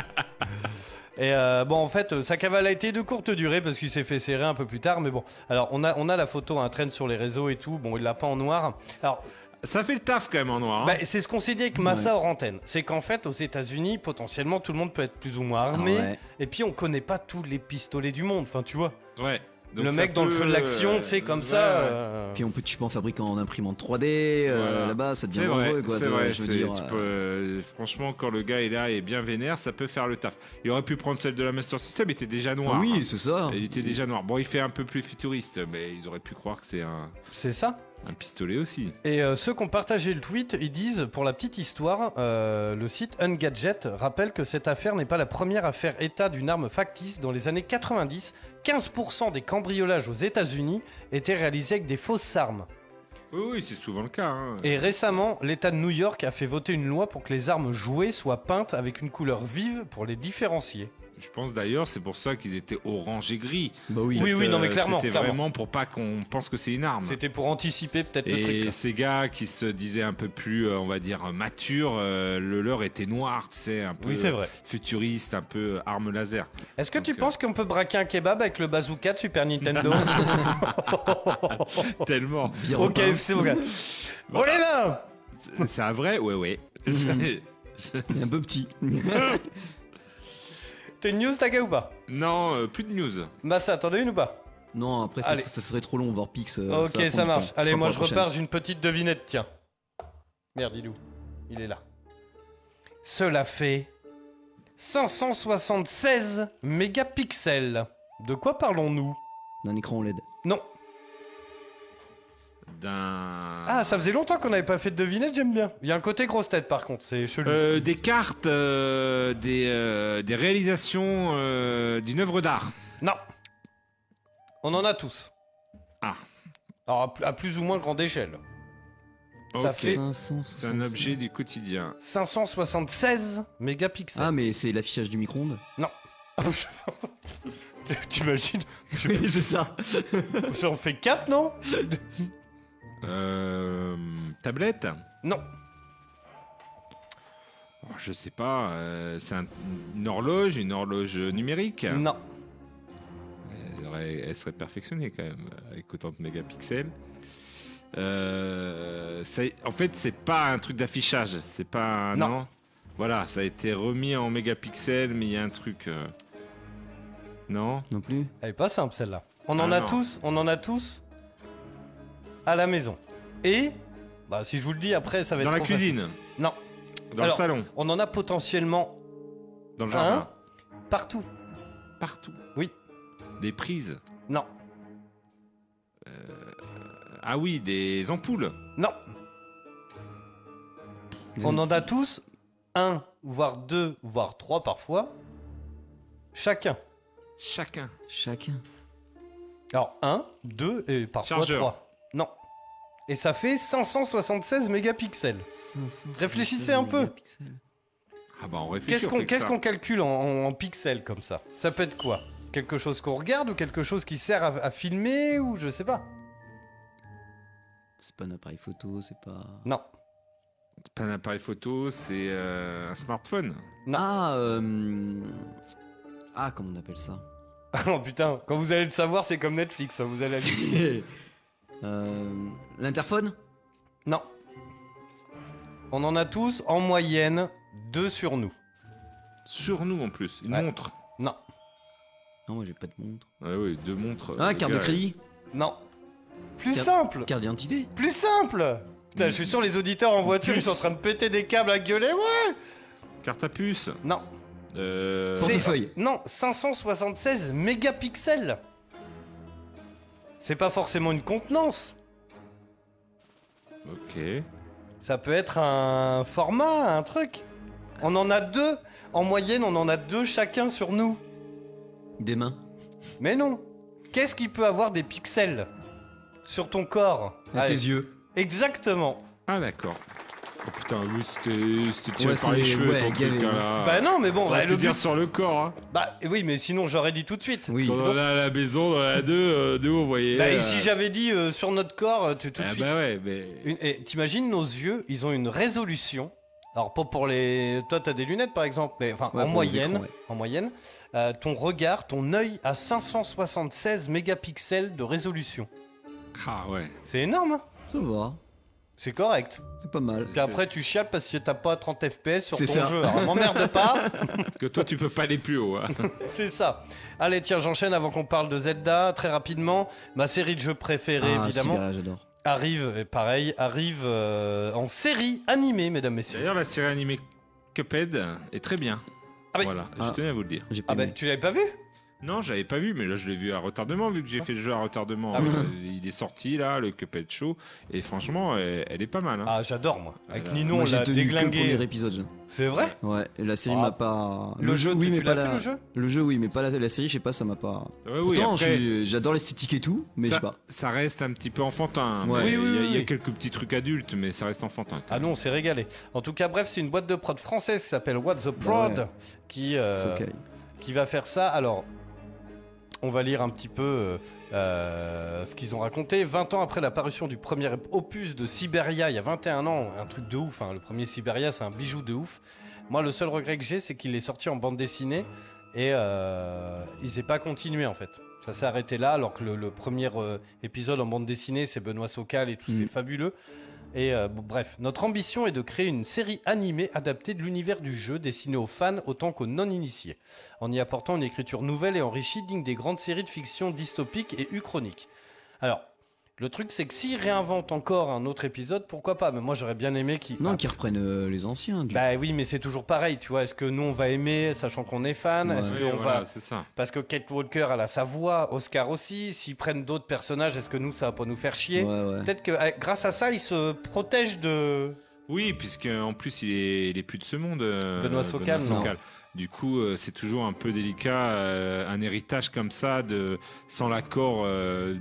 Speaker 5: Et euh, bon, en fait, euh, sa cavale a été de courte durée parce qu'il s'est fait serrer un peu plus tard. Mais bon, alors on a, on a la photo, un traîne sur les réseaux et tout. Bon, il l'a pas en noir. Alors,
Speaker 6: Ça fait le taf quand même en noir. hein.
Speaker 5: bah, c'est ce qu'on s'est dit avec Massa hors antenne. C'est qu'en fait, aux États-Unis, potentiellement, tout le monde peut être plus ou moins armé.
Speaker 7: Ah
Speaker 6: Ah
Speaker 7: Ouais.
Speaker 5: Et puis, on connaît pas tous les pistolets du monde. Enfin, tu vois.
Speaker 6: ouais. Donc
Speaker 5: Bah, le
Speaker 6: ça
Speaker 5: mec dans le
Speaker 6: peut,
Speaker 5: feu de l'action,
Speaker 6: euh,
Speaker 5: tu sais, comme
Speaker 6: ouais,
Speaker 5: ça.
Speaker 6: ouais.
Speaker 5: euh,
Speaker 7: Puis on peut, tu peux en fabriquer en imprimante 3D, euh,
Speaker 6: Voilà.
Speaker 7: là-bas, ça
Speaker 6: C'est
Speaker 7: devient
Speaker 6: vrai,
Speaker 7: dangereux, quoi.
Speaker 6: c'est
Speaker 7: tu vois,
Speaker 6: vrai.
Speaker 7: je veux
Speaker 6: c'est-
Speaker 7: dire.
Speaker 6: tu
Speaker 7: euh,
Speaker 6: peux, euh, franchement, quand le gars est là et est bien vénère, ça peut faire le taf. Il aurait pu prendre celle de la Master System, il était déjà noir.
Speaker 7: Ah Oui, c'est ça.
Speaker 6: hein. Il était déjà noir. Bon, il fait un peu plus futuriste, mais ils auraient pu croire que c'est un,
Speaker 5: C'est ça.
Speaker 6: un pistolet aussi.
Speaker 5: Et euh, ceux qui ont partagé le tweet, ils disent, pour la petite histoire, euh, le site Ungadget rappelle que cette affaire n'est pas la première à faire état d'une arme factice. Dans les années 90, 15% des cambriolages aux États-Unis étaient réalisés avec des fausses armes.
Speaker 6: Oui, oui, c'est souvent le cas. hein.
Speaker 5: Et récemment, l'État de New York a fait voter une loi pour que les armes jouées soient peintes avec une couleur vive pour les différencier.
Speaker 6: Je pense d'ailleurs, c'est pour ça qu'ils étaient orange et gris.
Speaker 7: Bah oui.
Speaker 5: Oui, oui, non, mais
Speaker 6: Euh,
Speaker 5: clairement,
Speaker 6: C'était
Speaker 5: clairement.
Speaker 6: vraiment pour pas qu'on pense que c'est une arme.
Speaker 5: C'était pour anticiper peut-être le truc.
Speaker 6: Et
Speaker 5: là.
Speaker 6: ces gars qui se disaient un peu plus, euh, on va dire, matures, euh, le leur était noir, tu sais, un peu
Speaker 5: Oui, c'est vrai.
Speaker 6: futuriste, un peu euh,
Speaker 5: [LAUGHS]
Speaker 6: arme laser.
Speaker 5: Est-ce que tu
Speaker 6: Donc, euh,
Speaker 5: penses qu'on peut braquer un kebab avec le bazooka de Super
Speaker 6: [LAUGHS]
Speaker 5: Nintendo Oh.
Speaker 6: Tellement.
Speaker 5: Au
Speaker 7: [LAUGHS]
Speaker 5: KFC, mon gars. Oh les mains
Speaker 6: C'est un vrai
Speaker 5: [LAUGHS]
Speaker 6: Ouais, ouais.
Speaker 5: Mhm.
Speaker 7: Un peu petit. [LAUGHS]
Speaker 5: T'as une news, Taka, ou pas
Speaker 6: [LAUGHS] non, euh, plus de news.
Speaker 5: Massa, t'en as une ou pas
Speaker 7: non, après, ça,
Speaker 5: Allez.
Speaker 7: ça serait trop long, Vorpix. euh, va
Speaker 5: Ok,
Speaker 7: prendre
Speaker 5: ça
Speaker 7: du
Speaker 5: marche.
Speaker 7: temps. Ce
Speaker 5: Allez,
Speaker 7: sera
Speaker 5: moi
Speaker 7: pour
Speaker 5: je
Speaker 7: la prochaine.
Speaker 5: repars, j'ai une petite devinette, tiens. Merde, il est où Il est là. Cela fait 576
Speaker 7: E
Speaker 5: mégapixels. De quoi parlons-nous
Speaker 7: D'un écran OLED.
Speaker 5: Non.
Speaker 6: d'un.
Speaker 5: Ah, ça faisait longtemps qu'on n'avait pas fait de devinette, j'aime bien. Il y a un côté grosse tête par contre, c'est chelou.
Speaker 6: Euh, des cartes, euh, des, euh, des réalisations euh, d'une œuvre d'art.
Speaker 5: Non. On en a tous.
Speaker 6: Ah.
Speaker 5: Alors à, pl- à plus ou moins grande échelle. Ça
Speaker 6: Ok.
Speaker 5: fait
Speaker 6: C'est un objet du quotidien.
Speaker 5: 576
Speaker 7: Ah,
Speaker 5: mégapixels.
Speaker 7: mais c'est l'affichage du micro-ondes [LAUGHS]
Speaker 6: Ah.
Speaker 5: [LAUGHS] T'imagines
Speaker 7: Oui, c'est ça.
Speaker 5: Ça en fait 4, non
Speaker 6: Euh, tablette
Speaker 5: Non.
Speaker 6: Oh, Je sais pas. euh, c'est un- une horloge, une horloge numérique.
Speaker 5: Non.
Speaker 6: Elle, aurait- elle serait perfectionnée quand même avec autant de mégapixels. Euh, ça- en fait, c'est pas un truc d'affichage. C'est pas un.
Speaker 5: Non.
Speaker 6: Voilà, ça a été remis en mégapixels, mais il y a un truc. euh, Non
Speaker 7: Non plus.
Speaker 5: Elle est pas simple celle-là. On en
Speaker 6: Ah,
Speaker 5: a
Speaker 6: non.
Speaker 5: tous, on en a tous à la maison. Et bah si je vous le dis après ça va être
Speaker 6: Dans la
Speaker 5: trop facile.
Speaker 6: cuisine
Speaker 5: Non,
Speaker 6: Dans
Speaker 5: Alors-
Speaker 6: le salon
Speaker 5: on en a potentiellement
Speaker 6: Dans le
Speaker 5: un
Speaker 6: jardin
Speaker 5: partout.
Speaker 6: Partout
Speaker 5: hein Oui.
Speaker 6: Des prises
Speaker 5: Non,
Speaker 6: Ah oui, des ampoules
Speaker 5: non,
Speaker 7: Des
Speaker 5: on en a tous un, voire deux, voire trois parfois, chacun.
Speaker 6: Chacun
Speaker 7: Chacun.
Speaker 5: Alors un, deux et parfois
Speaker 6: Chargeur.
Speaker 5: trois. Non. Et ça fait 576 mégapixels. Réfléchissez un peu.
Speaker 6: Ah bah on réfléchit
Speaker 5: Qu'est-ce
Speaker 6: on
Speaker 5: qu'on
Speaker 6: fait que
Speaker 5: qu'est-ce
Speaker 6: ça.
Speaker 5: qu'on calcule en, en- en pixels comme ça Ça peut être quoi Quelque chose qu'on regarde ou quelque chose qui sert à, à filmer ou je sais pas
Speaker 7: C'est pas un appareil photo, c'est pas.
Speaker 5: Non. [LAUGHS]
Speaker 6: C'est pas un appareil photo, c'est euh, un smartphone.
Speaker 5: Non.
Speaker 7: Ah, euh... ah, comment on appelle ça
Speaker 5: oh putain, quand vous allez le savoir, c'est comme Netflix, hein, vous allez aller.
Speaker 7: Euh, L'interphone
Speaker 5: non. On en a tous en moyenne deux sur nous.
Speaker 6: Sur nous en plus. Une
Speaker 5: Ouais.
Speaker 6: montre.
Speaker 5: Non.
Speaker 7: Non, moi j'ai pas de montre.
Speaker 6: Ah oui, deux montres.
Speaker 7: Ah,
Speaker 6: Le
Speaker 7: carte de
Speaker 6: gars,
Speaker 7: crédit
Speaker 5: Non. Plus
Speaker 7: Cap-
Speaker 5: simple
Speaker 7: Carte d'identité
Speaker 5: Plus simple Putain, je suis sûr les auditeurs en voiture, ils sont en train de péter des câbles à gueuler, ouais
Speaker 6: Carte à puce.
Speaker 5: Non.
Speaker 6: Euh,
Speaker 5: C'est-
Speaker 7: Portefeuille
Speaker 5: Non, 576 mégapixels. C'est pas forcément une contenance.
Speaker 6: Ok.
Speaker 5: Ça peut être un format, un truc. On en a deux. En moyenne, on en a deux chacun sur nous.
Speaker 7: Des mains
Speaker 5: Mais non. Qu'est-ce qui peut avoir des pixels sur ton corps
Speaker 7: À tes
Speaker 5: Allez.
Speaker 7: yeux
Speaker 5: Exactement.
Speaker 6: Ah d'accord. Oh putain, oui, c'était c'était tiré
Speaker 7: Ouais,
Speaker 6: par les
Speaker 7: c'est-
Speaker 6: cheveux
Speaker 7: ouais,
Speaker 6: ton truc,
Speaker 7: galère.
Speaker 6: hein, là.
Speaker 5: Bah non, mais bon,
Speaker 6: on
Speaker 5: bah,
Speaker 6: va
Speaker 5: le
Speaker 6: le dire
Speaker 5: but-
Speaker 6: sur le corps. Hein.
Speaker 5: Bah oui, mais sinon j'aurais dit tout de suite.
Speaker 7: Oui.
Speaker 6: Quand on est à la maison, dans la 2, euh, nous on voyait.
Speaker 5: Bah,
Speaker 6: euh,
Speaker 5: et si j'avais dit euh, sur notre corps, euh, tu- tout de
Speaker 6: Ah
Speaker 5: suite.
Speaker 6: bah ouais, mais.
Speaker 5: Une- et T'imagines nos yeux, ils ont une résolution. Alors pas pour les. Toi t'as des lunettes par exemple, mais enfin
Speaker 7: Ouais,
Speaker 5: en,
Speaker 7: pour les
Speaker 5: moyenne,
Speaker 7: écrans, ouais.
Speaker 5: en moyenne, euh, ton regard, ton œil a 576 mégapixels de résolution.
Speaker 6: Ah ouais.
Speaker 5: C'est énorme, hein
Speaker 7: Ça va,
Speaker 5: c'est correct.
Speaker 7: c'est pas mal.
Speaker 5: Puis après tu chiales parce que t'as pas 30 fps sur ton
Speaker 7: C'est ça.
Speaker 5: jeu. Alors
Speaker 7: [LAUGHS]
Speaker 5: m'emmerde pas,
Speaker 6: Parce que toi tu peux pas aller plus haut. hein.
Speaker 5: c'est ça. Allez tiens j'enchaîne avant qu'on parle de Zelda très rapidement. Ma série de jeux préférée
Speaker 7: ah,
Speaker 5: évidemment
Speaker 7: celui-là, j'adore.
Speaker 5: arrive, et pareil arrive euh, en série animée mesdames messieurs.
Speaker 6: [LAUGHS] D'ailleurs, la série animée Cuphead est très bien.
Speaker 5: Ah oui.
Speaker 6: Voilà,
Speaker 7: Ah.
Speaker 6: je tenais à vous le dire.
Speaker 7: J'ai pas
Speaker 5: Ah bah
Speaker 7: aimé.
Speaker 5: tu l'avais pas vu
Speaker 6: Non, j'avais pas vu, mais là je l'ai vu à retardement, vu que j'ai fait le jeu à retardement.
Speaker 5: Ah oui.
Speaker 6: Euh, Il est sorti là, le Cuphead Show, et franchement, elle, elle est pas mal. hein.
Speaker 5: Ah, j'adore, moi. Avec
Speaker 6: Voilà.
Speaker 5: Ninon,
Speaker 7: Moi,
Speaker 5: on
Speaker 7: j'ai
Speaker 5: l'a
Speaker 7: tenu que le premier
Speaker 5: déglingué.
Speaker 7: épisode. je-
Speaker 5: C'est vrai
Speaker 7: Ouais, et la série
Speaker 5: Ah.
Speaker 7: m'a pas.
Speaker 5: Le, jeu,
Speaker 7: oui,
Speaker 5: tu-
Speaker 7: mais
Speaker 5: tu
Speaker 7: pas
Speaker 5: l'as
Speaker 7: la.
Speaker 5: fait, le jeu
Speaker 7: le jeu, oui, mais pas la, la série, je sais pas, ça m'a pas.
Speaker 6: Ouais, oui,
Speaker 7: Pourtant,
Speaker 6: après,
Speaker 7: je- j'adore l'esthétique et tout, mais je
Speaker 6: ça,
Speaker 7: sais pas.
Speaker 6: ça reste un petit peu enfantin.
Speaker 7: Ouais.
Speaker 6: mais
Speaker 5: Oui, oui,
Speaker 6: il y a-
Speaker 5: oui,
Speaker 6: il y a
Speaker 5: oui.
Speaker 6: quelques petits trucs adultes, mais ça reste enfantin.
Speaker 5: Ah non, on s'est régalé. En tout cas, bref, c'est une boîte de prod française qui s'appelle What the
Speaker 7: Bah
Speaker 5: Prod
Speaker 7: ouais.
Speaker 5: qui, euh,
Speaker 7: C'est ok.
Speaker 5: qui va faire ça. Alors, on va lire un petit peu euh, euh, ce qu'ils ont raconté. 20 ans après la parution du premier opus de Siberia, il y a 21 ans, un truc de ouf. hein. Le premier Siberia, c'est un bijou de ouf. Moi, le seul regret que j'ai, c'est qu'il est sorti en bande dessinée et euh, il s'est pas continué en fait. Ça s'est arrêté là, alors que le, le premier euh, épisode en bande dessinée, c'est Benoît Socal et tout,
Speaker 7: Mm.
Speaker 5: c'est fabuleux. Et euh, bon, bref, notre ambition est de créer une série animée adaptée de l'univers du jeu, destinée aux fans autant qu'aux non-initiés, en y apportant une écriture nouvelle et enrichie digne des grandes séries de fiction dystopique et uchronique. Alors, Le truc, c'est que s'ils réinventent encore un autre épisode, pourquoi pas Mais moi, j'aurais bien aimé qu'ils.
Speaker 7: Non,
Speaker 5: Ah,
Speaker 7: qui reprennent euh, les anciens. du-
Speaker 5: Bah oui, mais c'est toujours pareil, tu vois. Est-ce que nous, on va aimer, sachant qu'on est fan
Speaker 7: Ouais.
Speaker 5: Est-ce
Speaker 6: Oui,
Speaker 5: qu'on
Speaker 6: voilà,
Speaker 5: va.
Speaker 6: c'est ça.
Speaker 5: Parce que Kate Walker, elle a sa voix, Oscar aussi. S'ils prennent d'autres personnages, est-ce que nous, ça va pas nous faire chier
Speaker 7: ouais, ouais.
Speaker 5: Peut-être que euh, grâce à ça, ils se protègent de.
Speaker 6: Oui, puisque en plus il est, il est plus de ce monde. euh,
Speaker 5: Benoît Sokal,
Speaker 7: non.
Speaker 6: Du coup, euh, c'est toujours un peu délicat, euh, un héritage comme ça, de, sans l'accord euh,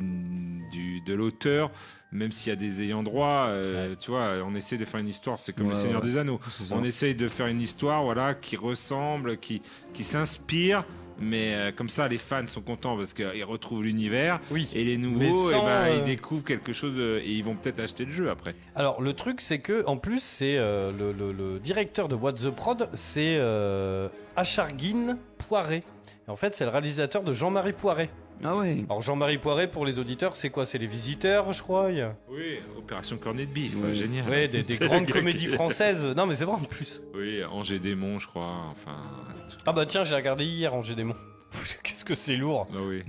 Speaker 6: du- de l'auteur, même s'il y a des ayants droit. euh, Tu vois, on essaie de faire une histoire, c'est comme
Speaker 7: Ouais,
Speaker 6: le Seigneur
Speaker 7: ouais.
Speaker 6: des Anneaux.
Speaker 7: C'est ça.
Speaker 6: On essaye de faire une histoire voilà, qui ressemble, qui, qui s'inspire. Mais euh, comme ça, les fans sont contents parce qu'ils retrouvent l'univers.
Speaker 5: Oui.
Speaker 6: Et les
Speaker 5: Mais
Speaker 6: nouveaux, eh
Speaker 5: sans,
Speaker 6: ben,
Speaker 5: euh,
Speaker 6: ils découvrent quelque chose euh, et ils vont peut-être acheter le jeu après.
Speaker 5: Alors le truc c'est que en plus c'est euh, le, le- le directeur de What the Prod c'est euh, Achargin Poiré. Et en fait c'est le réalisateur de Jean-Marie Poiré.
Speaker 7: Ah ouais.
Speaker 5: Alors Jean-Marie Poiré pour les auditeurs c'est quoi C'est les visiteurs je crois. il
Speaker 6: [LAUGHS]
Speaker 5: y a-
Speaker 6: Oui, Opération Cornet de Bif,
Speaker 7: Oui.
Speaker 6: euh, génial.
Speaker 5: Ouais des, des
Speaker 6: C'est le
Speaker 5: grandes
Speaker 6: gars qui-
Speaker 5: comédies françaises. Non mais c'est vrai en plus.
Speaker 6: Oui, Angers Démon, je crois. Enfin. un truc
Speaker 5: Ah bah
Speaker 6: comme ça.
Speaker 5: tiens j'ai regardé hier Angers Démon. [LAUGHS] Qu'est-ce que c'est lourd.
Speaker 6: Ah oui.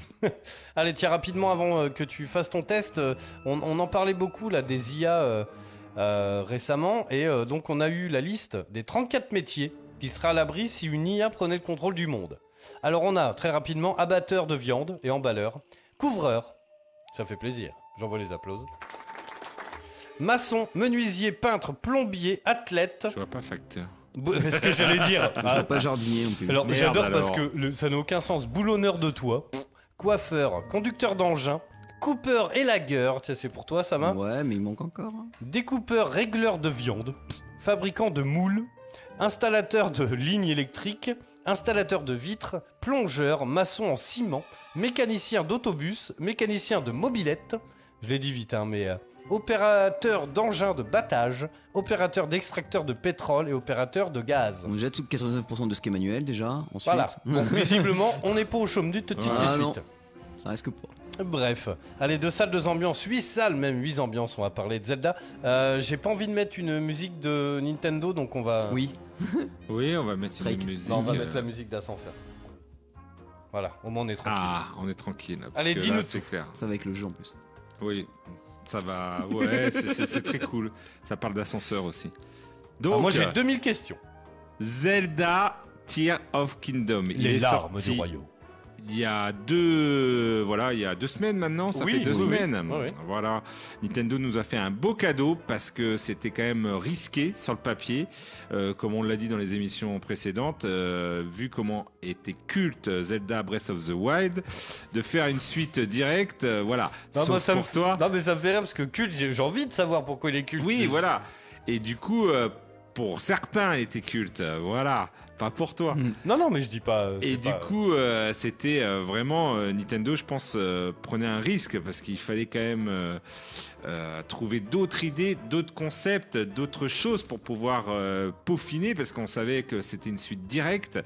Speaker 5: Allez, tiens, rapidement, avant euh, que tu fasses ton test, euh, on, on en parlait beaucoup là des IA euh, euh, récemment, et euh, donc on a eu la liste des 34 métiers qui seraient à l'abri si une IA prenait le contrôle du monde. Alors on a très rapidement abatteur de viande et emballeur, couvreur, ça fait plaisir, j'envoie les applauses. Maçon, menuisier, peintre, plombier, athlète.
Speaker 6: Je vois pas facteur.
Speaker 5: Bou- C'est ce que j'allais dire.
Speaker 7: Je vois pas jardinier non plus.
Speaker 5: Ah. Alors
Speaker 6: Merde,
Speaker 5: j'adore
Speaker 6: alors.
Speaker 5: parce que le- ça n'a aucun sens. Boulonneur de toit, coiffeur, conducteur d'engin, coupeur et lagueur, tiens c'est pour toi ça va.
Speaker 7: ouais, mais il manque encore. hein.
Speaker 5: Découpeur, régleur de viande, fabricant de moules, installateur de lignes électriques, installateur de vitres, plongeur, maçon en ciment, mécanicien d'autobus, mécanicien de mobilette, je l'ai dit vite hein, mais euh, opérateur d'engin de battage, opérateur d'extracteur de pétrole et opérateur de gaz.
Speaker 7: On est déjà sous 89% de ce qu'Emmanuel déjà. Ensuite,
Speaker 5: Voilà.
Speaker 7: [LAUGHS]
Speaker 5: Donc, visiblement, on n'est pas au chaume du tout de suite.
Speaker 7: Ah,
Speaker 5: de
Speaker 7: non.
Speaker 5: suite.
Speaker 7: ça reste que pour.
Speaker 5: Bref, allez, deux salles, deux ambiances, huit salles, même huit ambiances, on va parler de Zelda. Euh, J'ai pas envie de mettre une musique de Nintendo, donc on va.
Speaker 7: Oui.
Speaker 6: Oui, on va mettre
Speaker 7: Strike.
Speaker 6: une musique.
Speaker 5: Non, on va
Speaker 6: euh,
Speaker 5: mettre la musique d'ascenseur. Voilà, au moins on est tranquille.
Speaker 6: Ah, on est tranquille. là, parce
Speaker 5: Allez,
Speaker 6: que
Speaker 5: dis-nous
Speaker 6: là,
Speaker 5: tout.
Speaker 6: C'est clair.
Speaker 7: Ça va avec le jeu en plus.
Speaker 6: Oui, ça va. Ouais, c'est- c'est c'est très cool. Ça parle d'ascenseur aussi.
Speaker 5: Ah,
Speaker 6: Donc,
Speaker 5: moi j'ai
Speaker 6: euh,
Speaker 5: 2000 questions.
Speaker 6: Zelda Tear of Kingdom. Il est sorti
Speaker 5: royaume.
Speaker 6: Il y a deux, voilà, il y a deux semaines maintenant. Ça
Speaker 5: Oui,
Speaker 6: fait deux
Speaker 5: oui, oui.
Speaker 6: semaines.
Speaker 5: Ouais, ouais.
Speaker 6: Voilà, Nintendo nous a fait un beau cadeau parce que c'était quand même risqué sur le papier, Euh, comme on l'a dit dans les émissions précédentes. euh, vu comment était culte Zelda Breath of the Wild, de faire une suite directe, euh, voilà.
Speaker 5: Non,
Speaker 6: Sauf
Speaker 5: moi, ça me
Speaker 6: pour
Speaker 5: f-
Speaker 6: toi.
Speaker 5: non, mais ça me fait rire parce que culte, j'ai j'ai envie de savoir pourquoi il est culte.
Speaker 6: Oui, voilà. Et du coup, euh, pour certains, elle était culte. euh, Voilà, pas pour toi.
Speaker 5: Non, non, mais je dis pas. euh, c'est
Speaker 6: Et du
Speaker 5: pas-
Speaker 6: coup, euh, c'était euh, vraiment euh, Nintendo, je pense, euh, prenait un risque parce qu'il fallait quand même euh, euh, trouver d'autres idées, d'autres concepts, d'autres choses pour pouvoir euh, peaufiner parce qu'on savait que c'était une suite directe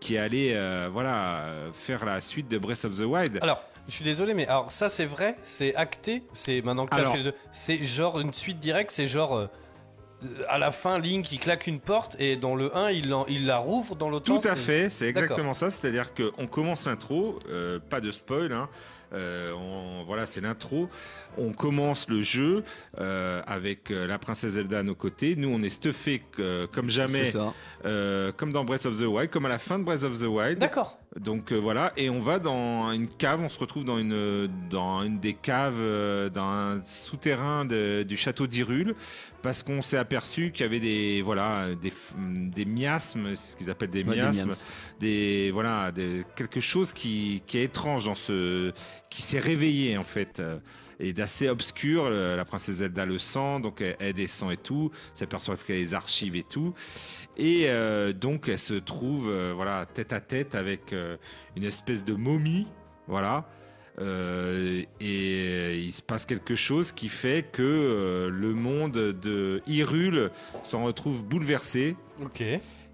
Speaker 6: qui allait, euh, voilà, euh, faire la suite de Breath of the Wild.
Speaker 5: Alors, je suis désolé, mais alors ça c'est vrai, c'est acté, c'est maintenant que t'as
Speaker 6: Alors.
Speaker 5: fait les deux, c'est genre une suite directe, c'est genre euh, euh, à la fin Link il claque une porte et dans le 1 il, en- il la rouvre dans l'autre.
Speaker 6: Tout
Speaker 5: sens,
Speaker 6: à
Speaker 5: c'est-
Speaker 6: fait, c'est
Speaker 5: D'accord.
Speaker 6: exactement ça. C'est-à-dire qu'on commence l'intro, euh, pas de spoil. hein. Euh, on- voilà, c'est l'intro. On commence le jeu euh, avec euh, la princesse Zelda à nos côtés. Nous, on est stuffé euh, comme
Speaker 7: C'est
Speaker 6: jamais,
Speaker 7: ça.
Speaker 6: euh, comme dans Breath of the Wild, comme à la fin de Breath of the Wild.
Speaker 5: D'accord.
Speaker 6: Donc euh, voilà, et on va dans une cave. On se retrouve dans une, dans une des caves, euh, dans un souterrain de- du château d'Irule, parce qu'on s'est aperçu qu'il y avait des voilà des, f- des miasmes, c'est ce qu'ils appellent des
Speaker 7: Ouais, des
Speaker 6: miasmes
Speaker 7: miams.
Speaker 6: des voilà des- quelque chose qui, qui est étrange dans ce qui s'est réveillé en fait euh, et d'assez obscur Le- la princesse Zelda le sent donc elle, elle descend et tout s'aperçoit qu'il y a les archives et tout et euh, donc elle se trouve euh, voilà tête à tête avec euh, une espèce de momie voilà Euh, et il se passe quelque chose qui fait que euh, le monde de Hyrule s'en retrouve bouleversé
Speaker 5: Ok.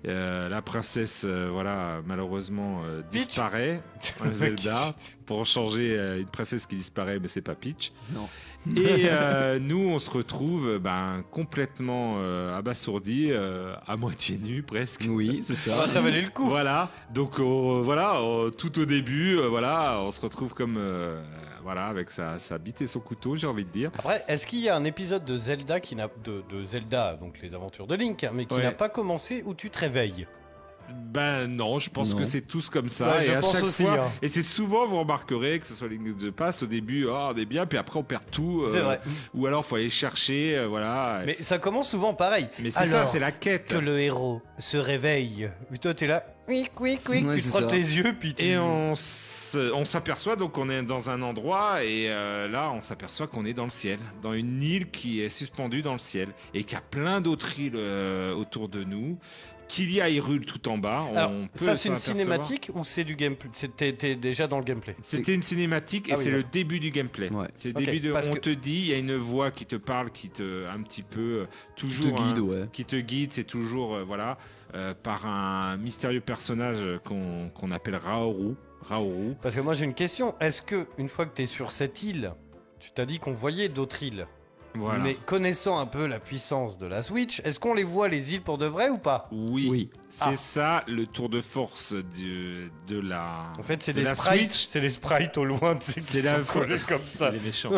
Speaker 6: euh, la princesse, euh, voilà, malheureusement euh,
Speaker 5: Peach.
Speaker 6: disparaît. Un Zelda pour changer euh, une princesse qui disparaît, mais c'est pas Peach.
Speaker 7: Non.
Speaker 6: Et euh, nous, on se retrouve euh, ben complètement euh, abasourdis, euh, à moitié nus presque.
Speaker 7: Oui, c'est ça.
Speaker 5: Ah, ça valait le coup.
Speaker 6: Voilà. Donc euh, voilà, euh, tout au début, euh, voilà, on se retrouve comme euh, voilà, avec sa, sa bite et son couteau, j'ai envie de dire.
Speaker 5: Après, est-ce qu'il y a un épisode de Zelda qui n'a de, de Zelda, donc les aventures de Link, hein, mais qui
Speaker 6: Ouais.
Speaker 5: n'a pas commencé où tu te réveilles
Speaker 6: Ben non, je pense
Speaker 7: Non.
Speaker 6: que c'est tous comme ça.
Speaker 5: Ouais,
Speaker 6: et
Speaker 5: je
Speaker 6: à
Speaker 5: pense
Speaker 6: chaque
Speaker 5: aussi,
Speaker 6: fois,
Speaker 5: hein.
Speaker 6: et c'est souvent, vous remarquerez, que ce soit Link de Pass, au début, ah, on est bien, puis après on perd tout. euh,
Speaker 5: C'est vrai.
Speaker 6: Ou alors faut aller chercher, euh, voilà. Mais,
Speaker 5: Mais ça commence souvent pareil.
Speaker 6: c'est ça,
Speaker 5: Alors
Speaker 6: c'est la quête.
Speaker 5: que le héros se réveille. Puis toi, t'es là, oui, oui, oui,
Speaker 7: Ouais,
Speaker 5: tu te
Speaker 7: c'est
Speaker 5: frottes
Speaker 7: ça.
Speaker 5: les yeux, puis tu...
Speaker 6: Et on se- on s'aperçoit donc qu'on est dans un endroit et euh, là on s'aperçoit qu'on est dans le ciel, dans une île qui est suspendue dans le ciel et qu'il y a plein d'autres îles euh, autour de nous. Qu'il y a Hyrule tout en bas. on
Speaker 5: Alors,
Speaker 6: peut
Speaker 5: ça, c'est
Speaker 6: s'en
Speaker 5: une
Speaker 6: apercevoir.
Speaker 5: cinématique ou c'est du gameplay C'était t'es déjà dans le gameplay.
Speaker 6: C'était une cinématique et
Speaker 5: Ah oui,
Speaker 6: c'est
Speaker 5: ouais.
Speaker 6: le début du gameplay.
Speaker 7: Ouais.
Speaker 6: C'est le
Speaker 5: Ok,
Speaker 6: début de.
Speaker 5: parce
Speaker 6: On
Speaker 5: que-
Speaker 6: te dit, il y a une voix qui te parle, qui te un petit peu euh,
Speaker 7: Je
Speaker 6: toujours
Speaker 7: te guide,
Speaker 6: un-
Speaker 7: ouais.
Speaker 6: qui te guide. C'est toujours euh, voilà euh, par un mystérieux personnage euh, qu'on qu'on appelle Raoru. Raoru.
Speaker 5: Parce que moi, j'ai une question. Est-ce que, une fois que t'es sur cette île, tu t'as dit qu'on voyait d'autres îles
Speaker 6: Voilà.
Speaker 5: Mais connaissant un peu la puissance de la Switch, est-ce qu'on les voit les îles pour de vrai ou pas
Speaker 6: Oui,
Speaker 7: Oui.
Speaker 6: c'est
Speaker 5: Ah.
Speaker 6: ça le tour de force de, de la.
Speaker 5: En fait, c'est
Speaker 6: de
Speaker 5: des
Speaker 6: la
Speaker 5: sprites.
Speaker 6: Switch.
Speaker 5: C'est des sprites au loin, tu sais, qui
Speaker 6: C'est la
Speaker 5: sont collés comme ça.
Speaker 6: Il est méchant.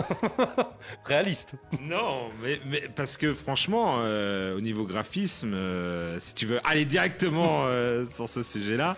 Speaker 5: Réaliste.
Speaker 6: non, mais, mais parce que franchement, euh, au niveau graphisme, euh, si tu veux aller directement euh, sur ce sujet-là,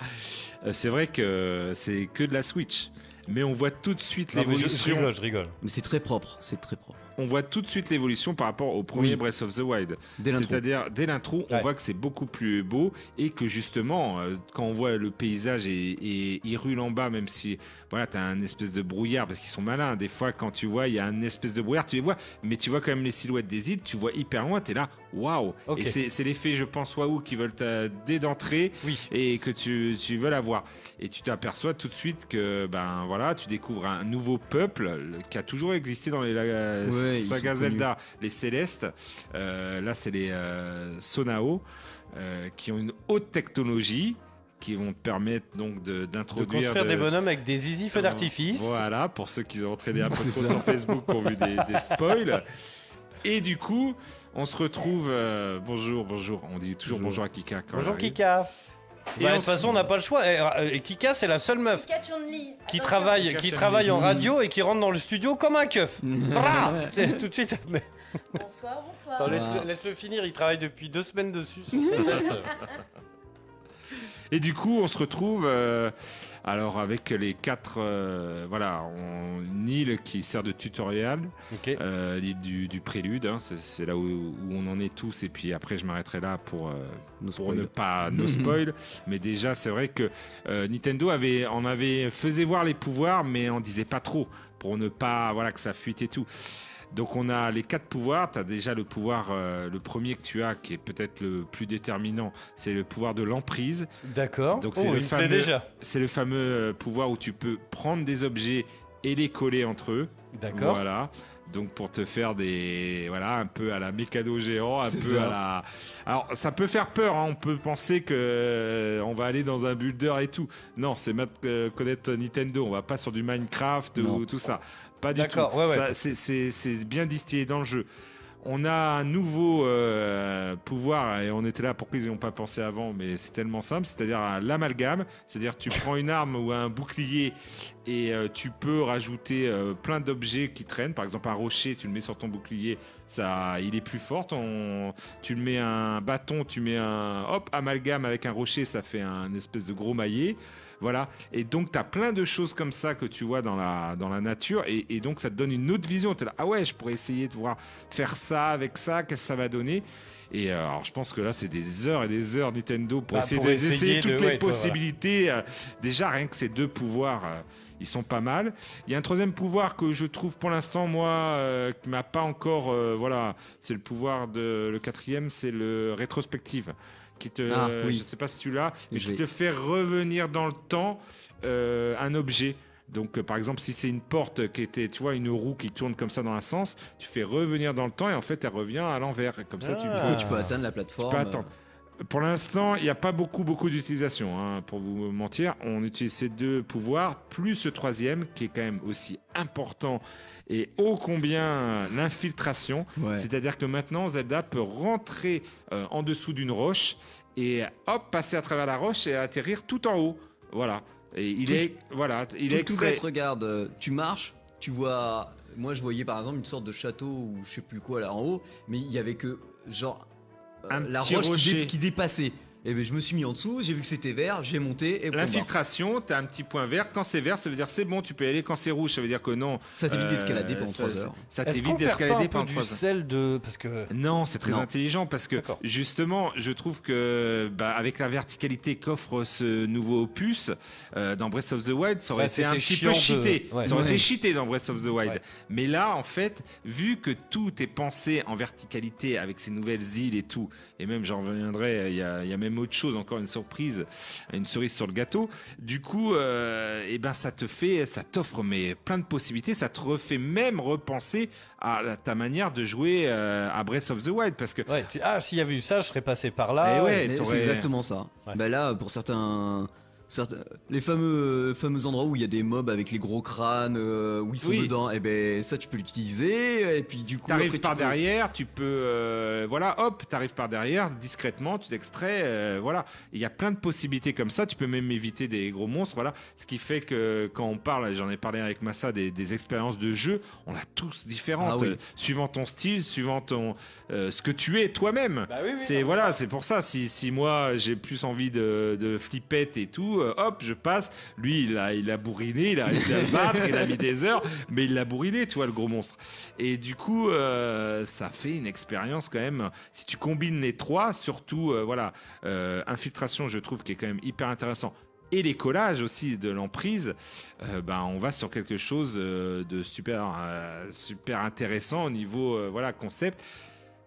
Speaker 6: euh, c'est vrai que c'est que de la Switch. Mais on voit tout de suite
Speaker 5: Non, mais je, je
Speaker 6: l'évolution.
Speaker 5: rigole, je rigole.
Speaker 7: Mais c'est très propre, c'est très propre.
Speaker 6: On voit tout de suite l'évolution par rapport au premier
Speaker 7: Oui.
Speaker 6: Breath of the Wild.
Speaker 7: Dès l'intro.
Speaker 6: C'est-à-dire, dès l'intro, on
Speaker 5: Ouais.
Speaker 6: voit que c'est beaucoup plus beau et que justement, euh, quand on voit le paysage et, et Hyrule en bas, même si, voilà, t'as un espèce de brouillard parce qu'ils sont malins. Des fois, quand tu vois, il y a un espèce de brouillard, tu les vois, mais tu vois quand même les silhouettes des îles, tu vois hyper loin, t'es là, waouh!
Speaker 5: Ok.
Speaker 6: Et c'est- c'est l'effet, je pense, waouh, qui veulent t'a- dès d'entrée
Speaker 5: Oui.
Speaker 6: et que tu, tu veux la voir. Et tu t'aperçois tout de suite que ben voilà, tu découvres un nouveau peuple le- qui a toujours existé dans les la,
Speaker 7: Ouais, ils
Speaker 6: sagas
Speaker 7: sont connus.
Speaker 6: Zelda, les Célestes. Euh, là, c'est les euh, Sonao euh, qui ont une haute technologie qui vont te permettre donc de-
Speaker 5: De
Speaker 6: d'introduire
Speaker 5: construire
Speaker 6: de-
Speaker 5: des bonhommes avec des easy feux d'artifice.
Speaker 6: voilà, pour ceux qui ont entraîné
Speaker 7: [LAUGHS]
Speaker 6: un peu trop
Speaker 7: C'est ça.
Speaker 6: sur Facebook, qui ont vu des, des
Speaker 7: [LAUGHS]
Speaker 6: spoils. Et du coup, on se retrouve. euh, bonjour, bonjour. On dit toujours bonjour, à Kika. Quand elle
Speaker 5: Bonjour
Speaker 6: arrive.
Speaker 5: Kika.
Speaker 6: Et
Speaker 5: Bah, de
Speaker 6: on
Speaker 5: toute façon, on n'a pas le choix. Et, euh, et Kika, c'est la seule meuf
Speaker 8: Catch only.
Speaker 5: qui
Speaker 8: Attention.
Speaker 5: travaille,
Speaker 6: Kika
Speaker 5: qui
Speaker 6: Chani.
Speaker 5: travaille en
Speaker 7: Mmh.
Speaker 5: radio et qui rentre dans le studio comme un keuf.
Speaker 7: [LAUGHS]
Speaker 5: Brah C'est tout de suite. mais-
Speaker 8: Bonsoir, bonsoir.
Speaker 5: Attends,
Speaker 7: Ça
Speaker 5: laisse-le-
Speaker 7: va.
Speaker 5: Laisse-le finir. Il travaille depuis deux semaines dessus. sur son [LAUGHS] poste.
Speaker 6: Et du coup, on se retrouve euh, alors avec les quatre, euh, voilà, on, une île qui sert de tutoriel,
Speaker 5: ok.
Speaker 6: euh, l'île du, du prélude, hein, c'est- c'est là où, où on en est tous. Et puis après, je m'arrêterai là pour, euh,
Speaker 7: Nos
Speaker 6: pour
Speaker 7: spoils.
Speaker 6: ne
Speaker 7: [LAUGHS]
Speaker 6: pas no spoil. mais déjà, c'est vrai que euh, Nintendo avait, en avait faisait voir les pouvoirs, mais on disait pas trop pour ne pas, voilà, que ça fuite et tout. Donc on a les quatre pouvoirs. Tu as déjà le pouvoir, euh, le premier que tu as, qui est peut-être le plus déterminant, c'est le pouvoir de l'emprise.
Speaker 5: D'accord.
Speaker 6: Donc,
Speaker 5: Oh,
Speaker 6: c'est
Speaker 5: il
Speaker 6: le
Speaker 5: me plaît
Speaker 6: fameux-
Speaker 5: déjà.
Speaker 6: C'est le fameux euh, pouvoir où tu peux prendre des objets et les coller entre eux.
Speaker 5: D'accord.
Speaker 6: Voilà. Donc pour te faire des voilà un peu à la mécano géant, un peu
Speaker 7: C'est
Speaker 6: à
Speaker 7: ça.
Speaker 6: la. Alors ça peut faire peur. hein, On peut penser que euh, on va aller dans un builder et tout. Non, c'est mat- euh, connaître Nintendo. On va pas sur du Minecraft
Speaker 7: Non.
Speaker 6: ou tout ça. Pas du tout.
Speaker 5: D'accord, ouais, ouais.
Speaker 6: Ça, c'est- C'est c'est bien distillé dans le jeu. On a un nouveau euh, pouvoir et on était là pourquoi ils n'y ont pas pensé avant, mais c'est tellement simple, c'est-à-dire un- l'amalgame,
Speaker 5: [LAUGHS]
Speaker 6: c'est-à-dire tu prends une arme ou un bouclier et euh, tu peux rajouter euh, plein d'objets qui traînent, par exemple un rocher, tu le mets sur ton bouclier, ça, il est plus fort. ton- tu le mets un bâton, tu mets un hop amalgame avec un rocher, ça fait un espèce de gros maillet. Voilà, et donc tu as plein de choses comme ça que tu vois dans la, dans la nature, et, et donc ça te donne une autre vision. T'es là, ah ouais, je pourrais essayer de voir faire ça avec ça, qu'est-ce que ça va donner. Et euh, alors je pense que là c'est des heures et des heures Nintendo pour
Speaker 5: Bah,
Speaker 6: essayer
Speaker 5: pour
Speaker 6: de-
Speaker 5: essayer
Speaker 6: d'essayer
Speaker 5: de-
Speaker 6: toutes les
Speaker 5: ouais, toi, voilà.
Speaker 6: possibilités. Euh, déjà rien que ces deux pouvoirs, euh, ils sont pas mal. Il y a un troisième pouvoir que je trouve pour l'instant moi euh, qui m'a pas encore euh, voilà, c'est le pouvoir de le quatrième, c'est le rétrospective qui te euh,
Speaker 7: Ah, oui.
Speaker 6: je sais pas si tu l'as mais
Speaker 7: Je
Speaker 6: qui
Speaker 7: l'ai.
Speaker 6: te fait revenir dans le temps euh, un objet. Donc euh, par exemple si c'est une porte qui était tu vois une roue qui tourne comme ça dans un sens, tu fais revenir dans le temps et en fait elle revient à l'envers Et comme ça tu
Speaker 5: Ah.
Speaker 7: Du coup, tu peux
Speaker 5: Ah.
Speaker 7: atteindre la
Speaker 6: tu
Speaker 7: plateforme.
Speaker 6: peux attendre. euh, Pour l'instant, il n'y a pas beaucoup, beaucoup d'utilisation, hein, pour vous mentir. On utilise ces deux pouvoirs, plus ce troisième, qui est quand même aussi important et ô combien euh, l'infiltration.
Speaker 7: Ouais.
Speaker 6: C'est-à-dire que maintenant, Zelda peut rentrer euh, en dessous d'une roche et hop, passer à travers la roche et atterrir tout en haut. Voilà. Et il
Speaker 7: Tout-
Speaker 6: est, voilà, il
Speaker 7: Tout
Speaker 6: est
Speaker 7: le tout
Speaker 6: extrait.
Speaker 7: bête, regarde, euh, tu marches, tu vois. Moi, je voyais par exemple une sorte de château ou je sais plus quoi là en haut, mais il y avait que genre euh,
Speaker 6: Un
Speaker 7: la
Speaker 6: petit
Speaker 7: roche qui, dé-
Speaker 6: rocher.
Speaker 7: qui dépassait. Et ben, je me suis mis en dessous, j'ai vu que c'était vert, j'ai monté et bon, bah,
Speaker 6: L'infiltration, t'as un petit point vert. Quand c'est vert, ça veut dire c'est bon, tu peux y aller. Quand c'est rouge, ça veut dire que non.
Speaker 7: ça t'évite
Speaker 6: euh,
Speaker 7: d'escalader pendant
Speaker 6: ça-
Speaker 7: 3 heures.
Speaker 6: Ça
Speaker 5: Est-ce qu'on perd
Speaker 6: t'évite
Speaker 5: pas un
Speaker 6: d'escalader
Speaker 5: peu
Speaker 6: pendant
Speaker 5: du
Speaker 6: 3 heures.
Speaker 5: sel de parce que
Speaker 6: Non, c'est très
Speaker 7: Non.
Speaker 6: intelligent parce que
Speaker 5: D'accord.
Speaker 6: justement, je trouve que bah, avec la verticalité qu'offre ce nouveau opus euh, dans Breath of the Wild, ça aurait
Speaker 5: Ouais,
Speaker 6: été un
Speaker 5: c'était
Speaker 6: petit
Speaker 5: chiant
Speaker 6: peu
Speaker 5: de-
Speaker 6: cheaté.
Speaker 5: Ouais.
Speaker 6: Ça aurait
Speaker 7: Ouais.
Speaker 6: été cheaté dans Breath of the Wild.
Speaker 5: Ouais.
Speaker 6: Mais là, en fait, vu que tout est pensé en verticalité avec ces nouvelles îles et tout, et même j'en reviendrai, il y a- il y, a même autre chose, encore une surprise, une cerise sur le gâteau. Du coup, et ben ça te fait, ça t'offre mais plein de possibilités. Ça te refait même repenser à la- ta manière de jouer euh, à Breath of the Wild parce que
Speaker 5: ouais, tu- ah s'il y avait eu ça, je serais passé par là.
Speaker 6: Eh ouais.
Speaker 7: Mais
Speaker 6: t'aurais-
Speaker 7: c'est exactement ça.
Speaker 5: Ouais.
Speaker 7: Bah là, pour certains, certains- les fameux, fameux endroits où il y a des mobs avec les gros crânes, euh, où ils sont
Speaker 6: Oui.
Speaker 7: dedans, et ben ça tu peux l'utiliser, et puis du coup
Speaker 6: T'arrives
Speaker 7: après, tu
Speaker 6: par
Speaker 7: peux-
Speaker 6: derrière, tu peux, euh, voilà, hop, t'arrives par derrière, discrètement, tu t'extrais, euh, voilà. Il y a plein de possibilités comme ça. Tu peux même éviter des gros monstres, voilà. Ce qui fait que quand on parle, j'en ai parlé avec Massa des, des expériences de jeu, on a tous différentes,
Speaker 7: Ah oui.
Speaker 6: euh, suivant ton style, suivant ton, euh, ce que tu es toi-même.
Speaker 5: Bah oui, oui,
Speaker 6: C'est
Speaker 5: non,
Speaker 6: voilà, c'est pour ça. Si, si moi j'ai plus envie de, de flippette et tout, euh, hop, je passe. Lui, il a, il a bourriné, il a réussi à le battre, il a mis des heures, mais il l'a bourriné, tu vois, le gros monstre. Et du coup, euh, ça fait une expérience quand même. Si tu combines les trois, surtout, euh, voilà, euh, infiltration, je trouve qui est quand même hyper intéressant. Et les collages aussi de l'emprise, euh, ben on va sur quelque chose euh, de super, euh, super intéressant au niveau euh, voilà concept.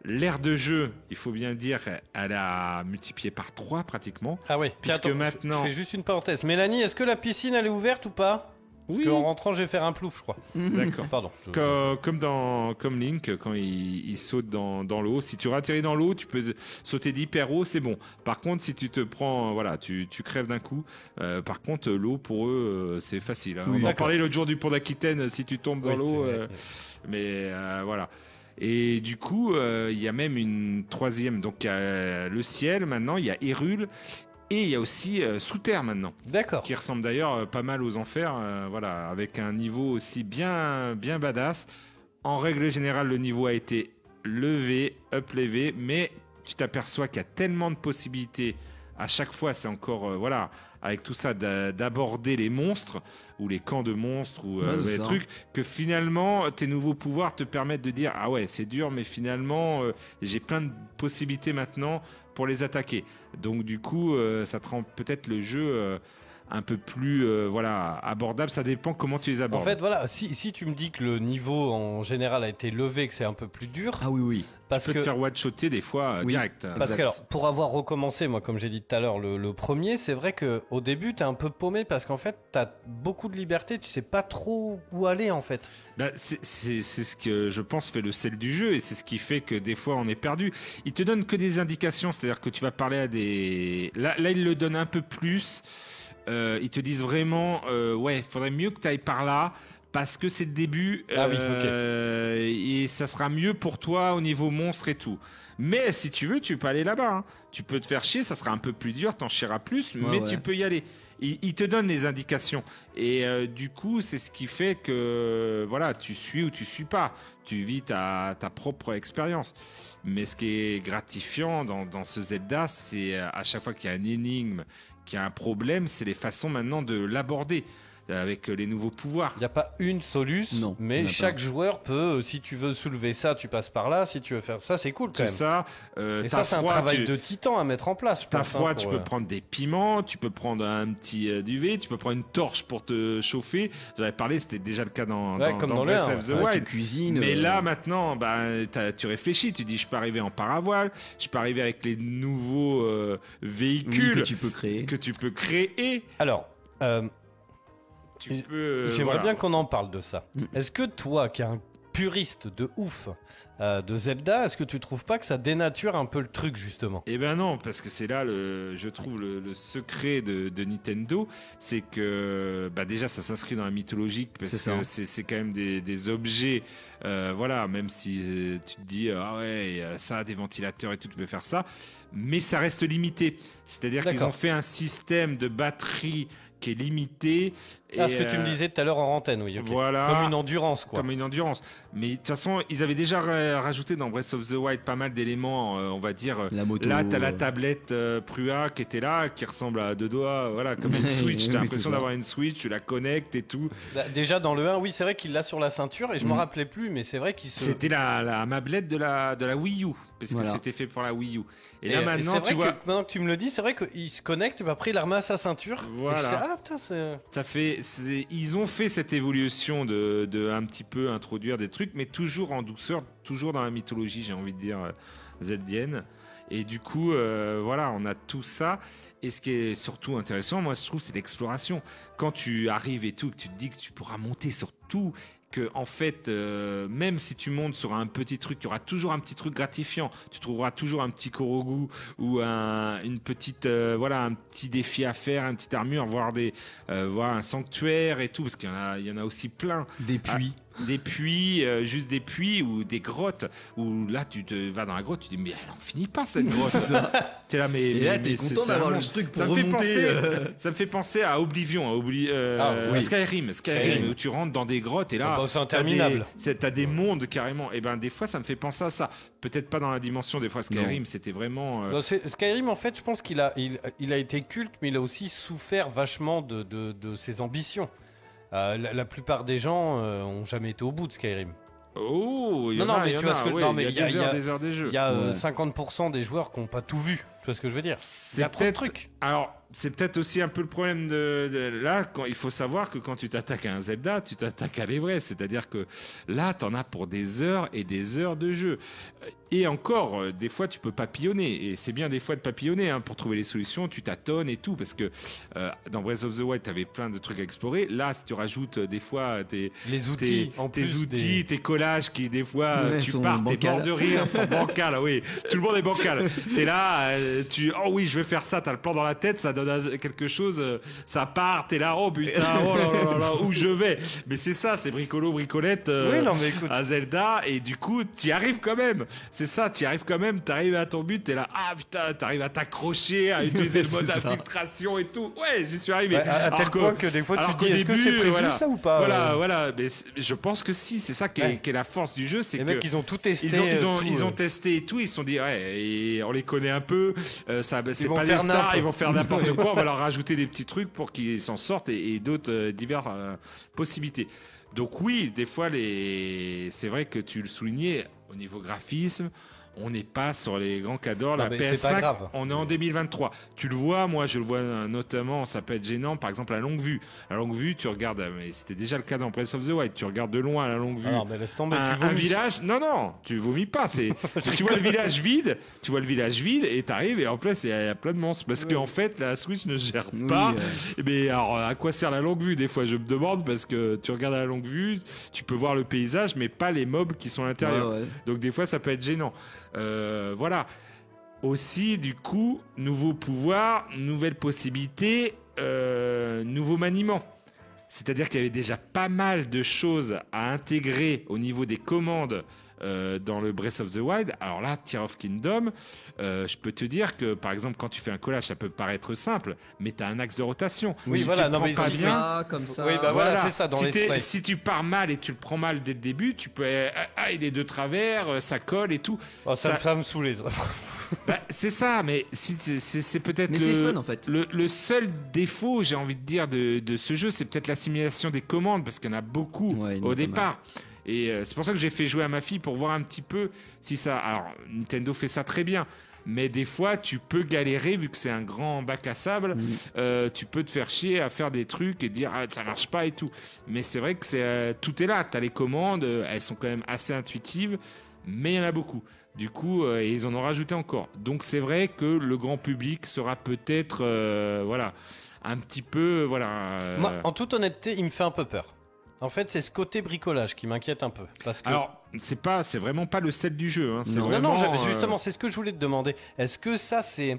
Speaker 6: L'ère de jeu, il faut bien dire, elle a multiplié par 3 pratiquement.
Speaker 5: Ah oui,
Speaker 6: Puisque
Speaker 5: Tiens, attends, je-
Speaker 6: maintenant-
Speaker 5: Je fais juste une parenthèse. Mélanie, est-ce que la piscine elle est ouverte ou pas Parce qu'en rentrant, je vais faire un plouf, je crois.
Speaker 6: [LAUGHS] d'accord.
Speaker 5: Pardon. je-
Speaker 6: Co- Comme, dans, comme Link, quand il, il saute dans, dans l'eau, si tu atterris dans l'eau, tu peux sauter d'hyper haut, c'est bon. Par contre, si tu te prends, euh, voilà, tu, tu crèves d'un coup. Euh, par contre, euh, l'eau pour eux, euh, c'est facile. hein.
Speaker 7: Oui,
Speaker 6: On en
Speaker 5: d'accord.
Speaker 6: parlait l'autre jour du pont d'Aquitaine, euh, si tu tombes dans
Speaker 5: Oui,
Speaker 6: l'eau.
Speaker 5: c'est vrai.
Speaker 6: euh, mais euh, voilà. Et du coup, euh, il y a même une troisième. Donc, il y a le ciel maintenant, il y a Hyrule. Et il y a aussi euh, sous terre maintenant,
Speaker 5: D'accord.
Speaker 6: qui ressemble d'ailleurs euh, pas mal aux enfers, euh, voilà, avec un niveau aussi bien, bien badass. En règle générale, le niveau a été levé, uplevé, mais tu t'aperçois qu'il y a tellement de possibilités. À chaque fois, c'est encore, euh, voilà, avec tout ça, d'a- d'aborder les monstres, ou les camps de monstres, ou euh,
Speaker 7: Ouais, c'est
Speaker 6: les
Speaker 7: ça.
Speaker 6: trucs, que finalement, tes nouveaux pouvoirs te permettent de dire Ah ouais, c'est dur, mais finalement, euh, j'ai plein de possibilités maintenant pour les attaquer. Donc, du coup, euh, ça te rend peut-être le jeu. euh, un peu plus euh, voilà abordable ça dépend comment tu les
Speaker 5: En
Speaker 6: abordes
Speaker 5: fait, voilà, si, si tu me dis que le niveau en général a été levé, que c'est un peu plus dur,
Speaker 7: Ah oui oui.
Speaker 5: parce
Speaker 6: tu peux
Speaker 5: que
Speaker 6: te faire one-shotter des fois euh,
Speaker 7: Oui.
Speaker 6: direct.
Speaker 5: Parce que
Speaker 7: Exact.
Speaker 5: alors, pour avoir recommencé, moi, comme j'ai dit tout à l'heure, le, le premier, c'est vrai que au début, t'es un peu paumé parce qu'en fait, t'as beaucoup de liberté, tu sais pas trop où aller en fait.
Speaker 6: Bah, c'est c'est- c'est ce que je pense fait le sel du jeu et c'est ce qui fait que des fois on est perdu. Il te donne que des indications, c'est-à-dire que tu vas parler à des. Là, là il le donne un peu plus. Euh, ils te disent vraiment, euh, ouais, faudrait mieux que tu ailles par là. Parce que c'est le début
Speaker 5: Ah oui, ok.
Speaker 6: euh, et ça sera mieux pour toi au niveau monstre et tout. Mais si tu veux, tu peux aller là-bas. hein. Tu peux te faire chier, ça sera un peu plus dur, t'en chieras plus, mais
Speaker 7: ouais.
Speaker 6: tu peux y aller. Il, il te donne les indications. Et euh, du coup, c'est ce qui fait que voilà, tu suis ou tu suis pas. Tu vis ta, ta propre expérience. Mais ce qui est gratifiant dans, dans ce Zelda, c'est euh, à chaque fois qu'il y a une énigme, qu'il y a un problème, c'est les façons maintenant de l'aborder euh, avec euh, les nouveaux pouvoirs.
Speaker 5: Il n'y a pas une soluce,
Speaker 7: Non, y en
Speaker 5: mais
Speaker 7: a pas.
Speaker 5: chaque joueur peut, euh, si tu veux soulever ça, tu passes par là, si tu veux faire ça, c'est cool quand
Speaker 6: Tout
Speaker 5: même.
Speaker 6: ça,
Speaker 5: Et
Speaker 6: euh, t'as
Speaker 5: ça, c'est un
Speaker 6: froid,
Speaker 5: travail
Speaker 6: tu-
Speaker 5: de titan à mettre en place. je
Speaker 6: T'as
Speaker 5: pense, hein,
Speaker 6: froid,
Speaker 5: pour,
Speaker 6: tu
Speaker 5: euh,
Speaker 6: peux prendre des piments, tu peux prendre un petit euh, duvet, tu peux prendre une torche pour te chauffer. J'avais parlé, c'était déjà le cas dans,
Speaker 5: Ouais,
Speaker 6: dans,
Speaker 5: comme
Speaker 6: dans
Speaker 5: dans le
Speaker 6: Breath
Speaker 5: un,
Speaker 6: of the
Speaker 7: Ouais, Ah, tu
Speaker 6: Wild.
Speaker 7: cuisines.
Speaker 6: Mais
Speaker 7: euh,
Speaker 6: là maintenant, bah, t'as- tu réfléchis, tu dis je peux arriver en paravoile, je peux arriver avec les nouveaux euh,
Speaker 7: oui,
Speaker 6: véhicules
Speaker 7: que tu peux créer.
Speaker 6: que tu peux créer.
Speaker 5: Alors, euh,
Speaker 6: Tu
Speaker 5: Et-
Speaker 6: peux, euh,
Speaker 5: J'aimerais
Speaker 6: voilà.
Speaker 5: bien qu'on en parle de ça. Est-ce que toi, qui es un puriste de ouf euh, de Zelda, est-ce que tu trouves pas que ça dénature un peu le truc justement
Speaker 6: Eh ben non, parce que c'est là, le, je trouve, le, le secret de, de Nintendo, c'est que bah déjà ça s'inscrit dans la mythologie, parce
Speaker 7: C'est ça.
Speaker 6: que c'est c'est quand même des, des objets, euh, voilà, même si euh, tu te dis, euh, ah ouais, euh, ça, des ventilateurs et tout, tu peux faire ça, mais ça reste limité. C'est-à-dire qu'ils
Speaker 5: D'accord.
Speaker 6: ont fait un système de batterie qui est limitée.
Speaker 5: Ah,
Speaker 6: et,
Speaker 5: ce que tu me
Speaker 6: euh,
Speaker 5: disais tout à l'heure en antenne, oui. ok.
Speaker 6: voilà.
Speaker 5: Comme une endurance, quoi.
Speaker 6: Comme une endurance. Mais de toute façon, ils avaient déjà ra- rajouté dans Breath of the Wild pas mal d'éléments, euh, on va dire. euh,
Speaker 7: La moto.
Speaker 6: Là, t'as la
Speaker 7: euh,
Speaker 6: tablette euh, Prua qui était là, qui ressemble à deux doigts, voilà, comme une
Speaker 7: Ouais,
Speaker 6: Switch.
Speaker 7: oui,
Speaker 6: T'as
Speaker 7: c'est
Speaker 6: l'impression
Speaker 7: ça.
Speaker 6: d'avoir une Switch, tu la connectes et tout.
Speaker 5: Bah, déjà dans le 1, oui, c'est vrai qu'il l'a sur la ceinture et je m'en rappelais plus, mais c'est vrai qu'il se.
Speaker 6: Mm. C'était la, la mablette de la, de la Wii U, parce
Speaker 7: Voilà.
Speaker 6: que c'était fait pour la Wii U. Et, là,
Speaker 5: euh,
Speaker 6: maintenant,
Speaker 5: c'est
Speaker 6: tu
Speaker 5: vrai
Speaker 6: vois,
Speaker 5: que maintenant que tu me le dis, c'est vrai qu'il se connecte, mais après il la remet à sa ceinture.
Speaker 6: Voilà.
Speaker 5: Et je dis, ah putain, c'est.
Speaker 6: ça fait, c'est- ils ont fait cette évolution de, de un petit peu introduire des trucs, mais toujours en douceur, toujours dans la mythologie, j'ai envie de dire, euh, zeldienne. Et du coup, euh, voilà, on a tout ça. Et ce qui est surtout intéressant, moi, je trouve, c'est l'exploration. Quand tu arrives et tout, que tu te dis que tu pourras monter sur tout, que en fait, euh, même si tu montes sur un petit truc, il y aura toujours un petit truc gratifiant. Tu trouveras toujours un petit korogu ou un- une petite, euh, voilà, un petit défi à faire, une petite armure, voire des, euh, voire un sanctuaire et tout, parce qu'il y en a, il y en a aussi plein
Speaker 7: euh, Des puits.
Speaker 6: des puits, euh, juste des puits ou des grottes où là tu te vas dans la grotte, tu dis mais elle en finit pas cette grotte.
Speaker 7: C'est ça.
Speaker 6: [LAUGHS] T'es là mais
Speaker 7: Et là,
Speaker 6: mais-
Speaker 7: t'es
Speaker 6: mais
Speaker 7: content
Speaker 6: c'est-
Speaker 7: d'avoir
Speaker 6: c'est un
Speaker 7: le truc
Speaker 6: ça
Speaker 7: pour
Speaker 6: me, fait penser,
Speaker 7: remonter. euh,
Speaker 6: [LAUGHS] ça me fait penser à Oblivion, à, Obli- euh,
Speaker 5: Ah, oui.
Speaker 6: à Skyrim, Skyrim,
Speaker 5: Skyrim.
Speaker 6: où tu rentres dans des grottes et là,
Speaker 5: Ah bah, c'est
Speaker 6: t'as des-
Speaker 5: interminable.
Speaker 6: c'est- T'as des, mondes carrément. Et ben des fois, ça me fait penser à ça. Peut-être pas dans la dimension. Des fois, Skyrim, c'était vraiment. euh,
Speaker 5: Non, c'est- Skyrim, en fait, je pense qu'il a, il, il a été culte, mais il a aussi souffert vachement de, de, de ses ambitions. Euh, la, la plupart des gens euh, ont jamais été au bout de Skyrim.
Speaker 6: Oh, il y
Speaker 5: Non,
Speaker 6: en
Speaker 5: non,
Speaker 6: a,
Speaker 5: mais
Speaker 6: il
Speaker 5: tu
Speaker 6: y en
Speaker 5: vois ce
Speaker 6: a,
Speaker 5: que-
Speaker 6: ouais,
Speaker 5: non,
Speaker 6: il
Speaker 5: mais
Speaker 6: y a des
Speaker 5: il y a-
Speaker 6: heures, des heures de jeu.
Speaker 5: Il y a euh,
Speaker 7: Ouais.
Speaker 5: 50% des joueurs qui n'ont pas tout vu. Tu vois ce que je veux dire Il y
Speaker 6: C'est
Speaker 5: a trop de
Speaker 6: peut-être
Speaker 5: trucs.
Speaker 6: Alors, c'est peut-être aussi un peu le problème de, de- là. Quand, il faut savoir que quand tu t'attaques à un Zelda, tu t'attaques à l'Everest. C'est-à-dire que là, t'en as pour des heures et des heures de jeu. Euh, Et encore, euh, des fois, tu peux papillonner. Et c'est bien des fois de papillonner hein, pour trouver les solutions. Tu tâtonnes et tout parce que euh, dans Breath of the Wild, t'avais plein de trucs à explorer. Là, si tu rajoutes euh, des fois euh, tes
Speaker 5: Les outils,
Speaker 6: tes,
Speaker 5: en
Speaker 6: tes
Speaker 5: plus
Speaker 6: outils, tes collages qui des fois euh,
Speaker 7: Ouais,
Speaker 6: tu
Speaker 7: sont
Speaker 6: pars, t'es
Speaker 7: bancals.
Speaker 6: mort de rire, sont bancales, oui. Tout le monde est bancal. T'es là, euh, tu oh oui, je vais faire ça, t'as le plan dans la tête, ça donne à- quelque chose, euh, ça part, t'es là, oh putain, oh là là là là, où je vais. Mais c'est ça, c'est bricolo, bricolette.
Speaker 5: des-
Speaker 6: euh,
Speaker 5: Oui, non, mais écoute.
Speaker 6: à Zelda et du coup t'y arrives quand même c'est ça t'y arrives quand même t'arrives à ton but t'es là ah putain t'arrives à t'accrocher à
Speaker 5: [LAUGHS]
Speaker 6: utiliser le
Speaker 7: C'est
Speaker 6: mode
Speaker 7: ça.
Speaker 6: d'infiltration et tout ouais j'y suis arrivé
Speaker 5: Ouais, à, à tel
Speaker 6: Alors que-
Speaker 5: point que des fois tu
Speaker 6: alors
Speaker 5: te dis
Speaker 6: qu'au
Speaker 5: est-ce que
Speaker 6: début,
Speaker 5: c'est prévu
Speaker 6: voilà.
Speaker 5: ça ou pas
Speaker 6: Voilà,
Speaker 5: Euh,
Speaker 6: voilà, mais c'est- je pense que si, c'est ça qui est,
Speaker 5: Ouais.
Speaker 6: qui est la force du jeu, c'est
Speaker 5: Les
Speaker 6: que
Speaker 5: mecs ils ont tout testé.
Speaker 6: ils ont, ils, ont,
Speaker 5: euh, tout,
Speaker 6: ils ont
Speaker 5: euh.
Speaker 6: testé et tout, ils se sont dit, ouais, et on les connaît un peu, euh, ça, c'est
Speaker 5: vont
Speaker 6: pas des
Speaker 5: faire
Speaker 6: stars,
Speaker 5: n'importe.
Speaker 6: ils
Speaker 5: [LAUGHS]
Speaker 6: vont faire n'importe quoi, on va leur rajouter des petits trucs pour qu'ils s'en sortent et, et d'autres euh, diverses euh, possibilités. Donc oui, des fois, les... c'est vrai que tu le soulignais, au niveau graphisme, on n'est pas sur les grands cadors,
Speaker 5: Non,
Speaker 6: la
Speaker 5: mais c'est pas
Speaker 6: PS5,
Speaker 5: grave.
Speaker 6: on est en 2023. Tu le vois, moi je le vois euh, notamment, ça peut être gênant, par exemple à longue vue. À longue vue, tu regardes, euh, mais c'était déjà le cas dans Breath of the Wild, tu regardes de loin à la longue vue
Speaker 5: Ah non, mais laisse tomber.
Speaker 6: un,
Speaker 5: tu
Speaker 6: un
Speaker 5: vomis.
Speaker 6: village. Non, non, tu vomis
Speaker 5: [LAUGHS]
Speaker 6: pas. C'est tu vois le village vide, tu vois le village vide et t'arrives et en place il y a- il y a plein de monstres parce qu'en fait la Switch ne gère
Speaker 7: Oui,
Speaker 6: pas.
Speaker 7: euh,
Speaker 6: Mais alors à quoi sert la longue vue Des fois je me demande parce que tu regardes à la longue vue, tu peux voir le paysage mais pas les mobs qui sont à l'intérieur.
Speaker 7: ouais, ouais.
Speaker 6: Donc des fois, ça peut être gênant. Euh, voilà. Aussi, du coup, nouveau pouvoir, nouvelles possibilités, euh, nouveau maniement. C'est-à-dire qu'il y avait déjà pas mal de choses à intégrer au niveau des commandes euh, dans le Breath of the Wild. Alors là, Tear of Kingdom, euh, je peux te dire que par exemple, quand tu fais un collage, ça peut paraître simple, mais tu as un axe de rotation.
Speaker 5: Oui,
Speaker 6: Si
Speaker 5: voilà,
Speaker 6: tu le
Speaker 5: non,
Speaker 6: prends
Speaker 5: mais
Speaker 6: pas
Speaker 5: si-
Speaker 6: bien,
Speaker 7: Ça, comme ça.
Speaker 5: Oui, bah voilà, c'est ça dans
Speaker 6: si, t'es-
Speaker 5: l'esprit.
Speaker 6: si tu pars mal et tu le prends mal dès le début, tu peux. euh, Ah, ah, il est de travers, euh, ça colle et tout.
Speaker 5: Oh, ça,
Speaker 6: ça-
Speaker 5: ça me saoulait. ça.
Speaker 6: Bah, c'est ça, mais si, c'est- c'est c'est peut-être.
Speaker 7: Mais
Speaker 6: le-
Speaker 7: c'est fun en fait.
Speaker 6: le, le seul défaut, j'ai envie de dire, de, de ce jeu, c'est peut-être l'assimilation des commandes, parce qu'il y en a beaucoup
Speaker 7: Ouais, il y en a
Speaker 6: au
Speaker 7: pas
Speaker 6: départ. Et euh, c'est pour ça que j'ai fait jouer à ma fille pour voir un petit peu si ça. Alors, Nintendo fait ça très bien, mais des fois, tu peux galérer, vu que c'est un grand bac à sable,
Speaker 7: Mm.
Speaker 6: euh, tu peux te faire chier à faire des trucs et dire, ah, ça marche pas et tout. Mais c'est vrai que c'est, euh, tout est là. Tu as les commandes, euh, elles sont quand même assez intuitives, mais il y en a beaucoup. Du coup, euh, et ils en ont rajouté encore. Donc c'est vrai que le grand public sera peut-être, euh, voilà, un petit peu, voilà. euh,
Speaker 5: Moi, en toute honnêteté, il me fait un peu peur. En fait, c'est ce côté bricolage qui m'inquiète un peu. Parce que...
Speaker 6: alors c'est pas, c'est vraiment pas le set du jeu. Hein, c'est
Speaker 5: non,
Speaker 7: Non.
Speaker 5: non,
Speaker 6: vraiment,
Speaker 5: j'avais-
Speaker 6: euh,
Speaker 5: justement, c'est ce que je voulais te demander. Est-ce que ça, c'est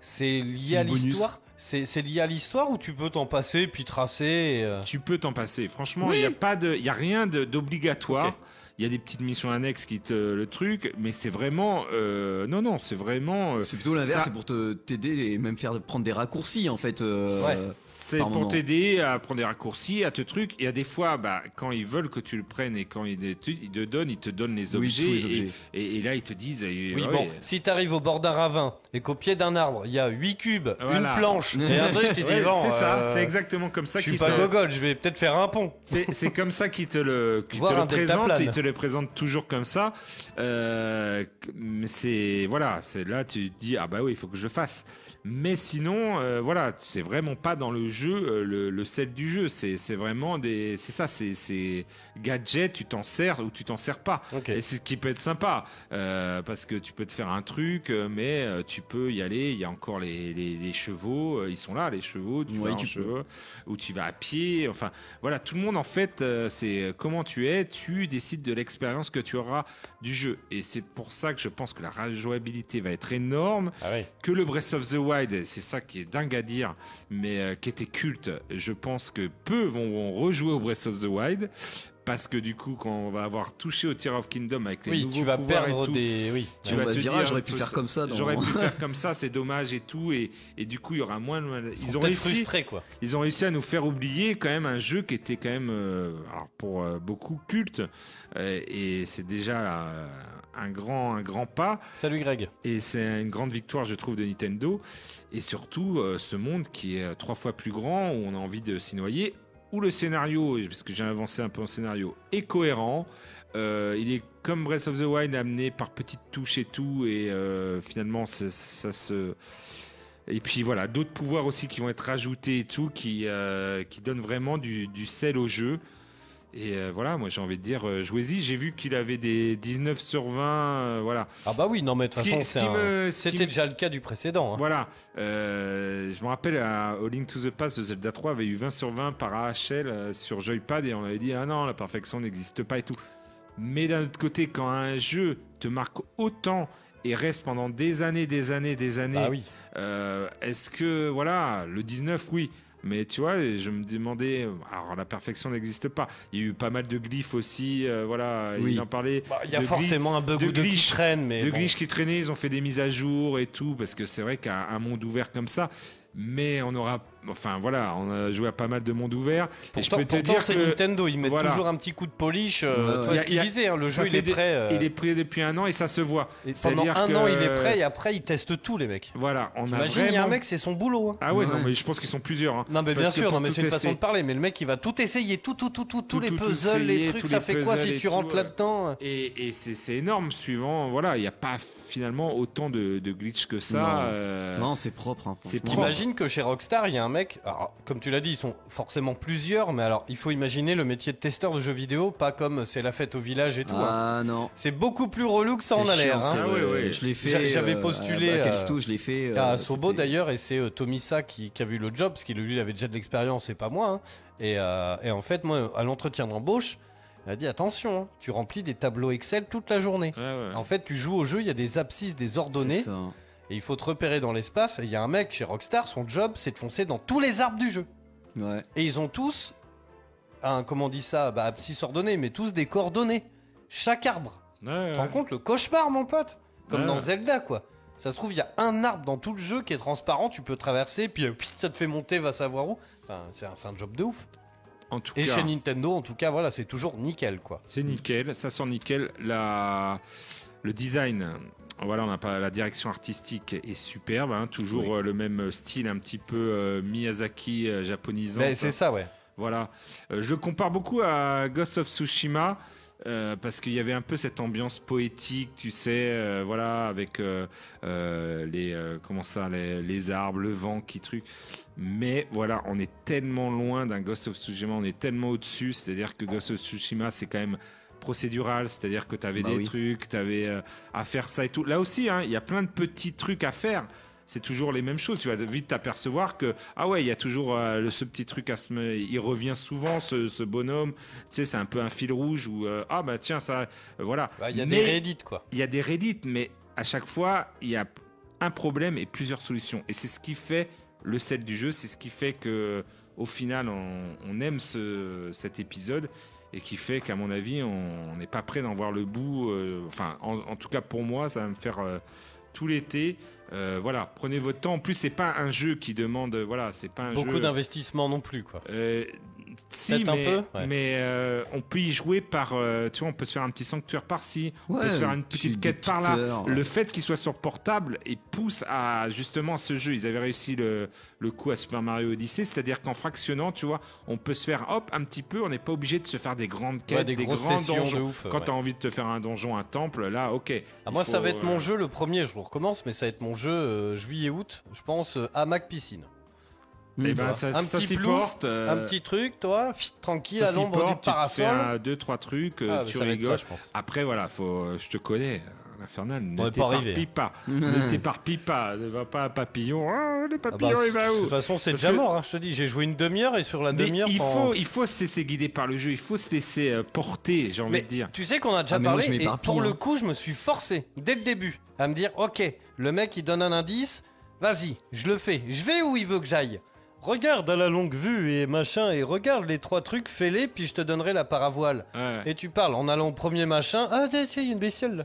Speaker 5: c'est lié
Speaker 7: C'est
Speaker 5: à
Speaker 7: le bonus.
Speaker 5: l'histoire C'est c'est lié à l'histoire ou tu peux t'en passer puis tracer et, euh,
Speaker 6: Tu peux t'en passer. Franchement, il n'y a pas de, il y a rien de- d'obligatoire.
Speaker 5: Ok.
Speaker 6: Il y a des petites missions annexes qui te le truc, mais c'est vraiment, euh, non, non, c'est vraiment. euh,
Speaker 7: C'est plutôt l'inverse,
Speaker 6: ça-
Speaker 7: c'est pour te t'aider et même faire prendre des raccourcis en fait. euh,
Speaker 5: Ouais.
Speaker 6: C'est
Speaker 7: Par
Speaker 6: pour
Speaker 7: moment.
Speaker 6: t'aider à prendre des raccourcis, à te truc. Et à des fois, bah, quand ils veulent que tu le prennes et quand ils, te- ils te donnent, ils te donnent les
Speaker 7: Oui,
Speaker 6: objets.
Speaker 7: tous les
Speaker 6: et-
Speaker 7: objets.
Speaker 6: Et, et là, ils te disent. eh,
Speaker 5: Oui,
Speaker 6: ouais,
Speaker 5: bon, si t'arrives au bord d'un ravin et qu'au pied d'un arbre, il y a 8 cubes,
Speaker 6: Voilà.
Speaker 5: une planche et un truc, tu dis,
Speaker 6: ouais,
Speaker 5: bon,
Speaker 6: c'est ça,
Speaker 5: euh,
Speaker 6: c'est exactement comme ça
Speaker 5: Je suis
Speaker 6: qu'ils
Speaker 5: pas
Speaker 6: se-
Speaker 5: gogol, je vais peut-être faire un pont.
Speaker 6: C'est c'est comme ça qu'ils te le, qu'ils te
Speaker 5: Voir
Speaker 6: le
Speaker 5: un
Speaker 6: présentent,
Speaker 5: deltaplane.
Speaker 6: ils te le présentent toujours comme ça. Euh, mais c'est voilà, c'est là tu te dis ah bah oui, il faut que je le fasse. Mais sinon, euh, voilà, c'est vraiment pas dans le jeu euh, le, le sel du jeu. C'est c'est vraiment des, c'est ça, c'est c'est gadget, tu t'en sers ou tu t'en sers pas.
Speaker 5: Ok.
Speaker 6: Et c'est ce qui peut être sympa, euh, parce que tu peux te faire un truc, euh, mais euh, tu peux y aller. Il y a encore les, les- les chevaux, euh, ils sont là, les chevaux. Tu
Speaker 7: Ouais,
Speaker 6: vas en
Speaker 7: tu peux.
Speaker 6: chevaux, ou tu vas à pied. Enfin, voilà, tout le monde en fait, euh, c'est comment tu es, tu décides de l'expérience que tu auras du jeu. Et c'est pour ça que je pense que la rejouabilité va être énorme
Speaker 5: Ah oui.
Speaker 6: que le Breath of the Wild, c'est ça qui est dingue à dire, mais euh, qui était culte, je pense que peu vont, vont rejouer au Breath of the Wild. Parce que du coup, quand on va avoir touché au Tear of Kingdom avec les
Speaker 5: Oui,
Speaker 6: nouveaux
Speaker 5: tu vas
Speaker 6: pouvoirs et
Speaker 5: perdre
Speaker 6: tout,
Speaker 5: des. Oui.
Speaker 6: tu
Speaker 7: On
Speaker 6: vas
Speaker 7: va
Speaker 6: te
Speaker 7: se dire,
Speaker 6: dire,
Speaker 7: ah, j'aurais pu
Speaker 6: faut
Speaker 7: faire comme ça, non
Speaker 6: J'aurais pu faire comme ça, c'est dommage et tout. Et, et du coup, il y aura moins. de- Ils,
Speaker 5: sont
Speaker 6: ont
Speaker 5: peut-être
Speaker 6: réussi.
Speaker 5: frustrés, quoi.
Speaker 6: Ils ont réussi à nous faire oublier quand même un jeu qui était quand même, euh, alors pour euh, beaucoup culte. euh, et c'est déjà euh, un grand, un grand pas.
Speaker 5: Salut Greg.
Speaker 6: Et c'est une grande victoire, je trouve, de Nintendo. Et surtout, euh, ce monde qui est euh, trois fois plus grand, où on a envie de s'y noyer, où le scénario, parce que j'ai avancé un peu en scénario, est cohérent. Euh, il est comme Breath of the Wild, amené par petites touches et tout. Et euh, finalement, ça, ça se. Et puis voilà, d'autres pouvoirs aussi qui vont être rajoutés et tout, qui, euh, qui donnent vraiment du, du sel au jeu. Et euh, voilà, moi j'ai envie de dire, euh, jouez-y. J'ai vu qu'il avait des 19 sur 20. euh, voilà.
Speaker 5: Ah bah oui, non mais de toute
Speaker 6: Ce qui-
Speaker 5: façon,
Speaker 6: ce
Speaker 5: c'est
Speaker 6: qui
Speaker 5: un-
Speaker 6: me- ce qui
Speaker 5: c'était
Speaker 6: me-
Speaker 5: déjà le cas du précédent. hein.
Speaker 6: Voilà, euh, je me rappelle à au Link to the Past de Zelda 3 avait eu 20 sur 20 par AHL euh, sur Joypad et on avait dit ah non la perfection n'existe pas et tout. Mais d'un autre côté quand un jeu te marque autant et reste pendant des années, des années, des années,
Speaker 5: Bah oui.
Speaker 6: euh, est-ce que voilà le 19 oui mais tu vois, je me demandais. Alors, la perfection n'existe pas. Il y a eu pas mal de glyphes aussi. euh, voilà,
Speaker 7: Oui.
Speaker 6: il en parlait.
Speaker 5: Bah, Il y a
Speaker 6: de glyphes-
Speaker 5: forcément un bug
Speaker 6: de
Speaker 5: ou deux qui
Speaker 6: glitch.
Speaker 5: traîne, mais
Speaker 6: de
Speaker 5: bon.
Speaker 6: glitch qui traînait, ils ont fait des mises à jour et tout, parce que c'est vrai qu'un un monde ouvert comme ça, mais on aura, enfin voilà, on a joué à pas mal de mondes ouverts. et je
Speaker 5: Pourtant,
Speaker 6: peux te
Speaker 5: pourtant,
Speaker 6: dire
Speaker 5: c'est
Speaker 6: que
Speaker 5: Nintendo, ils mettent
Speaker 6: voilà.
Speaker 5: toujours un petit coup de polish. euh,
Speaker 7: Ouais,
Speaker 5: tu
Speaker 7: ouais.
Speaker 5: vois
Speaker 6: Y a-
Speaker 5: ce qu'il
Speaker 6: y a-
Speaker 5: disait, hein, le
Speaker 6: ça
Speaker 5: jeu il
Speaker 6: fait
Speaker 5: est
Speaker 6: des-
Speaker 5: prêt. euh,
Speaker 6: il est pris depuis un an et ça se voit.
Speaker 5: et pendant
Speaker 6: c'est-à-dire
Speaker 5: un
Speaker 6: que-
Speaker 5: an il est prêt et après il teste tout les mecs.
Speaker 6: Voilà, on a
Speaker 5: T'imagines, il y a un
Speaker 6: vraiment.
Speaker 5: mec, c'est son boulot. hein.
Speaker 6: Ah ouais, non
Speaker 7: Ouais.
Speaker 6: mais je pense qu'ils sont plusieurs. hein.
Speaker 5: Non mais
Speaker 6: Parce que
Speaker 5: bien sûr,
Speaker 6: pour
Speaker 5: non mais
Speaker 6: tout
Speaker 5: c'est une
Speaker 6: tester-
Speaker 5: façon de parler, mais le mec il va tout essayer, tout, tout, tout, tout, tous
Speaker 6: Tout,
Speaker 5: les
Speaker 6: tout, tout
Speaker 5: puzzles, les
Speaker 6: essayer,
Speaker 5: trucs,
Speaker 6: tous
Speaker 5: ça
Speaker 6: les
Speaker 5: fait quoi
Speaker 6: puzzles
Speaker 5: si
Speaker 6: et
Speaker 5: tu
Speaker 6: tout,
Speaker 5: rentres
Speaker 6: euh,
Speaker 5: là-dedans euh
Speaker 6: Et, et c'est c'est énorme, suivant, voilà, il n'y a pas finalement autant de, de glitch que ça.
Speaker 7: Non.
Speaker 6: euh,
Speaker 7: Non, c'est propre. hein,
Speaker 6: C'est
Speaker 7: franchement.
Speaker 6: propre.
Speaker 5: T'imagines que chez Rockstar, il y a un mec, alors, comme tu l'as dit, ils sont forcément plusieurs, mais alors il faut imaginer le métier de testeur de jeux vidéo, pas comme c'est la fête au village et tout. hein.
Speaker 7: Ah non.
Speaker 5: C'est beaucoup plus relou que ça en a
Speaker 7: C'est
Speaker 5: l'air.
Speaker 7: chiant,
Speaker 5: hein.
Speaker 7: ça,
Speaker 6: Ah ouais, ouais.
Speaker 7: Je l'ai
Speaker 5: J'a-
Speaker 7: fait.
Speaker 5: j'avais
Speaker 7: euh,
Speaker 5: postulé,
Speaker 7: À, à
Speaker 5: euh,
Speaker 7: Callisto, je l'ai fait.
Speaker 5: Il y a
Speaker 7: euh,
Speaker 5: Ah, Sobo
Speaker 7: c'était-
Speaker 5: d'ailleurs et c'est euh, Tomisa qui, qui a vu le job parce qu'il lui il avait déjà de l'expérience et pas moi. hein. Et, euh, et en fait moi à l'entretien d'embauche, il a dit attention, hein, tu remplis des tableaux Excel toute la journée.
Speaker 6: ouais, ouais.
Speaker 5: En fait tu joues au jeu, il y a des abscisses, des
Speaker 7: C'est
Speaker 5: ordonnées
Speaker 7: ça.
Speaker 5: et il faut te repérer dans l'espace. Et il y a un mec chez Rockstar, son job c'est de foncer dans tous les arbres du jeu.
Speaker 7: Ouais.
Speaker 5: Et ils ont tous un comment on dit ça, bah abscisse ordonnée, mais tous des coordonnées. Chaque arbre.
Speaker 6: Ouais,
Speaker 5: Tu te rends
Speaker 6: ouais.
Speaker 5: compte le cauchemar, mon pote Comme
Speaker 6: Ouais.
Speaker 5: dans Zelda, quoi. Ça se trouve, il y a un arbre dans tout le jeu qui est transparent, tu peux traverser, puis euh, ça te fait monter, va savoir où. Enfin, c'est un, c'est un job de ouf.
Speaker 6: En tout
Speaker 5: Et
Speaker 6: cas.
Speaker 5: chez Nintendo, en tout cas, voilà, c'est toujours nickel, quoi.
Speaker 6: C'est nickel, ça sent nickel. La... Le design, voilà, on n'a pas la direction artistique est superbe, hein, toujours euh, le même style un petit peu euh, Miyazaki euh, japonisant.
Speaker 5: Mais c'est ça, ouais.
Speaker 6: Voilà, Euh, je le compare beaucoup à Ghost of Tsushima. euh, parce qu'il y avait un peu cette ambiance poétique, tu sais, euh, voilà, avec euh, euh, les euh, comment ça, les, les arbres, le vent qui truc. Mais voilà, on est tellement loin d'un Ghost of Tsushima, on est tellement au-dessus. C'est-à-dire que Ghost of Tsushima, c'est quand même procédural, c'est-à-dire que tu avais
Speaker 7: Bah
Speaker 6: des
Speaker 7: oui.
Speaker 6: trucs, tu avais à faire ça et tout. Là aussi, hein, il y a plein de petits trucs à faire. C'est toujours les mêmes choses. Tu vas vite t'apercevoir que ah ouais, il y a toujours euh, le- ce petit truc à se, me- il revient souvent ce, ce bonhomme. Tu sais, c'est un peu un fil rouge ou ah bah tiens ça, euh, voilà.
Speaker 5: Bah, Il y a
Speaker 6: Mais-
Speaker 5: des réédits, quoi.
Speaker 6: il y a des Reddit, mais à chaque fois, il y a un problème et plusieurs solutions. Et c'est ce qui fait le sel du jeu, c'est ce qui fait que au final, on, on aime ce, cet épisode et qui fait qu'à mon avis, on on n'est pas prêt d'en voir le bout. euh, enfin, en, en tout cas pour moi, ça va me faire euh, tout l'été. Euh, voilà, prenez votre temps. En plus, c'est pas un jeu qui demande. Voilà, c'est pas un
Speaker 5: Beaucoup
Speaker 6: jeu.
Speaker 5: d'investissement non plus, quoi.
Speaker 6: Euh, si,
Speaker 5: Peut-être un
Speaker 6: mais,
Speaker 5: peu, ouais.
Speaker 6: mais euh, on peut y jouer par. euh, tu vois, on peut se faire un petit sanctuaire par-ci, on peut
Speaker 7: Ouais,
Speaker 6: se faire une
Speaker 7: petit-
Speaker 6: petite
Speaker 7: des
Speaker 6: quête par-là.
Speaker 7: petites heures.
Speaker 6: Le fait qu'il soit sur portable et pousse à justement ce jeu. Ils avaient réussi le, le coup à Super Mario Odyssey, c'est-à-dire qu'en fractionnant, tu vois, on peut se faire hop un petit peu. On n'est pas obligé de se faire des grandes quêtes,
Speaker 5: Ouais, des, grosses
Speaker 6: grands
Speaker 5: sessions
Speaker 6: donjons.
Speaker 5: de ouf.
Speaker 6: Quand
Speaker 5: ouais.
Speaker 6: t'as envie de te faire un donjon, un temple, là, ok. Eh
Speaker 5: Ah,
Speaker 6: Il
Speaker 5: moi, ça
Speaker 6: faut,
Speaker 5: va être
Speaker 6: euh,
Speaker 5: mon jeu le premier, je le recommence, mais ça va être mon jeu euh, juillet-août, je pense, euh, hamac piscine.
Speaker 6: eh ben,
Speaker 5: Voilà.
Speaker 6: ça,
Speaker 5: Un
Speaker 6: ça
Speaker 5: petit
Speaker 6: s'y
Speaker 5: plouf,
Speaker 6: porte.
Speaker 5: Un
Speaker 6: euh,
Speaker 5: petit truc, toi, pfft, tranquille,
Speaker 6: ça
Speaker 5: à
Speaker 6: s'y
Speaker 5: l'ombre du
Speaker 6: porte, tu te fais
Speaker 5: parasol.
Speaker 6: un, deux, trois trucs, euh,
Speaker 5: Ah, mais
Speaker 6: tu
Speaker 5: ça va être
Speaker 6: rigoles.
Speaker 5: ça, je pense.
Speaker 6: Après, voilà, faut, euh, je te connais, euh, l'infernal,
Speaker 5: On
Speaker 6: ne
Speaker 5: est pas arrivé,
Speaker 6: t'éparpille pas. Ne t'éparpille pas, ne va pas à papillon. Oh, le
Speaker 5: Ah bah,
Speaker 6: papillon, il va
Speaker 5: de
Speaker 6: où
Speaker 5: toute façon, c'est
Speaker 6: Parce
Speaker 5: déjà
Speaker 6: que-
Speaker 5: mort, hein, je te dis. J'ai joué une demi-heure et sur la
Speaker 6: Mais
Speaker 5: demi-heure.
Speaker 6: il
Speaker 5: pendant-
Speaker 6: faut, il faut se laisser guider par le jeu, il faut se laisser euh, porter, j'ai envie
Speaker 5: Mais
Speaker 6: de dire.
Speaker 5: tu sais qu'on a déjà
Speaker 7: Ah, mais moi,
Speaker 5: parlé,
Speaker 7: je
Speaker 5: et
Speaker 7: m'éparpille,
Speaker 5: pour le
Speaker 7: hein.
Speaker 5: coup, je me suis forcé, dès le début, à me dire ok, le mec, il donne un indice, vas-y, je le fais, je vais où il veut que j'aille. Regarde à la longue vue et machin, et regarde les trois trucs, fais-les, puis je te donnerai la paravoile.
Speaker 6: Ouais,
Speaker 5: Et tu parles en allant au premier machin, ah, tiens, tiens, il y a une bestiole là.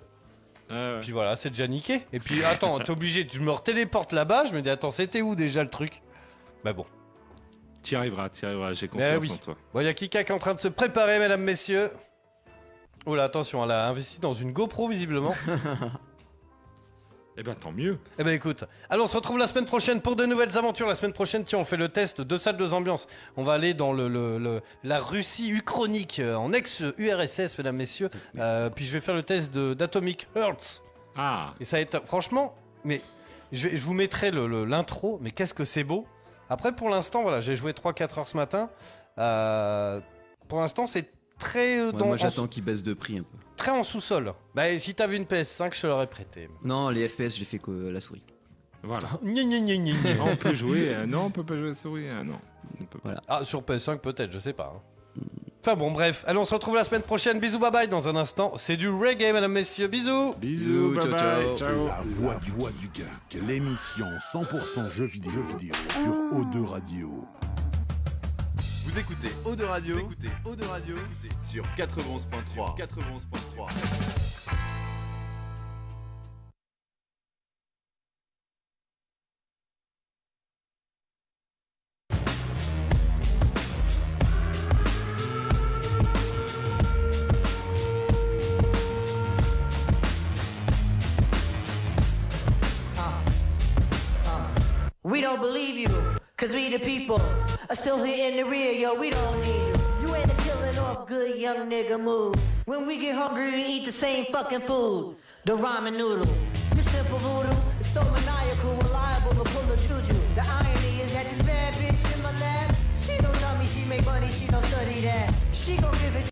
Speaker 6: ouais.
Speaker 5: Puis voilà, c'est déjà niqué. Et puis attends, t'es obligé, tu me téléportes là-bas, je me dis attends, c'était où déjà le truc Bah bon.
Speaker 6: T'y arriveras, t'y arriveras, j'ai
Speaker 5: Mais
Speaker 6: confiance
Speaker 5: oui.
Speaker 6: en toi.
Speaker 5: Bon, il y a Kika qui est en train de se préparer, mesdames, messieurs. Oh là, attention, elle a investi dans une GoPro, visiblement. [LAUGHS]
Speaker 6: Eh ben, tant mieux.
Speaker 5: eh ben écoute, allons, on se retrouve la semaine prochaine pour de nouvelles aventures. La semaine prochaine, tiens, on fait le test de salles, deux ambiances. On va aller dans le, le- le- la Russie uchronique, euh, en ex-URSS, mesdames, messieurs. Euh, puis je vais faire le test de- d'Atomic Hertz.
Speaker 6: Ah,
Speaker 5: Et ça va être, franchement, mais je, vais- je vous mettrai le- le- l'intro, mais qu'est-ce que c'est beau. Après, pour l'instant, voilà, j'ai joué 3-4 heures ce matin. Euh, pour l'instant, c'est très, euh,
Speaker 7: Ouais,
Speaker 5: dans-
Speaker 7: moi,
Speaker 5: en
Speaker 7: j'attends qu'il baisse de prix un peu.
Speaker 5: sous- très en sous-sol. Bah, et si t'avais une PS5, je te l'aurais prêté.
Speaker 7: Non, les FPS, j'ai fait que euh, la souris.
Speaker 6: [LAUGHS] voilà.
Speaker 5: Gna, gna, gna, gna, gna.
Speaker 6: Ah, on peut jouer. euh, non, on peut pas jouer à la souris. ah, non. On peut pas.
Speaker 5: [LAUGHS] ah, sur PS5, peut-être, je sais pas. hein. Enfin bon, bref. Allez, on se retrouve la semaine prochaine. Bisous, bye bye. Dans un instant, c'est du reggae, mesdames, messieurs. Bisous.
Speaker 6: Bisous, bye
Speaker 7: ciao,
Speaker 6: bye.
Speaker 7: ciao.
Speaker 6: ciao.
Speaker 4: La voix du, voix du geek, l'émission 100% jeux vidéo, jeux vidéo sur O2 Radio.
Speaker 1: Vous écoutez Eau de Radio, vous écoutez Eau de Radio vous écoutez sur 91.3. 91.3.
Speaker 8: We don't believe you, cause we the people are still here in the rear, yo, we don't need you. You ain't a killing off good young nigga move. When we get hungry, we eat the same fucking food, the ramen noodle. This simple voodoo is so maniacal, reliable to pull a juju. The irony is that this bad bitch in my lap, she don't love me, she make money, she don't study that.